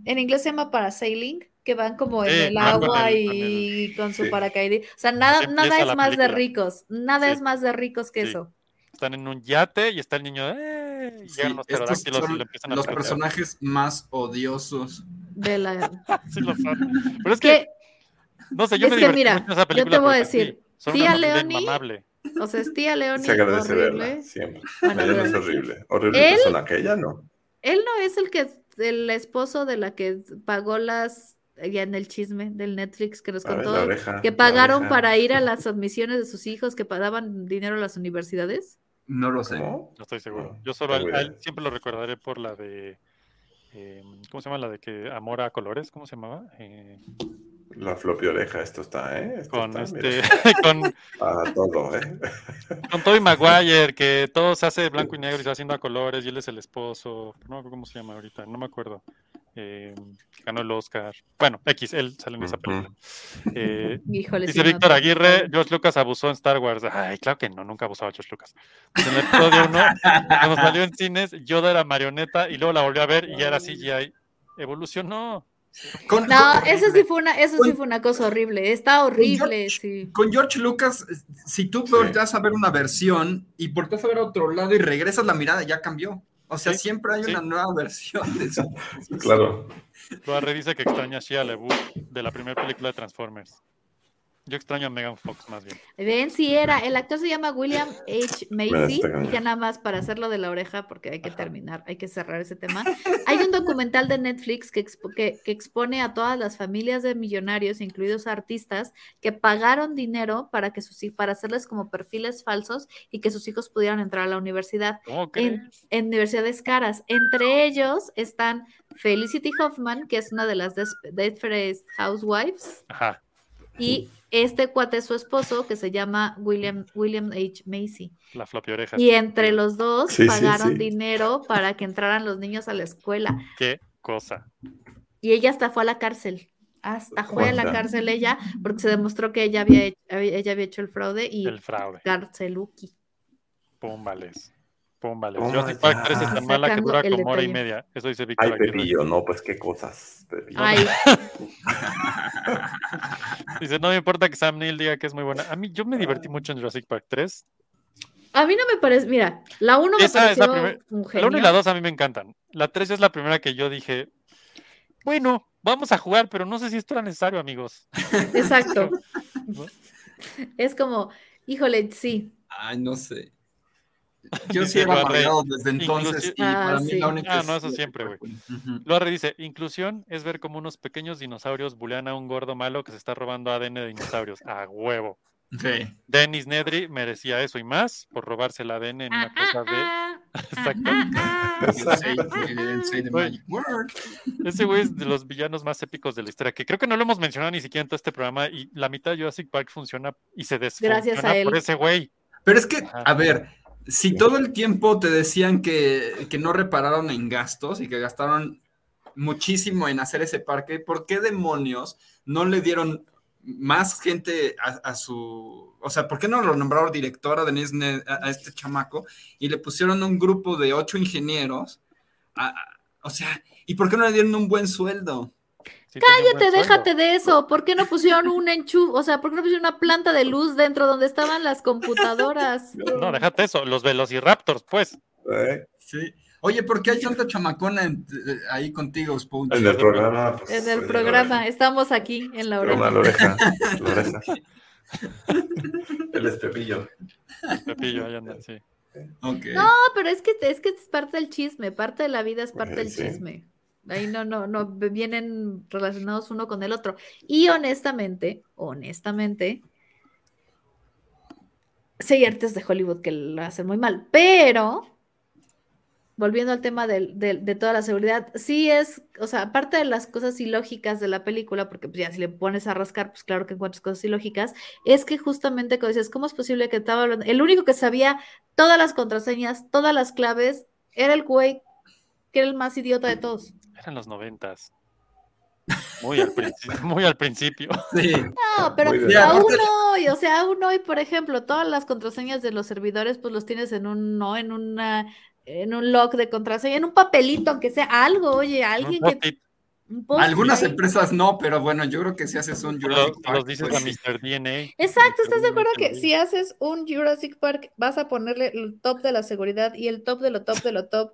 B: En inglés se llama parasailing, que van como en
A: Sí,
B: el
A: van con
B: agua
A: el- con
B: y con, su
H: sí.
B: paracaidista. O sea, nada,
A: Así
B: nada
A: empieza
B: es
A: la
B: más de
A: película.
B: ricos, nada
A: Sí.
B: es más de ricos que
A: Sí.
B: eso.
A: están en un yate y está el niño. ¡Eh! Y llegan los
D: estos
A: pterodáctilos y
D: son
A: lo empiezan a
D: los
A: pelear.
D: personajes más odiosos.
B: De la...
A: <laughs> Sí, lo son. Pero es que,
B: que,
A: no sé, yo
B: es
A: me
B: que
A: divertí
B: mira,
A: mucho en
B: yo
A: esa
B: te
A: película.
B: voy a
A: porque sí,
B: decir,
A: son
B: tía
A: una familia
B: Leoni-
A: inmamable.
B: o sea, es tía Leoni,
H: Se agradece verla,
B: horrible.
H: siempre.
B: Bueno,
H: Ella no es
B: horrible.
H: horrible. Horrible
B: Él-
H: persona, que ella no.
B: Él no es el que el esposo de la que pagó las ya en el chisme del Netflix que nos
H: A ver,
B: contó
H: la oreja.
B: que
H: la
B: pagaron
H: oreja.
B: para ir a las admisiones de sus hijos que pagaban dinero a las universidades.
D: No lo sé.
H: ¿Cómo?
A: No estoy seguro.
H: No,
A: Yo solo a
H: te
A: él,
H: voy a-
A: a él siempre lo recordaré por la de. eh, ¿Cómo se llama la de que Amor a colores? ¿Cómo se llamaba? Eh,
H: La floppy oreja, esto está, ¿eh? Esto
A: con
H: está,
A: este,
H: mira,
A: <laughs> con,
H: para todo,
A: <laughs>
H: ¿eh?
A: con Tobey Maguire, que todo se hace de blanco y negro y se va haciendo a colores, y él es el esposo. No me acuerdo cómo se llama ahorita, no me acuerdo. Eh, ganó el Oscar. Bueno, X, él sale en esa
H: Ujú.
A: película. Eh,
B: Híjole,
A: Dice
B: sí, no,
A: Víctor
B: no.
A: Aguirre, George Lucas abusó en Star Wars. Ay, claro que no, nunca abusaba George Lucas. En el episodio 1 nos salió en cines, Yoda era marioneta y luego la volvió a ver y ya era CGI. Evolucionó.
D: Con-
B: No,
D: con-
B: eso sí fue una, eso sí fue una cosa horrible. Está horrible, sí.
D: Con George Lucas, eh, si tú volteas a ver una versión y volteas a ver a otro lado y regresas la mirada, ya cambió. O sea,
A: Sí,
D: siempre hay
A: sí.
D: una nueva <laughs> versión de eso.
H: Claro.
A: Luego redice que extraña a Shia LaBeouf de la primera película de Transformers. Yo extraño a Megan Fox más bien.
B: Ven si era, el actor se llama William H. Macy,
H: está cañón.
B: ya nada más para hacerlo de la oreja, porque hay que terminar, hay que cerrar ese tema. Hay un documental de Netflix que, expo- que- que expone a todas las familias de millonarios, incluidos artistas, que pagaron dinero para que sus hij- para hacerles como perfiles falsos y que sus hijos pudieran entrar a la universidad
A: ¿Cómo crees?
B: en, en universidades caras. Entre ellos están Felicity Hoffman, que es una de las des- Desperate Housewives,
A: Ajá.
B: y este cuate es su esposo, que se llama William, William H. Macy.
A: La floppy oreja.
B: Y entre los dos
H: Sí, sí,
B: pagaron
H: sí.
B: dinero para que entraran los niños a la escuela.
A: Qué cosa.
B: Y ella hasta fue a la cárcel. Hasta fue a la
H: Anda.
B: cárcel ella, porque se demostró que ella había hecho, ella había hecho el fraude y
A: El fraude.
B: Garceluki.
A: Púmbales. Púmbales.
H: Oh
A: Jurassic
H: my
A: Park
H: God.
A: 3 es tan mala que
B: Sacando
A: dura
B: el
A: como hora y
B: detalle.
A: media. Eso dice Víctor
H: Ay,
A: Aguirre.
H: Pepillo, no, pues qué cosas. Pepillo.
B: Ay,
A: Dice, no me importa que Sam Neill diga que es muy buena. A mí, yo me divertí
B: Ah.
A: mucho en Jurassic Park 3.
B: a mí no me parece, mira, la 1 me
A: Esa es la
B: pareció
A: primer-
B: un
A: La 1 y la
B: genio.
A: 2 a mí me encantan. La 3 es la primera que yo dije, bueno, vamos a jugar, pero no sé si esto era necesario, amigos. <laughs>
B: Exacto. es como, híjole, sí.
D: Ay, no sé. Yo
A: Dice
D: sí era
A: Barrett,
D: amargado desde entonces
A: inclusive-
D: y para
B: Ah,
D: mí
B: sí.
D: la única
A: Ah,
D: es-
A: no, eso siempre, güey.
D: Ujú.
A: Lorre dice, inclusión es ver como unos pequeños dinosaurios bulean a un gordo malo que se está robando ADN de dinosaurios. A huevo.
D: Sí.
A: Dennis Nedry merecía eso y más por robarse el ADN en una
B: Ah,
A: cosa de... Exacto. <laughs>
D: El 6 de- el 6 de
A: Güey.
D: Magic Word.
A: Ese güey es de los villanos más épicos de la historia, que creo que no lo hemos mencionado ni siquiera en todo este programa y la mitad de Jurassic Park funciona y se desfunciona
B: Gracias a él.
A: por ese güey.
D: Pero es que,
A: Ajá.
D: a ver, si todo el tiempo te decían que, que no repararon en gastos y que gastaron muchísimo en hacer ese parque, ¿por qué demonios no le dieron más gente a, a su... O sea, ¿por qué no lo nombraron directora de Disney a, a este chamaco y le pusieron un grupo de ocho ingenieros? A- a- o sea, ¿y por qué no le dieron un buen sueldo?
A: Sí tenía un
B: Cállate,
A: buen
B: déjate
A: sueldo.
B: de eso. ¿Por qué no pusieron un enchufe? O sea, ¿por qué no pusieron una planta de luz dentro donde estaban las
A: <laughs>
B: computadoras?
A: No, déjate eso, los Velociraptors, pues.
H: Ay,
D: Sí. Oye, ¿por qué hay tanta chamacona en- eh, ahí contigo, Sponge?
H: En el programa. pues,
B: En
H: oye,
B: el programa, estamos aquí en la
H: Pero una
B: oreja.
H: oreja. La oreja. <laughs> Él es Pepillo.
A: Pepillo, ahí anda, sí.
D: Ok.
B: No, pero es que es que es parte del chisme, parte de la vida es parte
H: Eh,
B: del
H: sí.
B: chisme. Ahí no, no, no vienen relacionados uno con el otro. Y honestamente, honestamente, sí hay artes de Hollywood que lo hacen muy mal, pero volviendo al tema del- del- de, toda la seguridad, sí es, o sea, aparte de las cosas ilógicas de la película, porque pues, ya si le pones a rascar, pues claro que encuentras cosas ilógicas, es que justamente como dices, ¿cómo es posible que estaba hablando? El único que sabía todas las contraseñas, todas las claves, era el güey que era el más idiota de todos.
A: Eran los noventas. Muy al,
D: <laughs>
A: principio, muy al principio.
D: Sí.
B: No, pero
H: Muy bien.
D: Ya,
B: aún
D: aparte-
B: hoy, o sea, aún hoy, por ejemplo, todas las contraseñas de los servidores, pues los tienes en un, no, en una, en un log de contraseña, en un papelito, aunque sea algo, oye, alguien
A: Un
B: que...
A: post-it,
B: un post-it
D: Algunas
B: ahí.
D: empresas no, pero bueno, yo creo que si haces un
A: los,
D: Jurassic Park,
A: los dices
D: pues
A: a
D: sí.
A: Mr. DNA.
B: Exacto, ¿estás de
A: Mr.
B: acuerdo que
A: DNA?
B: si haces un Jurassic Park vas a ponerle el top de la seguridad y el top de lo top de lo top?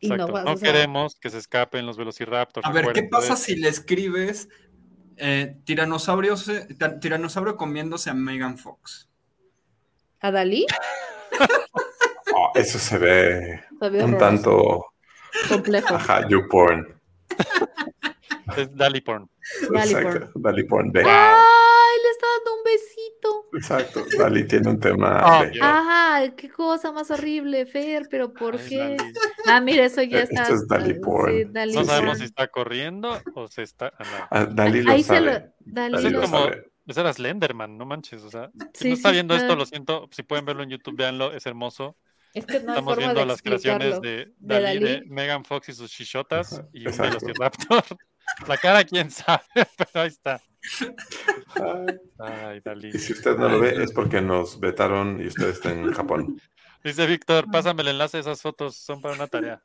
B: Y
A: Exacto.
B: no vas
A: no
B: o sea,
A: queremos que se escapen los velociraptors.
D: A ver, ¿qué
A: recuerden,
D: pasa
A: entonces,
D: si le escribes eh, tiranosaurio, se- ta- tiranosaurio comiéndose a Megan Fox?
B: ¿A Dalí?
H: Oh, eso se ve
B: Se ve
H: un
B: horroroso,
H: tanto.
B: complejo.
H: Ajá, YouPorn.
A: Es Dali Porn.
B: Dali
H: Exacto. Dali Porn B.
B: Ah. ¡Ay! Le está dando un besito.
H: Exacto. Dali tiene un tema.
A: Ah,
H: de-
A: Dios.
B: Ajá, qué cosa más horrible, Fer, pero ¿por
A: Ay,
B: qué?
A: Dali.
B: Ah, mira, eso ya
H: Eh,
B: está.
H: esto es Dali
B: ah,
H: porn.
B: sí, Dali
A: No
H: Sí,
A: sabemos
B: porn.
A: si está corriendo o se está. ah, no.
H: Ah, Dali lo
B: Ahí se lo.
H: sabe.
B: Dali
H: Dali
A: Es
H: lo
B: lo-
A: como-
H: sabe.
A: Ese era Slenderman, no manches. O sea, si
B: sí,
A: no está
B: sí
A: viendo esto, lo siento. Si pueden verlo en YouTube, véanlo, es hermoso.
B: Es que no hay
A: Estamos
B: forma
A: viendo
B: de
A: las creaciones
B: explicarlo.
A: de
B: de
A: Dalí, de
B: Dalí.
A: Megan Fox y sus chichotas
H: Ajá,
A: y un
H: exacto.
A: velociraptor. <laughs> La cara, quién sabe, <laughs> pero ahí está.
H: Ah,
A: Ay, Dalí.
H: Y si usted no lo ve, es porque nos vetaron y usted está en Japón.
A: Dice Víctor, pásame el enlace de esas fotos, son para una tarea.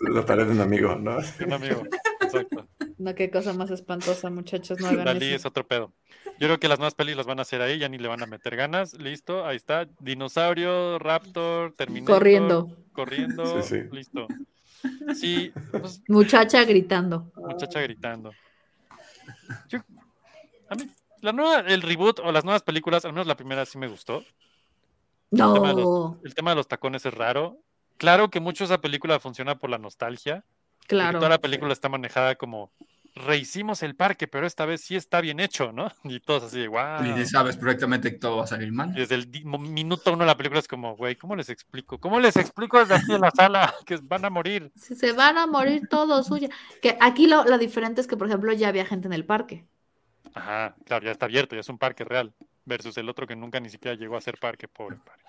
H: La tarea de un amigo, ¿no?
A: de Un amigo. Exacto.
B: No, qué cosa más espantosa, muchachos. No hagan
A: Dalí es
B: eso.
A: otro pedo. Yo creo que las nuevas pelis las van a hacer ahí, ya ni le van a meter ganas. Listo, ahí está. Dinosaurio, Raptor, Terminator.
B: Corriendo.
A: Corriendo.
H: Sí, sí.
A: Listo. Sí, pues
B: Muchacha gritando.
A: muchacha gritando. Yo- a mí, la nueva, el reboot o las nuevas películas, al menos la primera sí me gustó. El tema de
B: No,
A: El tema de los tacones es raro. Claro que mucho esa película funciona por la nostalgia. porque
B: claro.
A: Toda la película está manejada como rehicimos el parque, pero esta vez sí está bien hecho, ¿no? <laughs> Y todos así de wow.
D: Y sabes perfectamente que todo va a salir mal.
A: Desde el di- mo- minuto uno de la película es como, güey, ¿cómo les explico? ¿Cómo les explico desde aquí en la sala <laughs> que van a morir?
B: Si se van a morir todos, suya. Que aquí lo, lo diferente es que, por ejemplo, ya había gente en el parque.
A: Ajá, claro, ya está abierto, ya es un parque real. Versus el otro que nunca ni siquiera llegó a ser parque, pobre parque.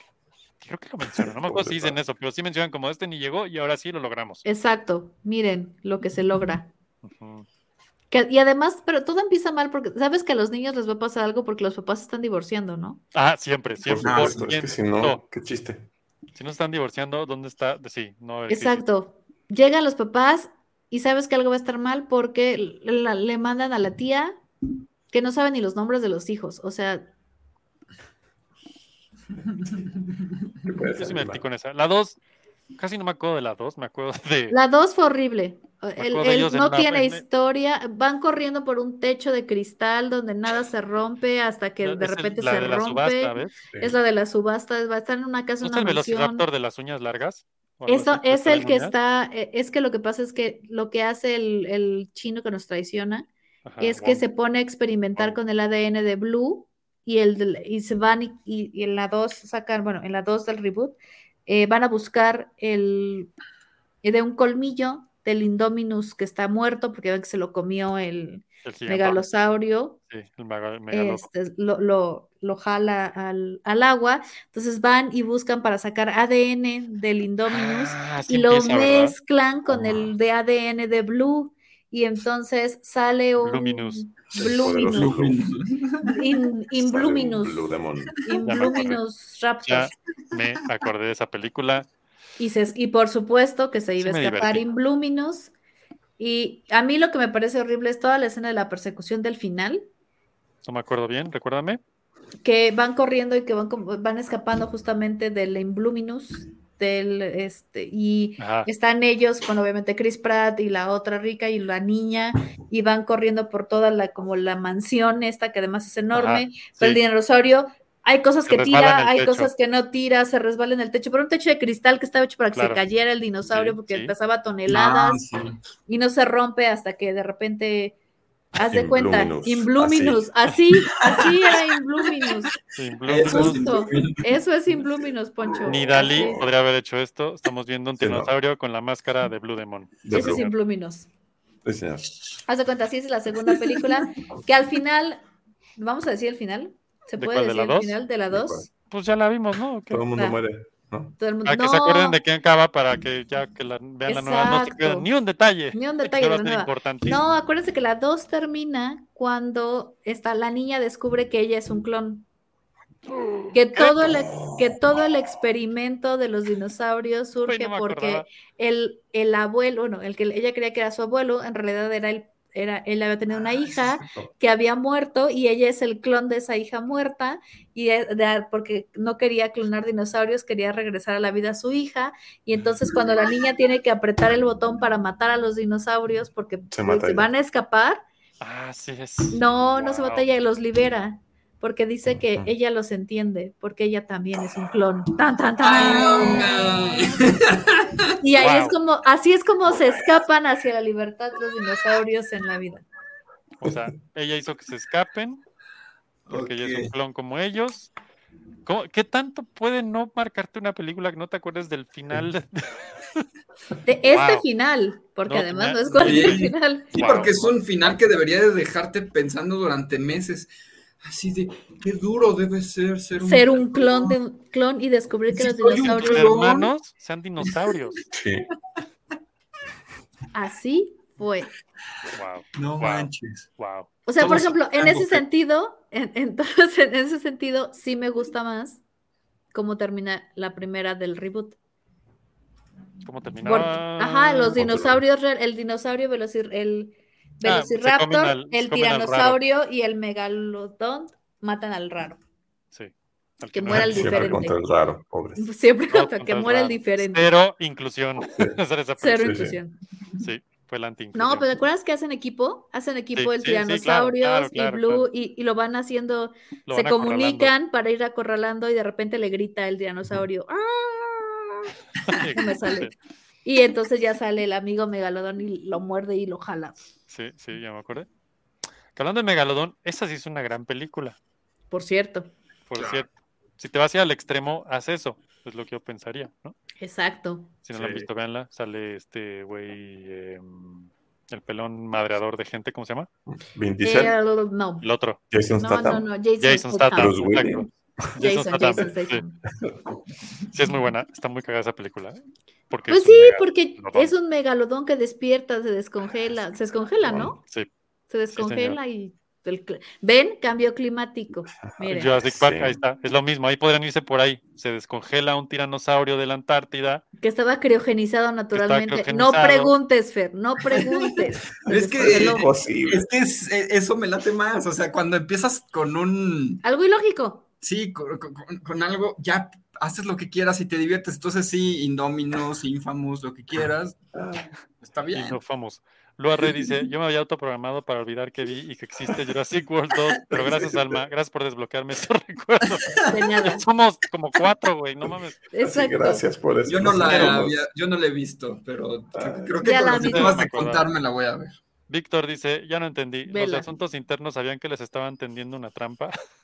A: Creo que lo mencionan, no me acuerdo si
H: Pobre
A: dicen
H: parque.
A: eso, pero sí mencionan como este ni llegó y ahora sí lo logramos.
B: Exacto, miren lo que se logra.
A: Ujú.
B: Que- y además, pero todo empieza mal porque sabes que a los niños les va a pasar algo porque los papás se están divorciando, ¿no?
A: Ah, siempre,
H: Por
A: siempre.
D: favor,
H: supuesto, es que si no, qué chiste.
A: Si no están divorciando, ¿dónde está? Sí, no. el que-
B: Exacto. Llegan los papás y sabes que algo va a estar mal porque la- le mandan a la tía que no sabe ni los nombres de los hijos. O sea,
H: ¿Qué puede
A: Yo sí
H: salir
A: me
H: mal?
A: metí con esa. La 2, casi no me acuerdo de la 2, me acuerdo de...
B: la dos fue horrible. El,
A: acuerdo de
B: el
A: ellos en
B: no
A: una-
B: tiene
A: en-
B: historia, van corriendo por un techo de cristal donde nada se rompe hasta que
A: la-
B: de
A: es el-
B: repente
A: la
B: se
A: de la
B: rompe.
A: subasta, ¿ves?
H: Sí.
B: Es la de la subasta, va a estar en una casa,
A: ¿No
B: en
A: está
B: una
A: el
B: mansión.
A: velociraptor de las uñas largas? O algo
B: Eso
A: así,
B: es el que
A: uñas.
B: está, eh, es que lo que pasa es que lo que hace el, el chino que nos traiciona
A: Ajá,
B: es que
A: Wong.
B: se pone a experimentar
A: Wong.
B: con el ADN de Blue y, el, del- y se van y, y- y en la 2 sacan, bueno, en la 2 del reboot, eh, van a buscar el eh, de un colmillo del Indominus que está muerto porque ven que se lo comió el
A: El gigante.
B: megalosaurio
A: Sí, el mega- el megalodo.
B: este, lo, lo- lo jala al, al agua. Entonces van y buscan para sacar ADN del Indominus
A: Ah, así
B: y lo
A: empieza, ¿verdad?
B: mezclan con el de ADN de Blue. Y entonces sale un
A: Bluminus.
H: El poderoso
B: Bluminus.
A: <laughs>
H: Blue.
B: In, in
H: Sale un
B: Bluminus.
H: Blue Demon.
B: In
A: Ya me
B: Bluminus Raptor.
A: Ya me acordé de esa película.
B: Y, se- y por supuesto que se iba
A: Sí
B: a
A: me
B: escapar
A: divertí.
B: In Bluminus. Y a mí lo que me parece horrible es toda la escena de la persecución del final.
A: No me acuerdo bien, recuérdame.
B: que van corriendo y que van, como- van escapando justamente del Imbluminus, del este, y
A: Ajá.
B: están ellos con obviamente Chris Pratt y la otra rica y la niña, y van corriendo por toda la, como la mansión esta, que además es enorme, pero el
A: sí.
B: dinosaurio, hay cosas
A: Se
B: que
A: resbala en
B: tira,
A: el
B: hay
A: techo.
B: cosas que no tira, se resbala en el techo, pero un techo de cristal que estaba hecho para que
A: Claro.
B: se cayera el dinosaurio
A: Sí,
B: porque
A: sí.
B: pesaba
D: Ah,
B: toneladas
D: sí.
B: y no se rompe hasta que de repente haz de
H: In
B: cuenta,
H: Bluminus,
B: Inbluminus, así, así era Inbluminus,
A: Sí,
D: Eso es
A: Bluminus.
D: increíble.
B: eso es Inbluminus, Poncho.
A: Ni Dalí
B: Así,
A: podría haber hecho esto. Estamos viendo un
H: Sí, no.
A: dinosaurio con la máscara de Blue Demon.
H: De
B: Eso es
H: Blue.
B: Inbluminus.
H: Sí, señor.
B: Haz de cuenta, así es la segunda película, que al final, vamos a decir el final, ¿se
A: ¿De
B: puede
A: cuál, de
B: decir
A: la
B: el
A: dos?
B: final de la
H: ¿De
B: 2?
H: cuál?
A: Pues ya la vimos, ¿no? ¿O qué?
H: Todo el mundo
B: Ah.
H: muere, ¿no?
B: Todo el mundo,
A: Para Ah, que
B: no,
A: se acuerden de quién acaba, para que ya que la, vean la nueva, no se
B: Exacto.
A: pierdan ni un detalle.
B: ni un
A: Esto
B: detalle
A: va
B: de
A: a
B: la
A: ser
B: nueva.
A: importantísimo.
B: No, acuérdense que la 2 termina cuando está, la niña descubre que ella es un clon. Que todo, el, que todo el experimento de los dinosaurios
A: Uy,
B: surge
A: no me
B: porque
A: acordaba.
B: el, el abuelo, bueno, el que ella creía que era su abuelo, en realidad era el, era, él había tenido
H: Ah,
B: una hija que había muerto y ella es el clon de esa hija muerta y es- de- porque no quería clonar dinosaurios, quería regresar a la vida a su hija y entonces cuando la niña tiene que apretar el botón para matar a los dinosaurios porque
H: Se
B: pues,
H: mata
B: se
H: ella.
B: van a escapar,
A: Ah, sí es.
B: no, no se
A: Wow.
B: mata ella, los libera porque dice que ella los entiende porque ella también es un clon. Tan tan tan. Y ahí es
A: Wow.
B: como así es como se escapan hacia la libertad los dinosaurios en la vida.
A: O sea, ella hizo que se escapen porque ella es un
D: Ok.
A: clon como ellos. ¿Cómo- ¿Qué tanto puede no marcarte una película que no te acuerdes del final?
B: De este
A: Wow.
B: final, porque
A: No,
B: además
A: me-
B: no es cualquier
D: Oye.
B: final.
D: Sí,
A: Wow.
D: porque es un final que debería de dejarte pensando durante meses. Así de, qué duro debe ser ser un,
B: ser un clon de un clon y descubrir que
D: Sí,
B: los
D: soy un
A: Tus
B: dinosaurios
D: clon.
A: hermanos sean
D: <laughs>
A: dinosaurios.
H: Sí.
B: así fue.
A: Wow,
D: No
A: Wow.
D: manches.
A: wow.
B: O sea, por
D: Todos
B: ejemplo, en ese
D: ok.
B: sentido, en- entonces en ese sentido sí me gusta más cómo termina la primera del reboot.
A: ¿Cómo Ah,
B: Porque-
A: terminaba?
B: ajá, los dinosaurios, real- el dinosaurio velocir, el
A: Ah, se
B: velociraptor,
A: comen al- se
B: el
A: comen al raro.
B: tiranosaurio y el megalodón matan al raro.
A: Sí. al
B: que
A: no
B: muera
A: era.
B: el
H: Siempre
B: diferente. <laughs>
H: contra el raro, pobres.
B: Siempre
A: Todos
B: contra que
A: contra el
B: muera el
A: raro.
B: diferente.
A: ah, Cero inclusión.
B: <laughs>
A: <laughs> Hacer esa
B: Cero
H: sí, sí.
B: inclusión.
A: película. Sí, fue la anti
B: No, pero ¿te acuerdas que hacen equipo? Hacen equipo
A: Sí,
B: el
A: sí, sí, claro,
B: Tiranosaurios
A: claro, claro,
B: y Blue
A: claro.
B: Y, y lo van haciendo, se
A: <laughs>
B: <laughs> comunican para ir acorralando y de repente le grita el Tiranosaurio. "¡Ah!". No me
A: <laughs>
B: sale. Y entonces ya sale el amigo Megalodón y lo muerde y lo jala,
A: Sí, sí, ya me acordé. Que hablando de Megalodón, esa sí es una gran película,
B: por cierto.
A: por cierto. Si te vas a ir al extremo, haz eso. Es lo que yo pensaría, ¿no?
B: Exacto.
A: Si no la han
D: Sí.
A: visto, véanla. Sale este güey. em, El pelón madreador de gente, ¿cómo se llama?
H: Vin Diesel,
B: Eh, no.
A: El otro.
H: Jason
B: No, no,
H: Statham,
B: no, Jason,
A: Jason Statham.
H: Bruce
B: Statham.
H: Willis.
A: exacto.
B: Jason,
A: Statham.
B: Jason Statham.
A: Sí. Sí, es muy buena. Está muy cagada esa película. ¿eh? Porque
B: Pues
A: es un
B: sí,
A: mega-
B: porque
A: megalodón.
B: es un megalodón que despierta, se descongela, se descongela, ¿no?
A: Sí.
B: Se descongela y el cl- ven cambio
H: <laughs>
B: climático. Miren,
A: Jurassic Park,
H: Sí.
A: ahí está. Es lo mismo. Ahí podrían irse por ahí. Se descongela un tiranosaurio de la Antártida.
B: que estaba criogenizado naturalmente. No
A: criogenizado.
B: preguntes, Fer, no preguntes.
D: Es
H: <laughs>
B: Entonces,
D: que-
B: pues, lo-
H: Imposible.
D: Es que es- e- eso me late más. O sea, cuando empiezas con un.
B: algo ilógico.
D: Sí, con, con- con algo, ya haces lo que quieras y te diviertes. Entonces, sí, Indominos, Infamous, lo que quieras.
H: Ah,
D: Está
A: Y
D: bien.
A: no fuimos. Lua Rey dice: Yo me había autoprogramado para olvidar que vi y que existe Jurassic World 2. Pero gracias, Alma. Gracias por desbloquearme esos <laughs> recuerdos.
B: De
H: <laughs>
B: nada.
A: Somos como cuatro, güey. No mames.
H: Sí,
B: Exacto.
H: gracias por
A: pues,
H: eso.
D: Yo no la
H: Nosotros
D: había, yo no la he visto, pero creo que- creo que
B: Ya
D: con
B: la
D: las
B: vi.
D: acabas
A: Me
D: de
A: acordaba.
D: contarme la voy a ver.
A: Víctor dice: Ya no entendí. Los de
B: Vela.
A: asuntos internos sabían que les estaban tendiendo una trampa. <laughs>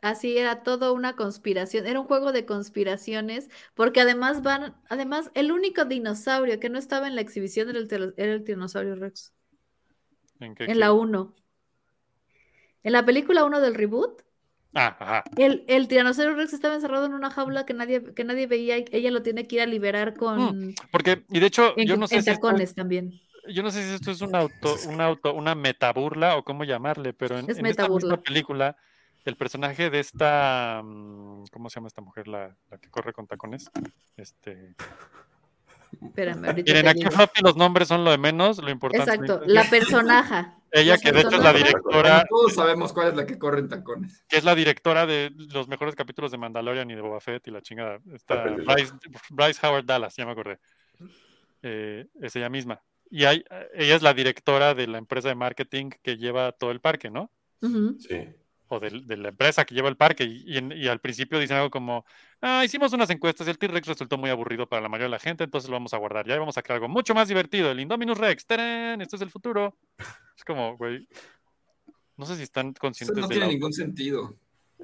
B: Así era todo una conspiración, era un juego de conspiraciones, porque además van, además el único dinosaurio que no estaba en la exhibición era el, tiro- era el tiranosaurio Rex,
A: ¿En qué-
B: en la 1. En la película 1 del reboot,
A: Ah, ajá.
B: el, el tiranosaurio Rex estaba encerrado en una jaula que nadie, que nadie veía y ella lo tiene que ir a liberar con
A: Porque, y de hecho,
B: en,
A: Mm, yo no sé
B: en
A: si esto-
B: tacones también.
A: yo no sé si esto es un auto, un auto, una metaburla o cómo llamarle, pero en,
B: Es
A: en esta misma
B: metaburla.
A: película, el personaje de esta mm, ¿cómo se llama esta mujer? La, la que corre con tacones. Este.
B: Espérame, ahorita
A: Miren,
B: te
A: aquí
B: digo.
A: floppy los nombres son lo de menos, lo importante.
B: Exacto,
A: es
B: la personaja.
A: Ella que de hecho es la
B: personajes.
A: directora,
D: Todos sabemos cuál es la que corre en tacones.
A: que es la directora de los mejores capítulos de Mandalorian y de Boba Fett y la chingada. Está
H: La película.
A: Bryce, Bryce Howard Dallas, ya me acordé. Eh, es ella misma. Y hay, ella es la directora de la empresa de marketing que lleva todo el parque, ¿no?
B: Ujú.
H: Sí.
A: o del- de, la empresa que lleva el parque. Y, y en- y al principio dicen algo como, ah, hicimos unas encuestas y el T-Rex resultó muy aburrido para la mayoría de la gente, entonces lo vamos a guardar. Ya vamos a crear algo mucho más divertido, el Indominus Rex. ¡Tarán! Esto es el futuro. Es como, güey, no sé si están
D: Eso
A: conscientes
D: no
A: de
D: tiene
A: la-
D: ningún sentido.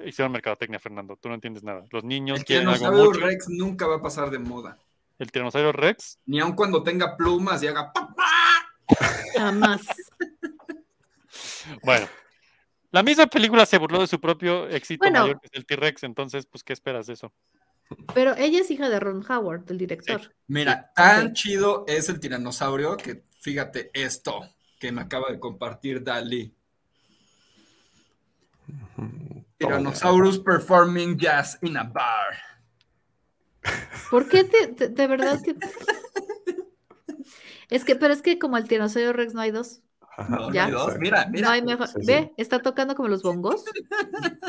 A: Hicieron mercadotecnia, Fernando. Tú no entiendes nada. Los niños
D: El
A: quieren algo
D: tiranosaurio
A: mucho.
D: Rex nunca va a pasar de moda.
A: El tiranosaurio Rex.
D: Ni aun cuando tenga plumas y haga ¡pap!
B: Jamás.
A: Bueno. La misma película se burló de su propio éxito
B: Bueno.
A: mayor que es el T-Rex, entonces, pues, ¿qué esperas de eso?
B: Pero ella es hija de Ron Howard, el director.
D: Mira, tan chido es el tiranosaurio que fíjate esto que me acaba de compartir Dalí. Tyrannosaurus performing jazz in a bar.
B: ¿Por qué te- te- de verdad que... Es que, pero es que como el tiranosaurio Rex no hay dos.
H: Ajá,
D: No, no
B: Ya.
D: hay dos.
H: exacto.
D: Mira, mira.
B: no hay mejor.
H: sí, sí.
B: Ve, está tocando como los bongos.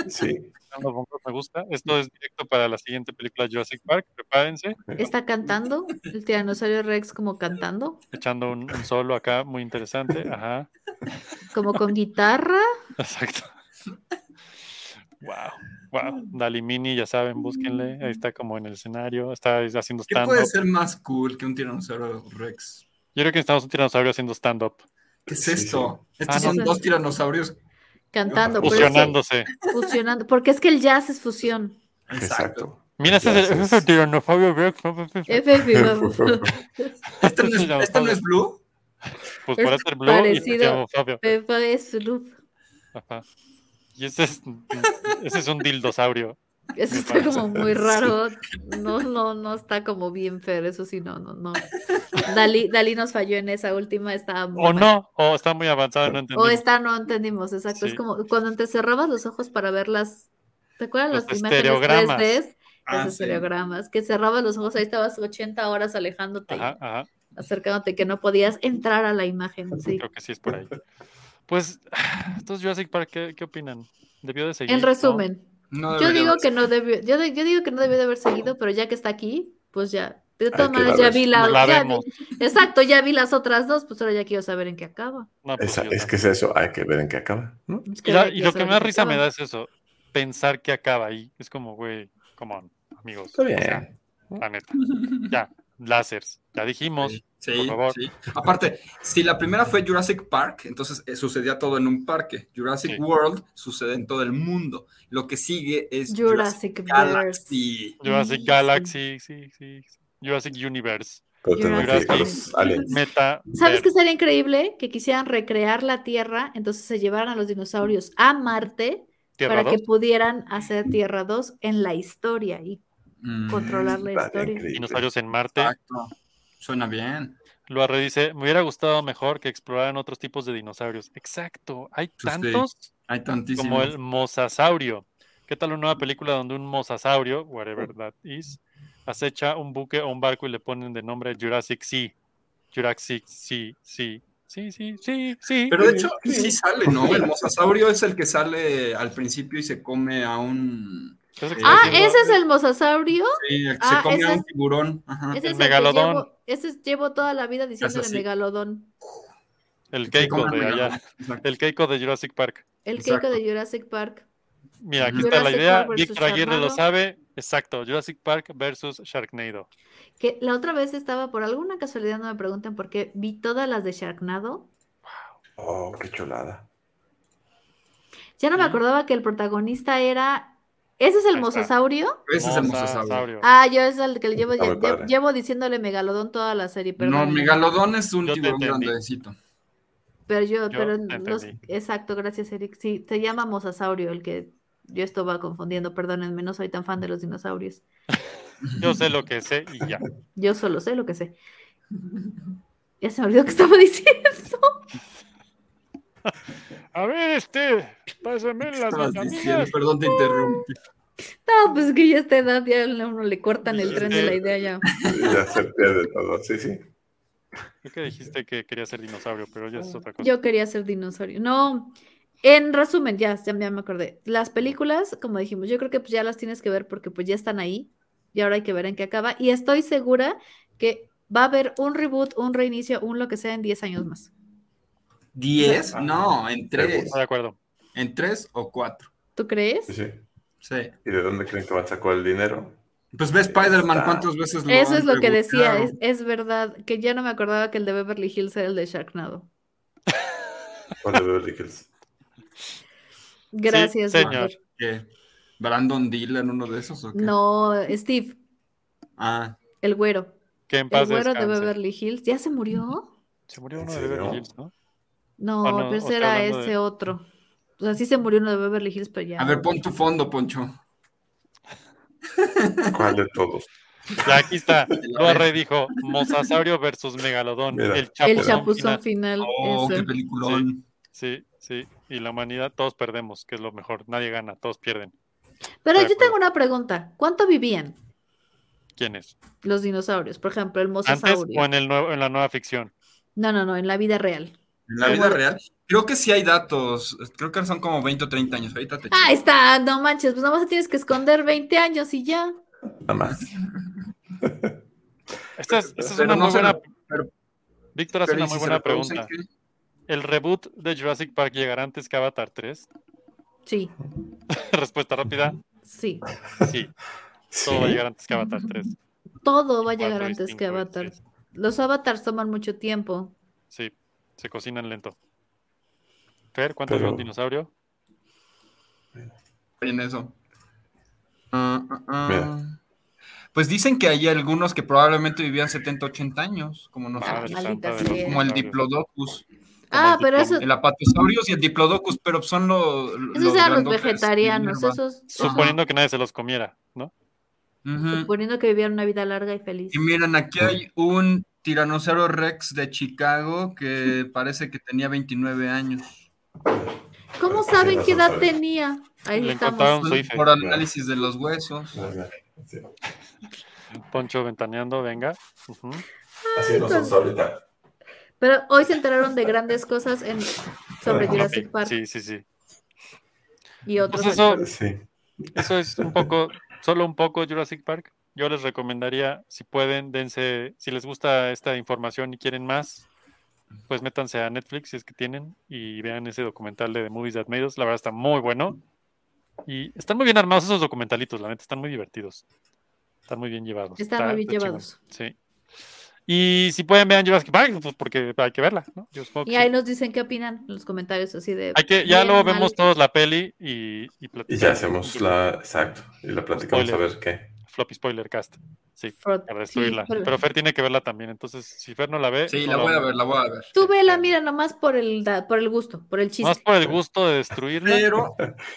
H: Sí,
A: Los bongos Me gusta. Esto es directo para la siguiente película Jurassic Park. Prepárense.
B: Está cantando. El tiranosaurio Rex como cantando.
A: echando un, un solo acá muy interesante. Ajá, <laughs>
B: Como con guitarra.
A: exacto. Wow, wow. Dali Mini, ya saben, búsquenle. Ahí está como en el escenario, está haciendo
D: ¿Qué puede
A: stand-up.
D: ser más cool que un tiranosaurio Rex?
A: Yo creo que estamos un tiranosaurio haciendo stand-up,
D: ¿Qué es
H: Sí,
D: esto? Estos
A: Ah,
D: son
B: no.
D: dos tiranosaurios.
B: Cantando. pero es que-
A: fusionándose.
B: fusionando. Porque es que el jazz es fusión.
H: exacto.
A: Mira, ese es el,
H: Gracias.
A: ese es el tiranosaurio Rex.
B: F,
D: Este no es, este no es Blue.
A: Pues
B: Es
A: para ser blue y
B: parecido.
A: tiranosaurio.
B: es loop.
A: Ajá. Y ese es, ese es un dildosaurio.
B: Eso
A: Me
B: está
A: parece.
B: como muy raro. No, no, no está como bien fair. Eso sí, no, no, no. Dalí, Dalí nos falló en esa última. Estaba muy
A: O
B: mal.
A: no, o está muy avanzado, no
B: O
A: entendí.
B: esta no entendimos, exacto. Es
A: Sí.
B: como cuando te cerrabas los ojos para ver las. ¿Te acuerdas
A: Los
B: las imágenes
A: estereogramas.
B: 3D?
D: Ah,
B: los
D: sí.
B: estereogramas. Que cerrabas los ojos, ahí estabas 80 horas alejándote, y
A: Ajá, ajá.
B: acercándote, que no podías entrar a la imagen. Sí.
A: Creo que sí es por ahí. Pues, <sighs> entonces Jurassic Park, ¿qué, qué opinan? ¿Debió de seguir?
B: En
A: no?
B: resumen,
D: No
B: yo
D: debería
B: digo
D: haber
B: que no debió, yo, de- yo digo que no debió de haber seguido, pero ya que está aquí, pues ya. De todas
H: que
B: maneras,
H: la
B: ya
H: ves.
B: vi la,
A: La
B: ya
A: vemos.
B: vi- exacto, ya vi las otras dos, pues ahora ya quiero saber en qué acaba.
A: No, pues
H: Esa-
A: sí, o
H: es
A: sea.
H: que es eso, hay que ver en qué acaba. ¿no?
B: Es que
A: Y, la-
B: ahora
A: y
B: quiero
A: lo que
B: saber en
A: más
B: qué
A: risa me
B: acaba.
A: da es eso, pensar que acaba ahí. Es como, güey, come on, amigos.
H: Está
A: O sea,
H: bien.
A: la neta. Ya, lásers. Ya dijimos. por
D: Sí,
A: favor.
D: sí. Aparte, si la primera fue Jurassic Park, entonces eh, sucedía todo en un parque.
A: Sí.
D: Jurassic World sucede en todo el mundo. Lo que sigue es
B: Jurassic Verse.
D: Galaxy.
A: Jurassic
B: Mm,
A: Galaxy, sí, sí, sí. Jurassic Universe.
H: Pero tendrán que
A: Jurassic
H: llegar los aliens.
A: Meta.
B: ¿Sabes qué sería increíble? Que quisieran recrear la Tierra, entonces se llevaran a los dinosaurios a Marte
A: Tierra
B: para que
A: 2.
B: pudieran hacer Tierra 2 en la historia y
D: Mm,
B: controlar la
H: Estaría
B: historia.
H: increíble.
A: Dinosaurios en Marte.
D: Exacto. Suena bien.
A: Luarre dice, me hubiera gustado mejor que exploraran otros tipos de dinosaurios. Exacto, hay
D: Pues sí,
A: tantos
D: Hay tantísimos.
A: como el mosasaurio. ¿Qué tal una nueva película donde un mosasaurio, whatever that is, acecha un buque o un barco y le ponen de nombre Jurassic Sea? Jurassic Sea, sí, sí, sí, sí, sí.
D: Pero de hecho, sí sale, ¿no? El mosasaurio es el que sale al principio y se come a un.
A: Eso que
B: Ah,
A: está diciendo-
B: ese es el mosasaurio.
D: Sí, el que
B: Ah,
D: se come
B: ese
D: a un
B: es-
D: tiburón. Ajá.
B: Ese
A: El
B: es el que
A: megalodón.
B: llevo, ese es- llevo toda la vida diciéndole
D: así.
B: megalodón.
A: el
D: Que se
A: Keiko
D: come
A: de
D: a un
A: allá,
D: tiburón.
A: el Keiko de Jurassic Park.
B: El Keiko
D: Exacto.
B: de Jurassic Park.
A: Mira, aquí
D: Ujú.
A: está la
B: Jurassic
A: idea.
B: Park versus
A: Víctor Aguirre lo
B: Sharknado.
A: sabe. Exacto, Jurassic Park versus Sharknado.
B: Que la otra vez estaba, por alguna casualidad, no me pregunten por qué, vi todas las de Sharknado.
H: Oh, qué chulada.
B: Ya no me
A: Ujú.
B: acordaba que el protagonista era. ¿Ese es
A: Ahí
B: el
A: está.
B: mosasaurio?
D: Ese es el mosasaurio.
A: Mosasaurio.
B: Ah, yo es el que le llevo,
H: Está muy
B: lle-
H: padre.
B: llevo diciéndole megalodón toda la serie, pero
D: No, megalodón es un
A: Yo te
D: tiburón
A: entendí.
D: grandecito.
B: Pero
A: Yo
B: yo, pero
A: te
B: los-
A: entendí.
B: exacto, gracias, Eric. Sí, se llama mosasaurio el que yo estaba confundiendo, perdónenme, no soy tan fan de los dinosaurios.
A: Yo sé lo que sé y ya.
B: Yo solo sé lo que sé. <laughs> Ya se me olvidó que estaba <laughs> diciendo.
A: A ver, este, pásame
D: ¿Qué
A: las
D: estabas diciendo?
A: vitaminas.
D: Perdón, te interrumpí.
B: No, pues que ya a esta edad ya a uno le cortan el tren de la idea ya.
H: Y ya se pierde todo. Sí, sí.
A: Creo que dijiste que quería ser dinosaurio, pero ya es otra cosa.
B: Yo quería ser dinosaurio. No, en resumen, ya, ya, ya me acordé. Las películas, como dijimos, yo creo que pues, ya las tienes que ver porque pues ya están ahí y ahora hay que ver en qué acaba. Y estoy segura que va a haber un reboot, un reinicio, un lo que sea en 10 años más.
D: ¿Diez?
B: Ah.
D: No, en tres.
A: Estoy Ah, de acuerdo.
D: En tres o cuatro.
B: ¿Tú crees?
H: sí, sí.
D: Sí.
H: ¿Y de dónde creen que van a sacar el dinero?
D: Pues ve Spider-Man
H: Está.
D: cuántas veces lo
B: Eso
D: han
B: es lo que decía,
D: rebuscado.
B: es, es verdad, que ya no me acordaba que el de Beverly Hills era el de Sharknado.
H: ¿O de Beverly Hills?
B: Gracias,
A: señor.
B: Víctor.
D: ¿Qué? ¿Brandon Dylan uno de esos o qué?
B: No, Steve,
D: Ah,
B: el güero.
A: Que en
B: El
A: paz
B: güero de
A: descanse.
B: Beverly Hills. ¿Ya se murió?
A: Se murió
H: ¿En
A: uno de
H: serio?
A: Beverly Hills, ¿no?
B: No,
A: Ah, no,
B: pero
A: o
B: ese
A: sea,
B: era
A: hablando de-
B: ese otro. O sea, sí se murió uno de Beverly Hills, pero ya.
D: a ver, pon tu fondo, Poncho.
H: ¿Cuál de todos?
A: Ya aquí <laughs> está.
D: la
A: Loarre dijo: Mosasaurio versus Megalodón.
H: Mira.
A: el
B: el
A: chapuzón. final.
B: chapuzón final.
D: Oh,
B: eso.
D: qué peliculón.
A: Sí, sí. Y la humanidad, todos perdemos, que es lo mejor. Nadie gana, todos pierden.
B: Pero yo
A: Estoy de
B: tengo una pregunta. ¿Cuánto vivían
A: ¿Quién es?
B: los dinosaurios? Por ejemplo, el
A: ¿Antes
B: mosasaurio.
A: o en, el nuevo- en la nueva ficción?
B: No, no, no, en la vida real.
D: En la vida real. Creo que sí hay datos. Creo que son como 20 o 30 años. Ahorita te
B: Ah, está, no manches, pues nada más tienes que esconder 20 años y ya.
H: Nada más.
A: Esta es, esta es
D: Pero
A: una
D: no
A: muy
D: se
A: buena.
D: lo- pero-
A: Víctor hace
D: Pero
A: una
D: ¿y si
A: muy
D: se
A: buena
D: reproducen,
A: pregunta.
D: qué?
A: ¿El reboot de Jurassic Park llegará antes que Avatar 3?
B: Sí,
A: <laughs> Respuesta rápida:
B: sí.
A: sí.
H: Sí.
A: Todo va a llegar antes que Avatar 3.
B: Todo va a
A: Cuatro
B: llegar antes
A: distintos,
B: que Avatar.
A: sí.
B: Los avatars toman mucho tiempo.
A: Sí, se cocinan lento. Fer, ¿cuánto
H: Pero-
A: vive un dinosaurio?
D: en eso. Ah, ah, ah.
H: Mira.
D: Pues dicen que hay algunos que probablemente vivían 70, 80 años, como nosotros.
A: Madre santa
B: maldita
A: Ah, de los
B: sea.
D: Como el
A: dinosaurios.
D: Diplodocus,
B: Ah, pero eso,
D: el Apatosaurus y el Diplodocus, pero son los.
B: esos eran los
D: grandotes
B: vegetarianos,
D: hierba.
B: esos,
A: Suponiendo que nadie se los comiera, ¿no?
D: Ujú.
B: suponiendo que vivían una vida larga y feliz.
D: Y miren, aquí hay un Tiranosaurio Rex de Chicago
B: <laughs>
D: que parece que tenía 29 años.
B: ¿Cómo
H: Sí,
B: saben
H: no
B: qué
H: se
B: edad
H: sabe.
B: tenía? Ahí
A: Le
B: estamos.
A: encontraron su IFE.
D: Por análisis de los huesos.
H: Sí.
A: Poncho ventaneando, venga. Ujú.
H: Así nos vamos ahorita.
B: Pero hoy se enteraron de grandes cosas en, sobre
H: Ah,
B: Jurassic Park
A: Sí, sí, sí.
B: y otros.
A: Pues eso-
B: actores.
H: Sí.
A: Eso es un poco, solo un poco Jurassic Park. Yo les recomendaría, si pueden, dense, si les gusta esta información y quieren más, pues métanse a Netflix si es que tienen y vean ese documental de The Movies That Made Us. La verdad está muy bueno. Y están muy bien armados esos documentalitos, la neta, están muy divertidos. Están muy bien llevados.
B: Están
A: Está-
B: muy bien
A: está chingón.
B: llevados.
A: Sí. Y si pueden, vean Jurassic Park, pues porque hay que verla, ¿no? Yo supongo que
B: Y
A: sí.
B: ahí nos dicen qué opinan en los comentarios así de.
A: Hay que, ya
B: bien,
A: luego
B: mal.
A: vemos todos la peli y, y
H: Y
A: platicamos.
H: ya hacemos la. Exacto. Y la platicamos a
A: Spoiler.
H: ver qué.
A: Floppy Spoiler Cast. Sí,
B: Fro-
A: para
B: sí,
A: destruirla.
B: pero-
A: Pero Fer tiene que verla también. Entonces, si Fer no la ve.
D: Sí,
A: no
D: la voy a
A: ve.
D: ver, Este, la voy a ver.
A: este,
B: Tú vela, mira, nomás por el, da- por el gusto, por el chiste.
A: Más por el gusto de destruirla.
D: Pero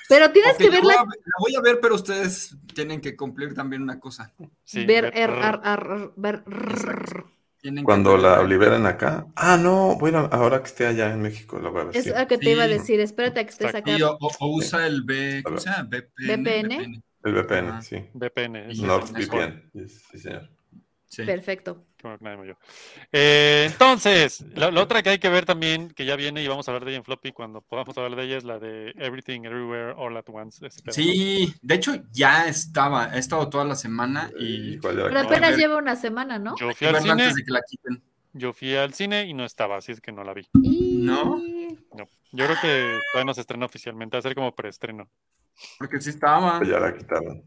B: Pero tienes
D: ok,
B: que
D: la voy
B: verla,
D: a ver- la voy a ver, pero ustedes tienen que cumplir también una cosa.
A: Sí,
B: ver,
A: ver-
B: er, ar, ar, ar, ver,
D: Exacto. Tienen que
H: Cuando
D: tener-
H: la liberen acá. Ah, no, bueno, ahora que esté allá en México la voy a ver.
B: es
H: sí.
B: lo que te iba a
D: Sí.
B: decir, espérate a que estés
A: Exacto.
B: acá.
D: Sí, o, o- o usa el B, ¿cómo se llama? VPN.
B: VPN.
H: El VPN,
D: Ajá.
H: sí.
A: VPN.
D: Y-
A: eso es
H: North
A: mejor.
H: VPN. Yes, Sí, señor.
D: Sí.
B: Perfecto.
A: Qué bueno que nadie murió. Eh, entonces, la, la otra que hay que ver también, que ya viene y vamos a hablar de ella en floppy cuando podamos hablar de ella, es la de Everything Everywhere All at Once. ese pedo.
D: Sí, de hecho ya estaba, he estado toda la semana
H: Y
D: y
H: igual ya
B: Pero
H: la
A: no,
H: acabo de
B: apenas
D: a ver.
B: lleva una semana, ¿no?
A: Yo fui
D: y
A: al
D: verla
A: cine,
D: antes de que la quiten.
A: yo fui al cine y no estaba, así es que no la vi.
B: Y-
D: No.
A: Yo creo que todavía no se estrena oficialmente, va a ser como preestreno.
D: Porque sí estaba.
H: ver, Pues ya la <laughs> quitaron.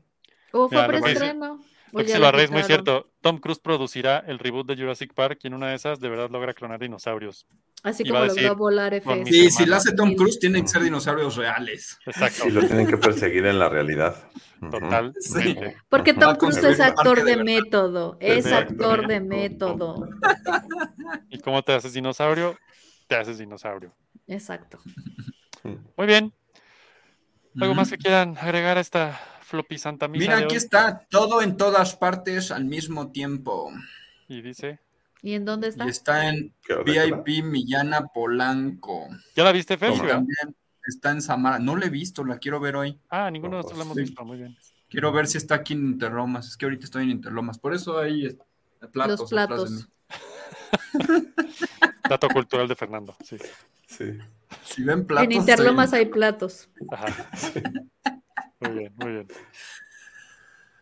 B: O Oh, fue
A: Ya, lo que dice-
B: preestreno. o
A: Lo que
B: ya
A: se
B: la
A: lo es muy
B: quitaron.
A: cierto. Tom Cruise producirá el reboot de Jurassic Park y en una de esas de verdad logra clonar dinosaurios.
B: Así
A: Iba
B: como
A: a
B: los va a
A: decir,
B: volar F.
A: con mis-
D: Sí, si la hace Tom
B: Sí.
D: Cruise, tienen que ser dinosaurios reales.
A: Exacto.
H: Y lo tienen que perseguir en la realidad. Ujú.
A: Total.
D: Sí.
B: Porque Tom
D: Ajá.
B: Cruise
H: Ah,
D: Con el
B: es actor
D: parque
B: de
D: de la-
B: método. Es
A: Exacto.
B: actor de método.
A: ¿Y cómo te haces dinosaurio? Te haces dinosaurio.
B: Exacto.
A: Muy bien. ¿Algo
D: Ujú.
A: más que quieran agregar a esta floppy Santa Misa?
D: Mira,
A: de
D: aquí
A: hoy?
D: está, todo en todas partes al mismo tiempo.
A: Y dice.
B: ¿Y en dónde está?
D: Y está en
H: ¿Qué hora es, verdad?
D: VIP Millana Polanco.
A: ¿Ya la viste, Fer?
D: Y
H: Toma.
A: Ciudad?
D: también está en Samara. No la he visto, la quiero ver hoy.
A: Ah, ninguno de nosotros la hemos
D: Sí.
A: visto. Muy bien.
D: Quiero ver si está aquí en Interlomas. Es que ahorita estoy en Interlomas. Por eso hay eh, platos.
B: Los
D: atrás de
B: platos.
D: mí.
A: Dato cultural de Fernando. Sí.
H: Sí.
D: Si ven platos.
B: en
D: estoy
B: Interlomas hay platos.
A: Ajá.
D: <laughs>
A: Muy bien, muy bien.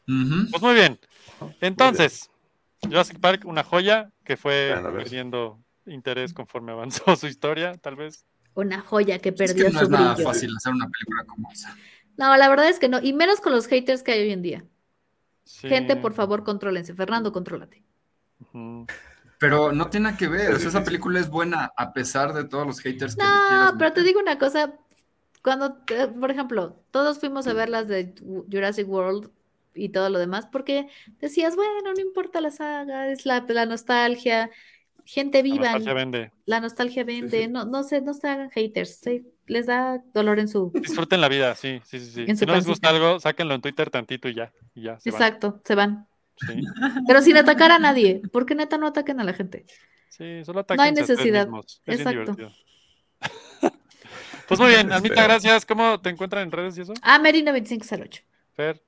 D: Ujú.
A: Pues muy bien. Entonces, Jurassic Park, una joya que fue
H: Bueno, a ver.
A: perdiendo interés conforme avanzó su historia, tal vez.
B: Una joya que
D: Es
B: perdió
D: que no
B: su
D: es nada
B: brillo.
D: fácil hacer una película como esa.
B: No, la verdad es que no. Y menos con los haters que hay hoy en día.
A: Sí.
B: Gente, por favor, contrólense. Fernando, contrólate.
A: Ujú.
D: Pero no tiene nada que ver.
H: Es
D: O sea, esa
H: difícil. película
D: película es buena a pesar de todos los haters que le
B: No,
D: quieras
B: pero te
D: meter.
B: digo una cosa. Cuando, te- por ejemplo, todos fuimos a ver las de Jurassic World y todo lo demás, porque decías, bueno, no importa la saga, es la, la nostalgia, gente
A: La
B: viva,
A: nostalgia vende.
B: la nostalgia vende,
H: sí.
B: no, no se, no se hagan haters, sí, les da dolor en su...
A: Disfruten la vida, sí, sí, sí. sí.
B: En
A: Si
B: su
A: no les gusta
B: pancita.
A: algo, sáquenlo en Twitter tantito y ya. Y ya se van.
B: Exacto, se van.
A: Sí.
B: Pero sin atacar a nadie, porque neta no ataquen a la gente.
A: Sí, solo ataquen.
B: necesidad.
A: Es bien
B: Exacto.
A: divertido. <laughs> pues muy bien, Almita,
H: Espero.
A: gracias. ¿Cómo te encuentran en redes y eso?
B: Ah, Merino 2508.
A: Fer,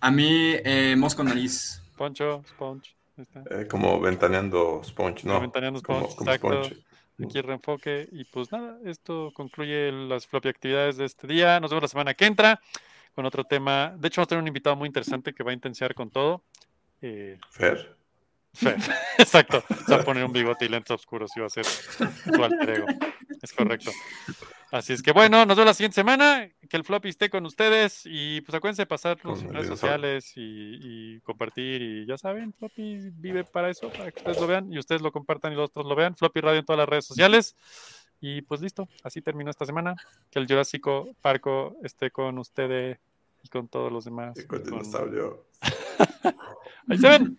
D: A mí, eh, Mosco Nariz.
A: Poncho, Sponge. este. ahí está.
H: Eh, como ventaneando Sponge, ¿no?
A: Como ventaneando
H: como,
A: Sponge,
H: como
A: exacto.
H: Sponge.
A: Aquí el reenfoque. Y pues nada, esto concluye las floppy actividades de este día. Nos vemos la semana que entra con otro tema. De hecho, vamos a tener un invitado muy interesante que va a intensiar con todo. Eh,
H: Fer.
A: Fer. Exacto. Se va a poner un bigote y lentes oscuros y va a ser su alter ego. Es correcto. Así es que bueno, nos vemos la siguiente semana. Que el floppy esté con ustedes. Y pues acuérdense de pasar
H: Con
A: sus
H: el
A: redes
H: dinosaurio.
A: sociales y, y compartir. Y ya saben, floppy vive para eso, para que ustedes lo vean y ustedes lo compartan y los otros lo vean. Floppy Radio en todas las redes sociales. Y pues listo, así terminó esta semana. Que el Jurásico Parco esté con ustedes y con todos los demás.
H: Y con
A: Y con-
H: dinosaurio.
A: Ahí se ven.